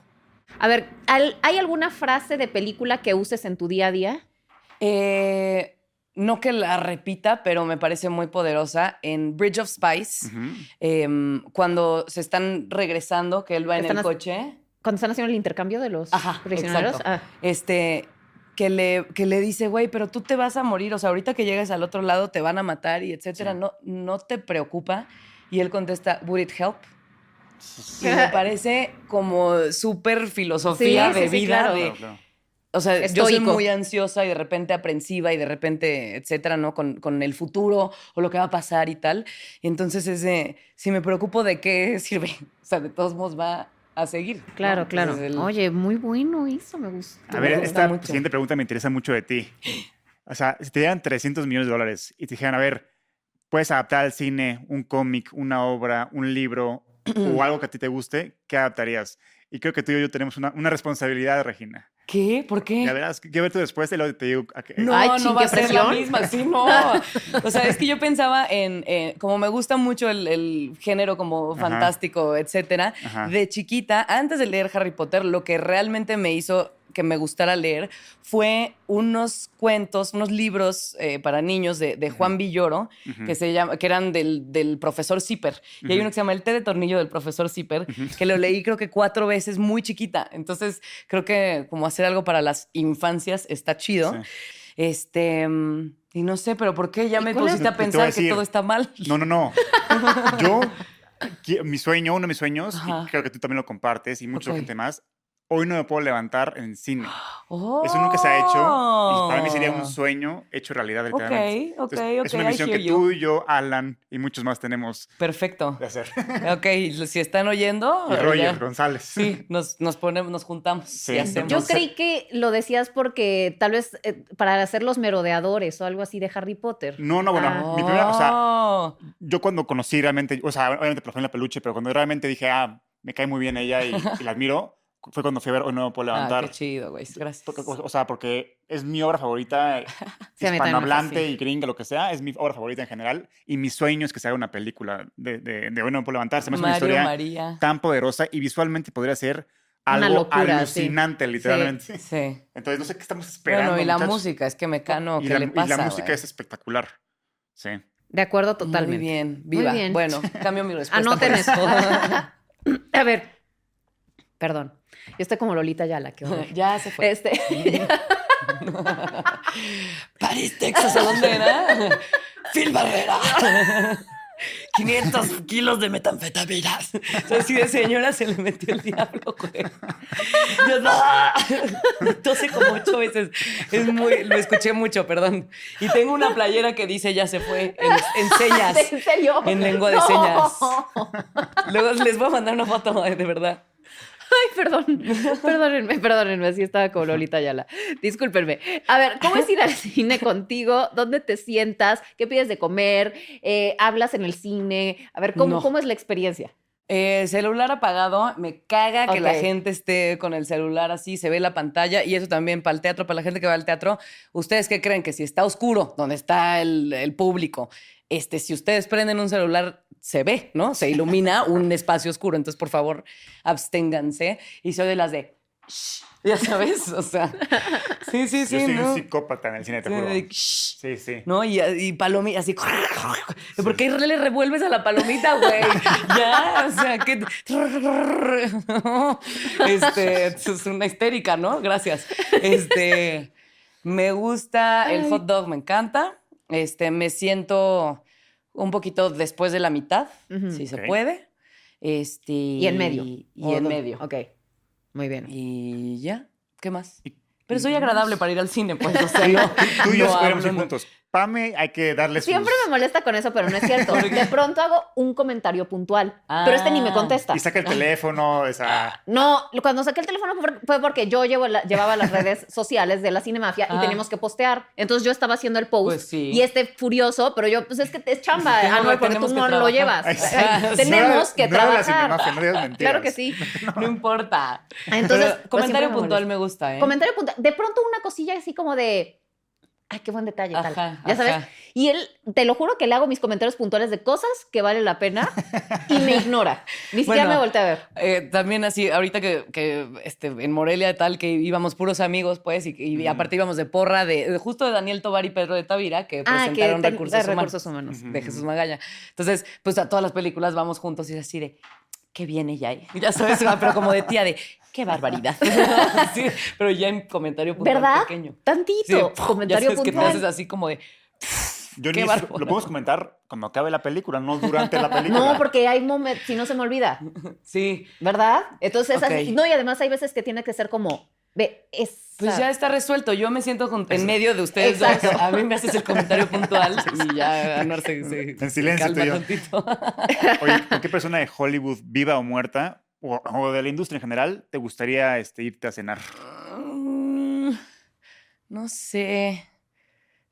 [SPEAKER 2] A ver, ¿al- ¿hay alguna frase de película que uses en tu día a día?
[SPEAKER 3] Eh, no que la repita, pero me parece muy poderosa. En Bridge of Spice,
[SPEAKER 1] Ujú.
[SPEAKER 3] em, cuando se están regresando, que él va en
[SPEAKER 2] Están
[SPEAKER 3] el
[SPEAKER 2] as-
[SPEAKER 3] coche,
[SPEAKER 2] Cuando están haciendo el intercambio de los
[SPEAKER 3] Ajá,
[SPEAKER 2] prisioneros. Ah,
[SPEAKER 3] exacto. este, que le, que le dice, güey, pero tú te vas a morir, o sea, ahorita que llegues al otro lado te van a matar y etcétera,
[SPEAKER 1] Sí.
[SPEAKER 3] no, no te preocupa. Y él contesta, would it help? Y
[SPEAKER 2] *laughs*
[SPEAKER 3] me parece como súper filosofía
[SPEAKER 2] Sí, sí,
[SPEAKER 3] de
[SPEAKER 2] sí,
[SPEAKER 3] vida,
[SPEAKER 2] claro.
[SPEAKER 3] de-
[SPEAKER 1] Claro, claro.
[SPEAKER 3] O sea, yo soy
[SPEAKER 2] Estoico.
[SPEAKER 3] muy ansiosa y de repente aprensiva y de repente, etcétera, ¿no? Con, con el futuro o lo que va a pasar y tal. Y entonces es de, si me preocupo de qué *laughs* sirve, o sea, de todos modos va a seguir. ¿no?
[SPEAKER 2] Claro, claro.
[SPEAKER 3] Entonces el-
[SPEAKER 2] Oye, muy bueno eso, me gusta.
[SPEAKER 1] A
[SPEAKER 3] Me
[SPEAKER 1] ver,
[SPEAKER 3] gusta
[SPEAKER 1] esta
[SPEAKER 3] mucho.
[SPEAKER 1] siguiente pregunta me interesa mucho de ti. O sea, si te dieran 300 millones de dólares y te dijeran, a ver, puedes adaptar al cine un cómic, una obra, un libro
[SPEAKER 3] *clears throat*
[SPEAKER 1] o algo que a ti te guste, ¿qué adaptarías? Y creo que tú y yo tenemos una, una responsabilidad, Regina.
[SPEAKER 3] ¿Qué? ¿Por qué?
[SPEAKER 1] Ya verás, quiero ver tu respuesta y luego te digo... a qué-
[SPEAKER 3] No,
[SPEAKER 2] Ay, chin,
[SPEAKER 3] no va
[SPEAKER 2] qué
[SPEAKER 3] a ser la
[SPEAKER 2] presión.
[SPEAKER 3] misma, sí,
[SPEAKER 2] *laughs*
[SPEAKER 3] no. O sea, es que yo pensaba en, eh, como me gusta mucho el, el género como
[SPEAKER 1] Ajá.
[SPEAKER 3] fantástico, etcétera,
[SPEAKER 1] Ajá.
[SPEAKER 3] de chiquita, antes de leer Harry Potter, lo que realmente me hizo que me gustara leer fue unos cuentos, unos libros eh, para niños de, de Juan Villoro,
[SPEAKER 1] Ujú.
[SPEAKER 3] que, se llama, que eran del, del profesor Zipper. Y hay
[SPEAKER 1] Ujú.
[SPEAKER 3] uno que se llama El té de tornillo del profesor Zipper, que lo leí creo que cuatro veces muy chiquita. Entonces, creo que como hacer algo para las infancias está chido.
[SPEAKER 1] Sí.
[SPEAKER 3] Este, mm, y no sé, pero ¿por qué ya me
[SPEAKER 2] cuál es?
[SPEAKER 3] pusiste a
[SPEAKER 1] Te- te voy a
[SPEAKER 3] pensar que
[SPEAKER 1] decir.
[SPEAKER 3] todo está mal?
[SPEAKER 1] No, no, no.
[SPEAKER 3] *laughs*
[SPEAKER 1] Yo, qui- mi sueño, uno de mis sueños,
[SPEAKER 3] Ajá.
[SPEAKER 1] y creo que tú también lo compartes y mucha
[SPEAKER 3] Ok.
[SPEAKER 1] gente más, hoy no me puedo levantar en el cine.
[SPEAKER 3] Oh.
[SPEAKER 1] Eso nunca se ha hecho. Y para mí sería un sueño hecho realidad,
[SPEAKER 3] Ok,
[SPEAKER 1] literalmente.
[SPEAKER 3] ok,
[SPEAKER 1] Entonces,
[SPEAKER 3] ok,
[SPEAKER 1] Es una
[SPEAKER 3] I
[SPEAKER 1] visión que
[SPEAKER 3] hear
[SPEAKER 1] tú y yo, Alan y muchos más tenemos *laughs*
[SPEAKER 3] Perfecto.
[SPEAKER 1] de
[SPEAKER 3] *laughs*
[SPEAKER 1] hacer.
[SPEAKER 3] Ok, si están oyendo.
[SPEAKER 1] Y Roger
[SPEAKER 3] ya-
[SPEAKER 1] González.
[SPEAKER 3] Sí, nos, nos ponemos, nos juntamos
[SPEAKER 1] Sí,
[SPEAKER 3] y hacemos.
[SPEAKER 2] Yo
[SPEAKER 1] Entonces-
[SPEAKER 2] creí que lo decías porque tal vez eh, para hacer los merodeadores o algo así de Harry Potter.
[SPEAKER 3] Mm.
[SPEAKER 1] No, no, bueno,
[SPEAKER 2] Ah.
[SPEAKER 1] mi primera, o sea,
[SPEAKER 3] Oh.
[SPEAKER 1] yo cuando conocí realmente, o sea, obviamente por en la peluche, pero cuando realmente dije, ah, me cae muy bien ella y, y la admiro, fue cuando fui a ver Hoy no me puedo
[SPEAKER 3] Ah,
[SPEAKER 1] levantar.
[SPEAKER 3] qué chido, güey. Gracias.
[SPEAKER 1] Porque, o o sea, porque es mi obra favorita,
[SPEAKER 3] *laughs*
[SPEAKER 2] Sí, a mí también me
[SPEAKER 1] hispanohablante
[SPEAKER 2] fascina.
[SPEAKER 1] y gringa, lo que sea, es mi obra favorita en general. Y mi sueño es que se haga una película de, de, de Hoy no me puedo levantar. Se me hace una
[SPEAKER 3] Mario
[SPEAKER 1] historia
[SPEAKER 3] María.
[SPEAKER 1] tan poderosa y visualmente podría ser
[SPEAKER 2] Una
[SPEAKER 1] algo
[SPEAKER 2] locura, sí.
[SPEAKER 1] alucinante, literalmente. *laughs*
[SPEAKER 3] Sí.
[SPEAKER 1] Entonces, no sé qué estamos esperando.
[SPEAKER 3] Bueno, y la
[SPEAKER 1] muchachos.
[SPEAKER 3] música, es que Mecano,
[SPEAKER 1] Y
[SPEAKER 3] ¿qué
[SPEAKER 1] la,
[SPEAKER 3] le
[SPEAKER 1] y
[SPEAKER 3] pasa?
[SPEAKER 1] la música
[SPEAKER 3] güey?
[SPEAKER 1] es espectacular. Sí.
[SPEAKER 2] De acuerdo, totalmente.
[SPEAKER 3] Muy bien, viva.
[SPEAKER 2] bien.
[SPEAKER 3] Bueno, cambio *laughs* mi respuesta.
[SPEAKER 2] Anoten
[SPEAKER 3] por eso. *laughs*
[SPEAKER 2] A ver, perdón. Yo estoy como Lolita Yala, qué
[SPEAKER 3] *laughs*
[SPEAKER 2] horror.
[SPEAKER 3] ya se
[SPEAKER 2] *laughs*
[SPEAKER 3] fue.
[SPEAKER 2] Este,
[SPEAKER 3] Paris, Texas, ¿a dónde *laughs* era? Phil Barrera. 500 kilos de metanfetaminas. O sea, así de señora se le metió el diablo, güey. *laughs* Yo, no. Entonces, como ocho veces. Es muy, lo escuché mucho, perdón. Y tengo una playera que dice ya se fue en, en *laughs* señas.
[SPEAKER 2] ¿En serio?
[SPEAKER 3] En lengua de
[SPEAKER 2] No.
[SPEAKER 3] señas. Luego les voy a mandar una foto, de verdad.
[SPEAKER 2] *laughs* Ay, perdón. Perdónenme, perdónenme. Sí, estaba como Lolita Yala. Discúlpenme. A ver, ¿cómo es ir
[SPEAKER 3] *laughs*
[SPEAKER 2] al cine contigo? ¿Dónde te sientas? ¿Qué pides de comer? Eh, ¿Hablas en el cine? A ver, ¿cómo,
[SPEAKER 3] No.
[SPEAKER 2] ¿cómo es la experiencia?
[SPEAKER 3] Eh, celular apagado, me caga que la
[SPEAKER 2] Ok.
[SPEAKER 3] gente esté con el celular así, se ve la pantalla y eso también para el teatro, para la gente que va al teatro. ¿Ustedes qué creen? Que si está oscuro, donde está el, el público, este, si ustedes prenden un celular, se ve, ¿no? Se ilumina un espacio oscuro. Entonces, por favor, absténganse. Y soy de las de, "Shh", *laughs* ya sabes, o sea, sí, sí, sí.
[SPEAKER 1] Yo soy
[SPEAKER 3] ¿no?
[SPEAKER 1] un psicópata en el cine, te
[SPEAKER 3] Sí,
[SPEAKER 1] juro.
[SPEAKER 3] de, "Shh",
[SPEAKER 1] Sí, sí.
[SPEAKER 3] ¿no? Y, y palomita, así. ¿Por qué le revuelves a la
[SPEAKER 2] *laughs*
[SPEAKER 3] palomita, güey? ya, o sea, que. *laughs* este, es una histérica, ¿no? Gracias. Este, me gusta el hot dog, me encanta. Este, me siento un poquito después de la mitad,
[SPEAKER 2] Ujú.
[SPEAKER 3] si se
[SPEAKER 1] Ok.
[SPEAKER 3] puede. Este.
[SPEAKER 2] Y en medio.
[SPEAKER 3] Y
[SPEAKER 2] ¿O
[SPEAKER 3] en
[SPEAKER 2] dónde?
[SPEAKER 3] medio.
[SPEAKER 2] Ok. Muy bien.
[SPEAKER 3] Y ya, ¿qué más?
[SPEAKER 1] Y-
[SPEAKER 3] Pero
[SPEAKER 1] y
[SPEAKER 3] soy
[SPEAKER 1] nada
[SPEAKER 3] agradable
[SPEAKER 1] más.
[SPEAKER 3] para ir al cine, pues. O sea, no,
[SPEAKER 1] *laughs* Tú y yo
[SPEAKER 3] no
[SPEAKER 1] estuviéramos
[SPEAKER 3] hablo, no-
[SPEAKER 1] juntos. Pame, hay que darle sus-
[SPEAKER 2] Siempre me molesta con eso, pero no es
[SPEAKER 3] *laughs*
[SPEAKER 2] cierto. De pronto hago un comentario puntual, pero este ni me
[SPEAKER 3] Ah.
[SPEAKER 2] contesta.
[SPEAKER 1] Y saca el teléfono, esa...
[SPEAKER 2] No, cuando saqué el teléfono fue- fue porque yo llevo la- llevaba las
[SPEAKER 3] *laughs*
[SPEAKER 2] redes sociales de la Cinemafia y
[SPEAKER 3] Ah.
[SPEAKER 2] teníamos que postear. Entonces yo estaba haciendo el post
[SPEAKER 3] Pues sí.
[SPEAKER 2] y este furioso, pero yo, pues es que es chamba,
[SPEAKER 3] Tengo-
[SPEAKER 2] Anuel, porque tú
[SPEAKER 3] tenemos que
[SPEAKER 2] no lo
[SPEAKER 3] trabajar. Ah,
[SPEAKER 2] llevas.
[SPEAKER 1] Ay,
[SPEAKER 3] *laughs*
[SPEAKER 1] sí.
[SPEAKER 2] Ay,
[SPEAKER 3] No era-
[SPEAKER 2] Tenemos que
[SPEAKER 1] no era la
[SPEAKER 2] trabajar.
[SPEAKER 1] Cinemafia, no digas mentiras.
[SPEAKER 2] Claro que sí.
[SPEAKER 3] No importa.
[SPEAKER 2] Entonces, pues,
[SPEAKER 3] Pero
[SPEAKER 2] siempre
[SPEAKER 3] comentario
[SPEAKER 2] me
[SPEAKER 3] puntual
[SPEAKER 2] molesta.
[SPEAKER 3] me gusta, ¿eh?
[SPEAKER 2] Comentario puntual. De pronto una cosilla así como de. Ay, qué buen detalle, tal.
[SPEAKER 3] Ajá,
[SPEAKER 2] ya sabes.
[SPEAKER 3] ajá.
[SPEAKER 2] Y él, te lo juro que le hago mis comentarios puntuales de cosas que vale la pena y
[SPEAKER 3] *laughs*
[SPEAKER 2] me ignora. Ni siquiera
[SPEAKER 3] Bueno.
[SPEAKER 2] me voltea a ver.
[SPEAKER 3] Eh, también así, ahorita que, que, este, en Morelia tal, que íbamos puros amigos, pues, y, y aparte íbamos de porra de, de justo de Daniel Tobar y Pedro de Tavira, que
[SPEAKER 2] Ah, que
[SPEAKER 3] presentaron
[SPEAKER 2] te-
[SPEAKER 3] recursos,
[SPEAKER 2] de
[SPEAKER 3] humanos,
[SPEAKER 2] recursos humanos.
[SPEAKER 3] de Jesús Magalla. Entonces, pues a todas las películas vamos juntos y es así de, ¿qué viene ya? Ya sabes, pero como de tía de, qué barbaridad. *laughs* Sí, pero ya en comentario puntual
[SPEAKER 2] ¿Verdad?
[SPEAKER 3] pequeño.
[SPEAKER 2] Tantito.
[SPEAKER 3] Sí,
[SPEAKER 2] *laughs* comentario
[SPEAKER 3] ya sabes que te
[SPEAKER 2] puntual.
[SPEAKER 3] haces así como de,
[SPEAKER 1] Yo
[SPEAKER 3] Qué
[SPEAKER 1] ni-
[SPEAKER 3] bárbaro.
[SPEAKER 1] lo podemos comentar cuando acabe la película, no durante la película.
[SPEAKER 2] No, porque hay momentos, si no se me olvida,
[SPEAKER 3] sí,
[SPEAKER 2] ¿verdad? Entonces,
[SPEAKER 3] Ok.
[SPEAKER 2] así- no, y además hay veces que tiene que ser como, ve, es.
[SPEAKER 3] Pues ya está resuelto. Yo me siento jun- en medio de ustedes
[SPEAKER 2] Exacto.
[SPEAKER 3] dos. A mí me haces el comentario puntual y ya Anuar se, se-
[SPEAKER 1] En silencio
[SPEAKER 3] calma
[SPEAKER 1] tú y yo.
[SPEAKER 3] tantito.
[SPEAKER 1] Oye, ¿con qué persona de Hollywood, viva o muerta, o, o de la industria en general, te gustaría este, irte a cenar?
[SPEAKER 3] Mm, No sé.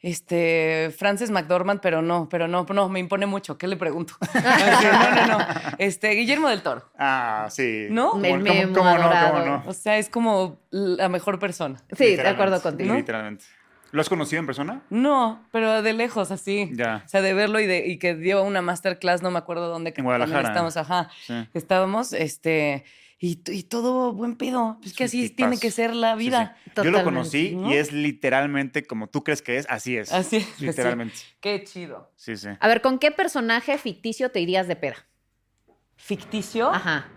[SPEAKER 3] Este, Frances McDormand, pero no, pero no, no, me impone mucho. ¿Qué le pregunto? *laughs* Así, no, no, no. Este, Guillermo del Toro.
[SPEAKER 1] Ah, sí.
[SPEAKER 3] ¿No?
[SPEAKER 1] ¿Cómo-
[SPEAKER 2] El
[SPEAKER 1] cómo-
[SPEAKER 2] memo
[SPEAKER 1] cómo no? ¿Cómo
[SPEAKER 2] adorado.
[SPEAKER 1] no?
[SPEAKER 3] O sea, es como la mejor persona.
[SPEAKER 2] Sí, de
[SPEAKER 1] Literalmente,
[SPEAKER 2] acuerdo contigo.
[SPEAKER 1] sí, Literalmente. ¿Lo has conocido en persona?
[SPEAKER 3] No, pero de lejos, así.
[SPEAKER 1] Ya.
[SPEAKER 3] O sea, de verlo y, de, y que dio una masterclass, no me acuerdo dónde. que
[SPEAKER 1] En Guadalajara.
[SPEAKER 3] también Estamos, ajá.
[SPEAKER 1] Sí.
[SPEAKER 3] Estábamos, este, y, t- y todo buen pedo. Pues que
[SPEAKER 1] un
[SPEAKER 3] así
[SPEAKER 1] tipazo.
[SPEAKER 3] tiene que ser la
[SPEAKER 1] Sí,
[SPEAKER 3] vida.
[SPEAKER 1] sí. Yo lo
[SPEAKER 2] Totalmente,
[SPEAKER 1] conocí
[SPEAKER 3] ¿no?
[SPEAKER 1] y es literalmente como tú crees que es, así es.
[SPEAKER 3] Así es, así.
[SPEAKER 1] Literalmente.
[SPEAKER 3] Qué chido.
[SPEAKER 1] Sí, sí.
[SPEAKER 2] A ver, ¿con qué personaje ficticio te irías de peda?
[SPEAKER 3] Ficticio.
[SPEAKER 2] Ajá.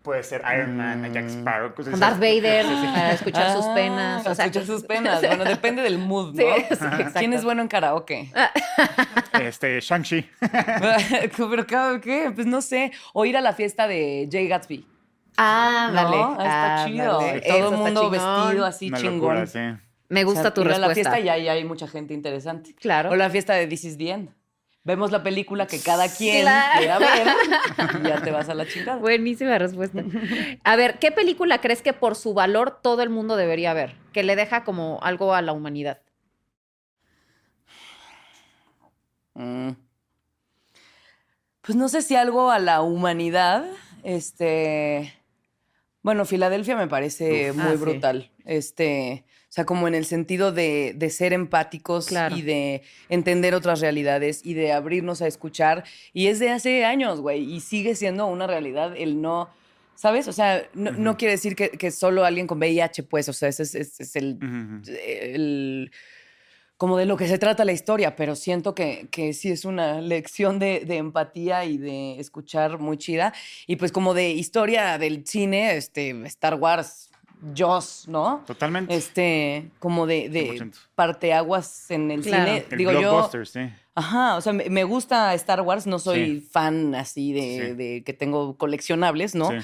[SPEAKER 1] Puede ser Iron Man, Jack Sparrow, cosas
[SPEAKER 2] Con
[SPEAKER 1] así.
[SPEAKER 2] Darth Vader, para escuchar sus
[SPEAKER 3] Ah,
[SPEAKER 2] penas. O sea,
[SPEAKER 3] escuchar
[SPEAKER 2] *laughs*
[SPEAKER 3] sus penas. Bueno, depende del mood, ¿no?
[SPEAKER 2] Sí, *laughs* sí, exacto.
[SPEAKER 3] ¿Quién es bueno en karaoke? *laughs*
[SPEAKER 1] Este, Shang-Chi.
[SPEAKER 3] Pero cada- ¿qué? Pues no sé. O ir a la fiesta de Jay Gatsby.
[SPEAKER 2] Ah,
[SPEAKER 3] Ándale.
[SPEAKER 2] vale.
[SPEAKER 3] está
[SPEAKER 2] Ah,
[SPEAKER 3] chido.
[SPEAKER 2] vale.
[SPEAKER 3] Todo
[SPEAKER 2] Eso
[SPEAKER 3] el
[SPEAKER 2] está
[SPEAKER 3] mundo
[SPEAKER 2] chingón.
[SPEAKER 3] vestido así
[SPEAKER 1] Una
[SPEAKER 3] chingón.
[SPEAKER 1] locura, sí.
[SPEAKER 2] Me
[SPEAKER 3] O sea,
[SPEAKER 2] gusta tu
[SPEAKER 3] ir a
[SPEAKER 2] respuesta.
[SPEAKER 3] la fiesta y ahí hay mucha gente interesante.
[SPEAKER 2] Claro.
[SPEAKER 3] O la fiesta de This is the End. Vemos la película que cada quien
[SPEAKER 2] Claro.
[SPEAKER 3] quiera ver y ya te vas a la chingada.
[SPEAKER 2] Buenísima respuesta. A ver, ¿qué película crees que por su valor todo el mundo debería ver? Que le deja como algo a la humanidad.
[SPEAKER 3] Mm. Pues no sé si algo a la humanidad. Este. Bueno, Filadelfia me parece
[SPEAKER 2] Uf.
[SPEAKER 3] muy
[SPEAKER 2] Ah, sí.
[SPEAKER 3] brutal. Este. O sea, como en el sentido de, de ser empáticos
[SPEAKER 2] Claro.
[SPEAKER 3] y de entender otras realidades y de abrirnos a escuchar. Y es de hace años, güey. Y sigue siendo una realidad el no. ¿Sabes? O sea, no, no quiere decir que, que solo alguien con VIH, pues. O sea, ese es, es- es el
[SPEAKER 1] Ujú, ujú.
[SPEAKER 3] eh, el- como de lo que se trata la historia, pero siento que, que sí es una lección de, de empatía y de escuchar muy chida. Y pues como de historia del cine, este, Star Wars, Jaws, ¿no?
[SPEAKER 1] Totalmente.
[SPEAKER 3] Este, como de, de
[SPEAKER 1] 100%.
[SPEAKER 3] parteaguas en el
[SPEAKER 2] Claro.
[SPEAKER 3] cine.
[SPEAKER 1] El
[SPEAKER 3] Digo yo,
[SPEAKER 1] blockbuster, sí.
[SPEAKER 3] ajá, o sea, me me gusta Star Wars, no soy
[SPEAKER 1] Sí.
[SPEAKER 3] fan así de,
[SPEAKER 1] Sí.
[SPEAKER 3] de que tengo coleccionables, ¿no?
[SPEAKER 1] Sí.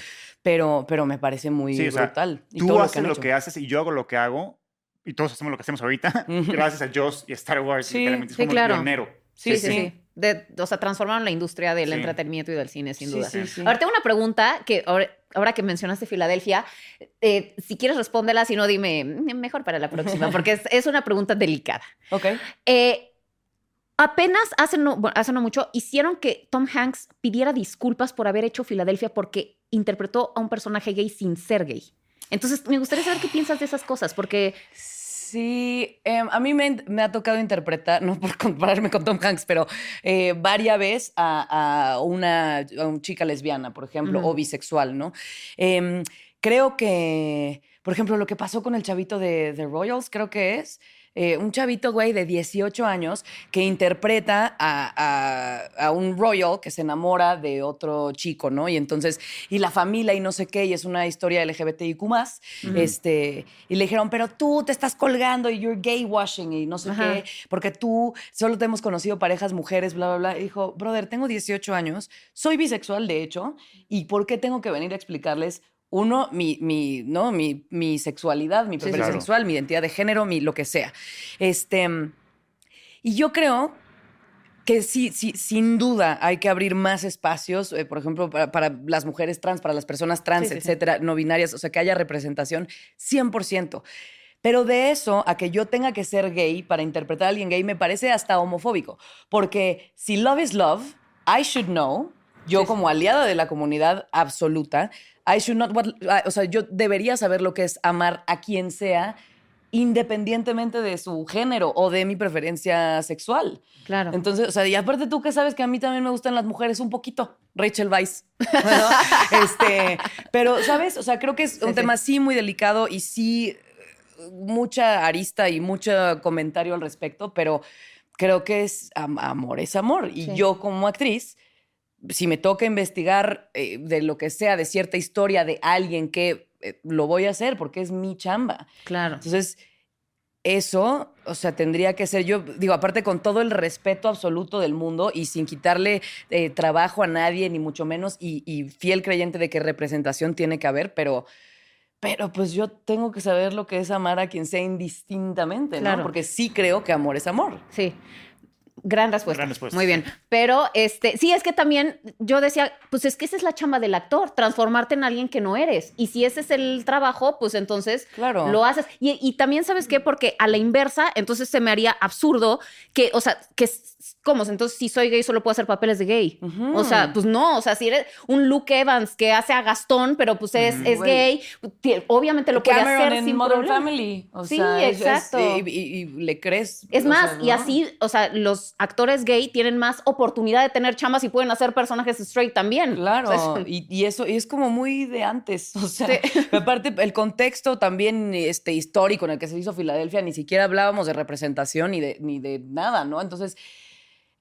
[SPEAKER 3] Pero, pero me parece muy
[SPEAKER 1] Sí, o sea,
[SPEAKER 3] brutal. Y todo
[SPEAKER 1] tú haces
[SPEAKER 3] han
[SPEAKER 1] lo
[SPEAKER 3] hecho.
[SPEAKER 1] que haces y yo hago lo que hago y todos hacemos lo que hacemos ahorita *laughs*
[SPEAKER 3] Ujú.
[SPEAKER 1] gracias a Joss y a Star Wars
[SPEAKER 3] Sí,
[SPEAKER 1] literalmente es
[SPEAKER 2] sí,
[SPEAKER 1] como el
[SPEAKER 2] claro.
[SPEAKER 1] pionero
[SPEAKER 2] Sí, sí,
[SPEAKER 3] Sí,
[SPEAKER 2] sí.
[SPEAKER 3] sí.
[SPEAKER 2] De- o sea, transformaron la industria del
[SPEAKER 1] Sí.
[SPEAKER 2] entretenimiento y del cine, sin
[SPEAKER 3] Sí,
[SPEAKER 2] duda.
[SPEAKER 3] sí, sí.
[SPEAKER 2] Ahora tengo una pregunta que ahora, ahora que mencionaste Filadelfia, eh, si quieres respóndela, si no, dime "Mm, mejor para la próxima, porque es, es una pregunta delicada.
[SPEAKER 3] Ok.
[SPEAKER 2] Eh, apenas hace no, bueno, hace no mucho hicieron que Tom Hanks pidiera disculpas por haber hecho Filadelfia porque interpretó a un personaje gay sin ser gay. Entonces, me gustaría saber qué piensas de esas cosas, porque
[SPEAKER 3] Sí, em, a mí me, me ha tocado interpretar, no por *laughs* compararme con Tom Hanks, pero eh, varias veces a, a una a un chica lesbiana, por ejemplo,
[SPEAKER 2] Ujú.
[SPEAKER 3] o bisexual, ¿no? Em, creo que, por ejemplo, lo que pasó con el chavito de The Royals, creo que es. eh, un chavito, güey, de 18 años que interpreta a, a- a un royal que se enamora de otro chico, ¿no? Y entonces, y la familia y no sé qué, y es una historia LGBTIQ más, este, y le dijeron, pero tú te estás colgando y you're gay washing y no sé
[SPEAKER 2] Ajá.
[SPEAKER 3] qué, porque tú solo te hemos conocido parejas mujeres, bla, bla, bla. Y dijo, brother, tengo 18 años, soy bisexual, de hecho, ¿y por qué tengo que venir a explicarles uno, mi, mi, ¿no? mi, mi sexualidad,
[SPEAKER 2] Sí,
[SPEAKER 3] mi
[SPEAKER 2] sí,
[SPEAKER 3] preferencia
[SPEAKER 1] claro.
[SPEAKER 3] sexual, mi identidad de género, mi lo que sea. Este, y yo creo que sí, sí, sin duda hay que abrir más espacios, eh, por ejemplo, para, para las mujeres trans, para las personas trans,
[SPEAKER 2] Sí, sí, sí.
[SPEAKER 3] etcétera, no binarias, o sea, que haya representación 100%. Pero de eso a que yo tenga que ser gay para interpretar a alguien gay me parece hasta homofóbico. Porque si love is love, I should know, yo
[SPEAKER 2] Sí, sí.
[SPEAKER 3] como aliada de la comunidad absoluta, I should not, what- o sea, yo debería saber lo que es amar a quien sea independientemente de su género o de mi preferencia sexual.
[SPEAKER 2] Claro.
[SPEAKER 3] Entonces, o sea, y aparte tú que sabes que a mí también me gustan las mujeres un poquito, Rachel Weisz. *laughs* Bueno, este, pero, ¿sabes? O sea, creo que es un
[SPEAKER 2] Sí, sí.
[SPEAKER 3] tema sí muy delicado y sí eh, mucha arista y mucho comentario al respecto, pero creo que es am- amor, es amor. Y
[SPEAKER 2] Sí.
[SPEAKER 3] yo como actriz, si me toca investigar eh, de lo que sea, de cierta historia de alguien que eh, lo voy a hacer porque es mi chamba.
[SPEAKER 2] claro.
[SPEAKER 3] Entonces, eso, o sea, tendría que ser yo, digo, aparte con todo el respeto absoluto del mundo y sin quitarle eh, trabajo a nadie, ni mucho menos, y, y fiel creyente de que representación tiene que haber, pero, pero pues yo tengo que saber lo que es amar a quien sea indistintamente,
[SPEAKER 2] Claro.
[SPEAKER 3] ¿no? Porque sí creo que amor es amor.
[SPEAKER 2] Sí. Gran respuesta.
[SPEAKER 1] Gran respuesta,
[SPEAKER 2] Muy bien.
[SPEAKER 1] sí.
[SPEAKER 2] Pero este, sí, es que también yo decía, pues es que esa es la chamba del actor, transformarte en alguien que no eres. Y si ese es el trabajo, pues entonces
[SPEAKER 3] Claro.
[SPEAKER 2] lo haces. Y, y también, ¿sabes qué? Porque a la inversa, entonces se me haría absurdo que, o sea, que, s- s- ¿cómo? Entonces, si soy gay, solo puedo hacer papeles de gay.
[SPEAKER 3] Ujú.
[SPEAKER 2] O sea, pues no, o sea, si eres un Luke Evans que hace a Gastón, pero pues es, es
[SPEAKER 3] Mm, Güey.
[SPEAKER 2] gay, ti- obviamente lo puede
[SPEAKER 3] Cameron
[SPEAKER 2] hacer
[SPEAKER 3] en
[SPEAKER 2] sin
[SPEAKER 3] Modern
[SPEAKER 2] problema.
[SPEAKER 3] Family. O
[SPEAKER 2] Sí,
[SPEAKER 3] sea, es- es-
[SPEAKER 2] exacto.
[SPEAKER 3] y, y- y le crees.
[SPEAKER 2] Es
[SPEAKER 3] o
[SPEAKER 2] más,
[SPEAKER 3] sea,
[SPEAKER 2] y
[SPEAKER 3] ¿no?
[SPEAKER 2] así, o sea, los actores gay tienen más oportunidad de tener chamas y pueden hacer personajes straight también.
[SPEAKER 3] Claro,
[SPEAKER 2] O sea, es-
[SPEAKER 3] y, y eso y es como muy de antes, *laughs* o sea, aparte el contexto también este, histórico en el que se hizo Filadelfia, ni siquiera hablábamos de representación ni de, ni de nada, ¿no? Entonces,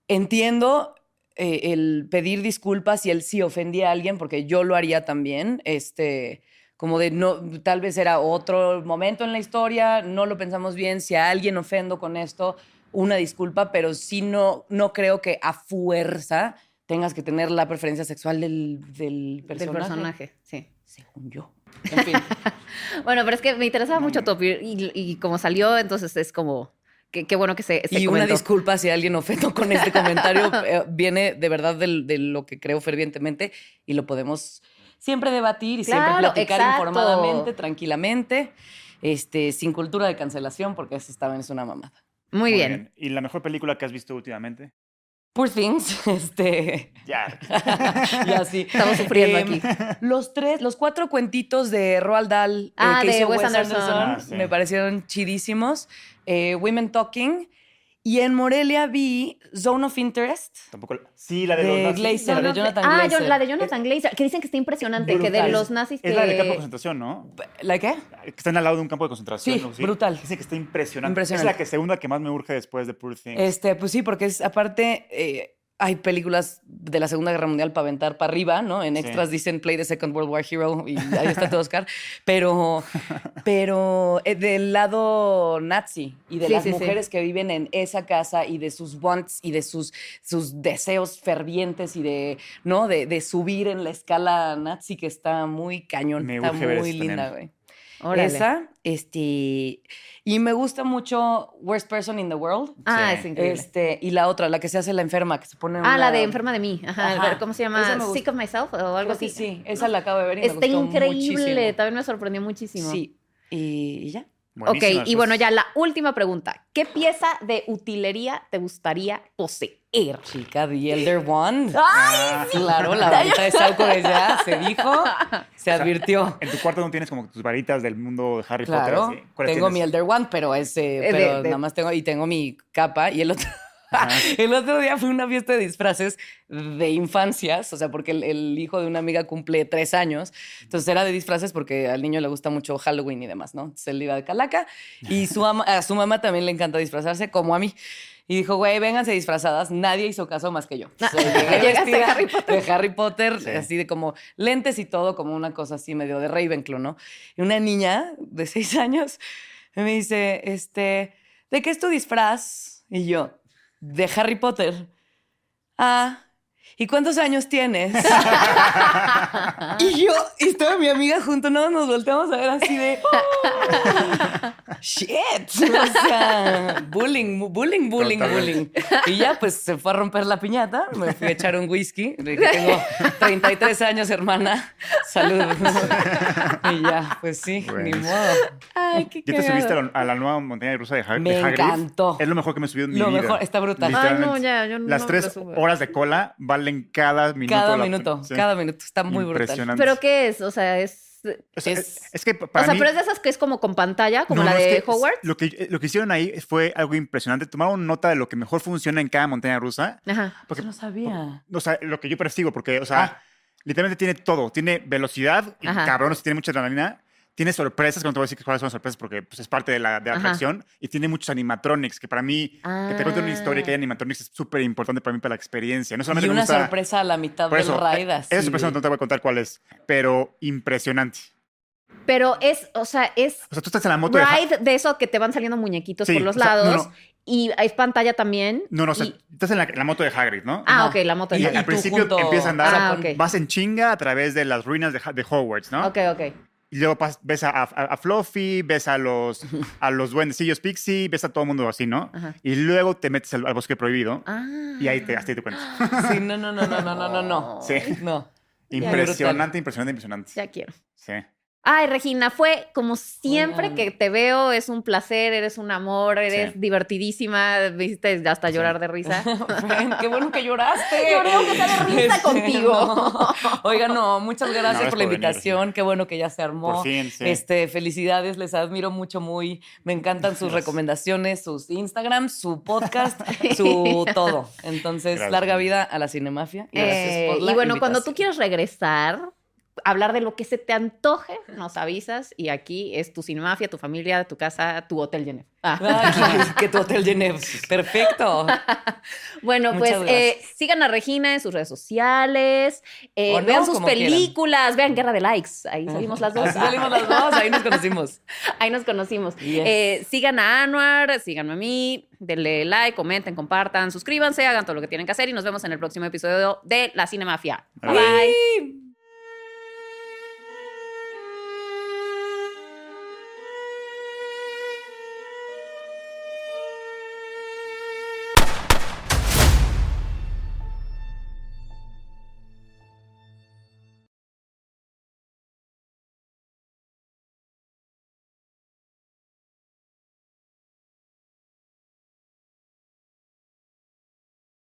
[SPEAKER 3] entiendo eh, el pedir disculpas y el si ofendí a alguien, porque yo lo haría también, este, como de no, tal vez era otro momento en la historia, no lo pensamos bien, si a alguien ofendo con esto, una disculpa, pero sí no, no creo que a fuerza tengas que tener la preferencia sexual del, del
[SPEAKER 2] del
[SPEAKER 3] personaje.
[SPEAKER 2] personaje, sí.
[SPEAKER 3] Según yo. En *laughs* fin.
[SPEAKER 2] Bueno, pero es que me interesaba
[SPEAKER 3] Mm.
[SPEAKER 2] mucho tu opinión y, y como salió, entonces es como, qué, qué bueno que se, se
[SPEAKER 3] y una
[SPEAKER 2] comentó.
[SPEAKER 3] disculpa si alguien ofendo con este comentario. eh, viene de verdad del- de, lo que creo fervientemente y lo podemos siempre debatir y
[SPEAKER 2] Claro,
[SPEAKER 3] siempre platicar
[SPEAKER 2] exacto.
[SPEAKER 3] informadamente, tranquilamente, este, sin cultura de cancelación, porque eso también es una mamada.
[SPEAKER 2] Muy bien.
[SPEAKER 1] ¿Y la mejor película que has visto últimamente?
[SPEAKER 3] Poor things, *laughs* este.
[SPEAKER 1] Ya.
[SPEAKER 3] ya sí.
[SPEAKER 2] Estamos sufriendo
[SPEAKER 3] *laughs* Eh,
[SPEAKER 2] aquí.
[SPEAKER 3] Los tres, los cuatro cuentitos de Roald Dahl eh,
[SPEAKER 2] Ah,
[SPEAKER 3] que
[SPEAKER 2] de
[SPEAKER 3] hizo
[SPEAKER 2] Wes
[SPEAKER 3] Wes
[SPEAKER 2] Anderson.
[SPEAKER 3] Anderson,
[SPEAKER 1] Ah, sí.
[SPEAKER 3] me parecieron chidísimos. Eh, Women Talking. Y en Morelia vi Zone of Interest.
[SPEAKER 1] Tampoco. Sí, la de,
[SPEAKER 3] De
[SPEAKER 1] los nazis,
[SPEAKER 3] Glazer,
[SPEAKER 1] la de-
[SPEAKER 3] de Jonathan Eh,
[SPEAKER 2] ah,
[SPEAKER 3] Glazer.
[SPEAKER 2] yo- la de Jonathan Glazer, que dicen que está impresionante, que de
[SPEAKER 1] Brutal.
[SPEAKER 2] los nazis que...
[SPEAKER 1] Es la de campo de concentración, ¿no?
[SPEAKER 3] ¿La qué?
[SPEAKER 1] Que están al lado de un campo de concentración.
[SPEAKER 3] Sí,
[SPEAKER 1] ¿no?
[SPEAKER 3] brutal.
[SPEAKER 1] Dice que está impresionante.
[SPEAKER 3] Impresionante.
[SPEAKER 1] Es la que segunda que más me urge después de Poor Things.
[SPEAKER 3] Este, pues sí, porque es aparte eh, hay películas de la Segunda Guerra Mundial para aventar para arriba, ¿no? En
[SPEAKER 1] Sí.
[SPEAKER 3] extras dicen Play the Second World War Hero y ahí está tu Oscar,
[SPEAKER 1] *laughs*
[SPEAKER 3] pero pero eh, del lado nazi y de
[SPEAKER 2] Sí,
[SPEAKER 3] las
[SPEAKER 2] sí, sí.
[SPEAKER 3] mujeres que viven en esa casa y de sus wants y de sus sus deseos fervientes y de no de, de subir en la escala nazi que está muy cañón,
[SPEAKER 1] Me
[SPEAKER 3] está
[SPEAKER 1] urge ver
[SPEAKER 3] muy
[SPEAKER 1] esa también.
[SPEAKER 3] linda, güey.
[SPEAKER 2] Órale.
[SPEAKER 3] Esa, este y me gusta mucho Worst Person in the World.
[SPEAKER 2] Ah,
[SPEAKER 1] Sí.
[SPEAKER 2] es increíble.
[SPEAKER 3] Este, y la otra, la que se hace la enferma, que se pone
[SPEAKER 2] ah, la
[SPEAKER 3] una-
[SPEAKER 2] de enferma de mí. Ajá,
[SPEAKER 3] Ajá.
[SPEAKER 2] ¿Cómo se
[SPEAKER 3] Esa
[SPEAKER 2] llama?
[SPEAKER 3] me gusta.
[SPEAKER 2] Sick of Myself o
[SPEAKER 3] Creo
[SPEAKER 2] algo
[SPEAKER 3] que
[SPEAKER 2] así.
[SPEAKER 3] sí, esa la acabo de ver y
[SPEAKER 2] Está
[SPEAKER 3] me gustó
[SPEAKER 2] increíble,
[SPEAKER 3] muchísimo.
[SPEAKER 2] también me sorprendió muchísimo.
[SPEAKER 3] Sí, y y ya.
[SPEAKER 2] Ok,
[SPEAKER 1] Buenísima
[SPEAKER 2] y bueno,
[SPEAKER 1] respuesta.
[SPEAKER 2] ya la última pregunta. ¿Qué pieza de utilería te gustaría poseer?
[SPEAKER 3] Chica, The Elder
[SPEAKER 2] *laughs*
[SPEAKER 3] Wand.
[SPEAKER 1] Ah,
[SPEAKER 3] Claro, la varita de Sauco desde ya se dijo, se advirtió.
[SPEAKER 1] En tu cuarto no tienes como tus varitas del mundo de Harry
[SPEAKER 3] Claro,
[SPEAKER 1] Potter. así.
[SPEAKER 3] tengo
[SPEAKER 1] ¿Cuáles
[SPEAKER 3] mi
[SPEAKER 1] tienes?
[SPEAKER 3] Elder Wand, pero ese,
[SPEAKER 2] Eh, de-
[SPEAKER 3] pero
[SPEAKER 2] de-
[SPEAKER 3] nada más tengo, y tengo mi capa y el otro.
[SPEAKER 1] Ajá.
[SPEAKER 3] *laughs* El otro día fue una fiesta de disfraces de infancias, o sea, porque el, el hijo de una amiga cumple tres años, entonces era de disfraces porque al niño le gusta mucho Halloween y demás, ¿no? Entonces él iba de calaca y su ama- a su mamá también le encanta disfrazarse, como a mí. Y dijo, güey, vénganse disfrazadas. Nadie hizo caso más que yo. O
[SPEAKER 2] *laughs*
[SPEAKER 3] sea, llegué
[SPEAKER 2] Ah, Llegaste
[SPEAKER 3] vestida
[SPEAKER 2] Harry Potter.
[SPEAKER 3] De Harry Potter,
[SPEAKER 1] Sí.
[SPEAKER 3] así de como lentes y todo, como una cosa así medio de Ravenclaw, ¿no? Y una niña de seis años me dice, este, ¿de qué es tu disfraz? Y yo, de Harry Potter. Ah, ¿y cuántos años tienes? y yo, y estaba mi amiga junto, no, nos volteamos a ver así de, "Oh, shit, o sea, bullying, mu- bullying, bullying, bullying.
[SPEAKER 1] Totalmente.
[SPEAKER 3] *laughs* Y ya, pues se fue a romper la piñata, me fui a echar un whisky, le dije, tengo 33 años, hermana, saludos. *laughs* y ya, pues sí, ni
[SPEAKER 1] Bueno.
[SPEAKER 3] modo.
[SPEAKER 2] Ay, qué
[SPEAKER 1] ¿Ya te subiste a la, a la nueva montaña rusa de, Ha- de
[SPEAKER 3] Me
[SPEAKER 1] Hagrid?
[SPEAKER 3] encantó.
[SPEAKER 1] Es lo mejor que me he subido en mi
[SPEAKER 3] Lo
[SPEAKER 1] vida.
[SPEAKER 3] mejor, está brutal. Ay, no,
[SPEAKER 1] Literalmente.
[SPEAKER 2] ya, yo no
[SPEAKER 1] Las
[SPEAKER 2] me lo
[SPEAKER 1] tres
[SPEAKER 2] subo.
[SPEAKER 1] horas de cola valen cada minuto.
[SPEAKER 3] Cada
[SPEAKER 1] la-
[SPEAKER 3] minuto,
[SPEAKER 1] sí.
[SPEAKER 3] cada minuto, está muy brutal.
[SPEAKER 1] Impresionante.
[SPEAKER 2] ¿Pero qué es? O sea, es...
[SPEAKER 1] O sea,
[SPEAKER 3] es-
[SPEAKER 1] es, es que para
[SPEAKER 2] o sea,
[SPEAKER 1] mí...
[SPEAKER 2] pero es de esas que es como con pantalla, como
[SPEAKER 1] No,
[SPEAKER 2] la
[SPEAKER 1] no, es
[SPEAKER 2] de
[SPEAKER 1] que
[SPEAKER 2] Hogwarts.
[SPEAKER 1] Lo que, lo que hicieron ahí fue algo impresionante. Tomaron nota de lo que mejor funciona en cada montaña rusa.
[SPEAKER 2] Ajá.
[SPEAKER 1] Porque, pues,
[SPEAKER 3] Yo no sabía.
[SPEAKER 1] o sea, lo que yo persigo, porque, o sea,
[SPEAKER 3] Ah.
[SPEAKER 1] literalmente tiene todo. Tiene velocidad, y
[SPEAKER 2] Ajá.
[SPEAKER 1] cabrón, o sea, tiene mucha adrenalina. Tiene sorpresas, que no te voy a decir cuáles son las sorpresas porque pues, es parte de la, de la
[SPEAKER 2] Ajá.
[SPEAKER 1] atracción. Y tiene muchos animatronics, que para mí, que te cuente una historia y que
[SPEAKER 2] Ah.
[SPEAKER 1] hay animatronics es súper importante para mí, para la experiencia. No solamente
[SPEAKER 3] Y
[SPEAKER 1] me
[SPEAKER 3] una
[SPEAKER 1] gusta-
[SPEAKER 3] sorpresa a la mitad
[SPEAKER 1] Por
[SPEAKER 3] del
[SPEAKER 1] eso,
[SPEAKER 3] raid.
[SPEAKER 1] eh,
[SPEAKER 3] así
[SPEAKER 1] esa sorpresa
[SPEAKER 3] de-
[SPEAKER 1] no te voy a contar cuál es, pero impresionante.
[SPEAKER 2] Ah. Pero es, o sea, es
[SPEAKER 1] O sea, tú estás en la moto de... Ha-
[SPEAKER 2] ride de eso que te van saliendo muñequitos
[SPEAKER 1] Sí,
[SPEAKER 2] por los
[SPEAKER 1] o sea, no,
[SPEAKER 2] lados
[SPEAKER 1] no.
[SPEAKER 2] y hay pantalla también.
[SPEAKER 1] No, no, o sea,
[SPEAKER 2] y-
[SPEAKER 1] estás en la, la moto de Hagrid, ¿no?
[SPEAKER 2] Ah,
[SPEAKER 3] Ajá.
[SPEAKER 2] ok, la moto.
[SPEAKER 1] Y
[SPEAKER 2] de
[SPEAKER 1] al
[SPEAKER 2] Hagrid.
[SPEAKER 3] tú
[SPEAKER 1] principio
[SPEAKER 3] junto-
[SPEAKER 1] empieza a andar,
[SPEAKER 2] Ah,
[SPEAKER 1] o sea,
[SPEAKER 2] ok.
[SPEAKER 1] vas en chinga a través de las ruinas de, Ha- de Hogwarts, ¿no?
[SPEAKER 2] Ok, ok.
[SPEAKER 1] Y luego pas- ves a, a- a Fluffy, ves a
[SPEAKER 2] *laughs*
[SPEAKER 1] los, a los duendecillos Pixie, ves a todo el mundo así, ¿no?
[SPEAKER 2] Ajá.
[SPEAKER 1] Y luego te metes al, al bosque prohibido
[SPEAKER 2] Ah.
[SPEAKER 1] y ahí te, hasta ahí te cuentas.
[SPEAKER 3] Sí, no, no, no, no, no, no, no, no.
[SPEAKER 1] Sí.
[SPEAKER 3] No. *laughs*
[SPEAKER 1] Impresionante, impresionante, impresionante.
[SPEAKER 2] Ya quiero.
[SPEAKER 1] Sí.
[SPEAKER 2] Ay, Regina, fue como siempre
[SPEAKER 3] Oigan.
[SPEAKER 2] que te veo, es un placer, eres un amor, eres
[SPEAKER 1] Sí.
[SPEAKER 2] divertidísima, viste hasta llorar de *laughs* risa. Este,
[SPEAKER 3] Fran, qué bueno que lloraste. Este,
[SPEAKER 2] Lloré aunque sea de risa contigo.
[SPEAKER 3] no. Oiga, no, muchas
[SPEAKER 1] No,
[SPEAKER 3] gracias
[SPEAKER 1] gracias
[SPEAKER 3] por la
[SPEAKER 1] por venir,
[SPEAKER 3] invitación. Qué bueno que ya se armó.
[SPEAKER 1] Por fin, sí.
[SPEAKER 3] Este, felicidades, les admiro mucho, muy. Me encantan sus recomendaciones, sus Instagram, su
[SPEAKER 2] *laughs*
[SPEAKER 3] podcast, su todo. Entonces,
[SPEAKER 1] Gracias.
[SPEAKER 3] larga vida a la Cinemafia. y gracias
[SPEAKER 2] Eh,
[SPEAKER 3] por la
[SPEAKER 2] y bueno, cuando tú
[SPEAKER 3] invitación.
[SPEAKER 2] quieras regresar, hablar de lo que se te antoje, nos avisas y aquí es tu cinemafia, tu familia, tu casa, tu hotel Geneva. Ah.
[SPEAKER 3] Ay, *laughs* que tu hotel llene.
[SPEAKER 2] *laughs*
[SPEAKER 3] Perfecto.
[SPEAKER 2] Bueno,
[SPEAKER 3] Muchas
[SPEAKER 2] pues eh, sigan a Regina en sus redes sociales, eh,
[SPEAKER 3] O no,
[SPEAKER 2] vean sus
[SPEAKER 3] como quieran.
[SPEAKER 2] películas, vean Guerra de Likes, ahí salimos las dos.
[SPEAKER 3] Así salimos las dos, ahí nos conocimos.
[SPEAKER 2] Ahí nos conocimos.
[SPEAKER 3] Yes.
[SPEAKER 2] Eh, sigan a Anuar, síganme a mí, denle like, comenten, compartan, suscríbanse, hagan todo lo que tienen que hacer y nos vemos en el próximo episodio de La Cinemafia. Bye.
[SPEAKER 1] Bye.
[SPEAKER 2] bye.
[SPEAKER 3] Sí.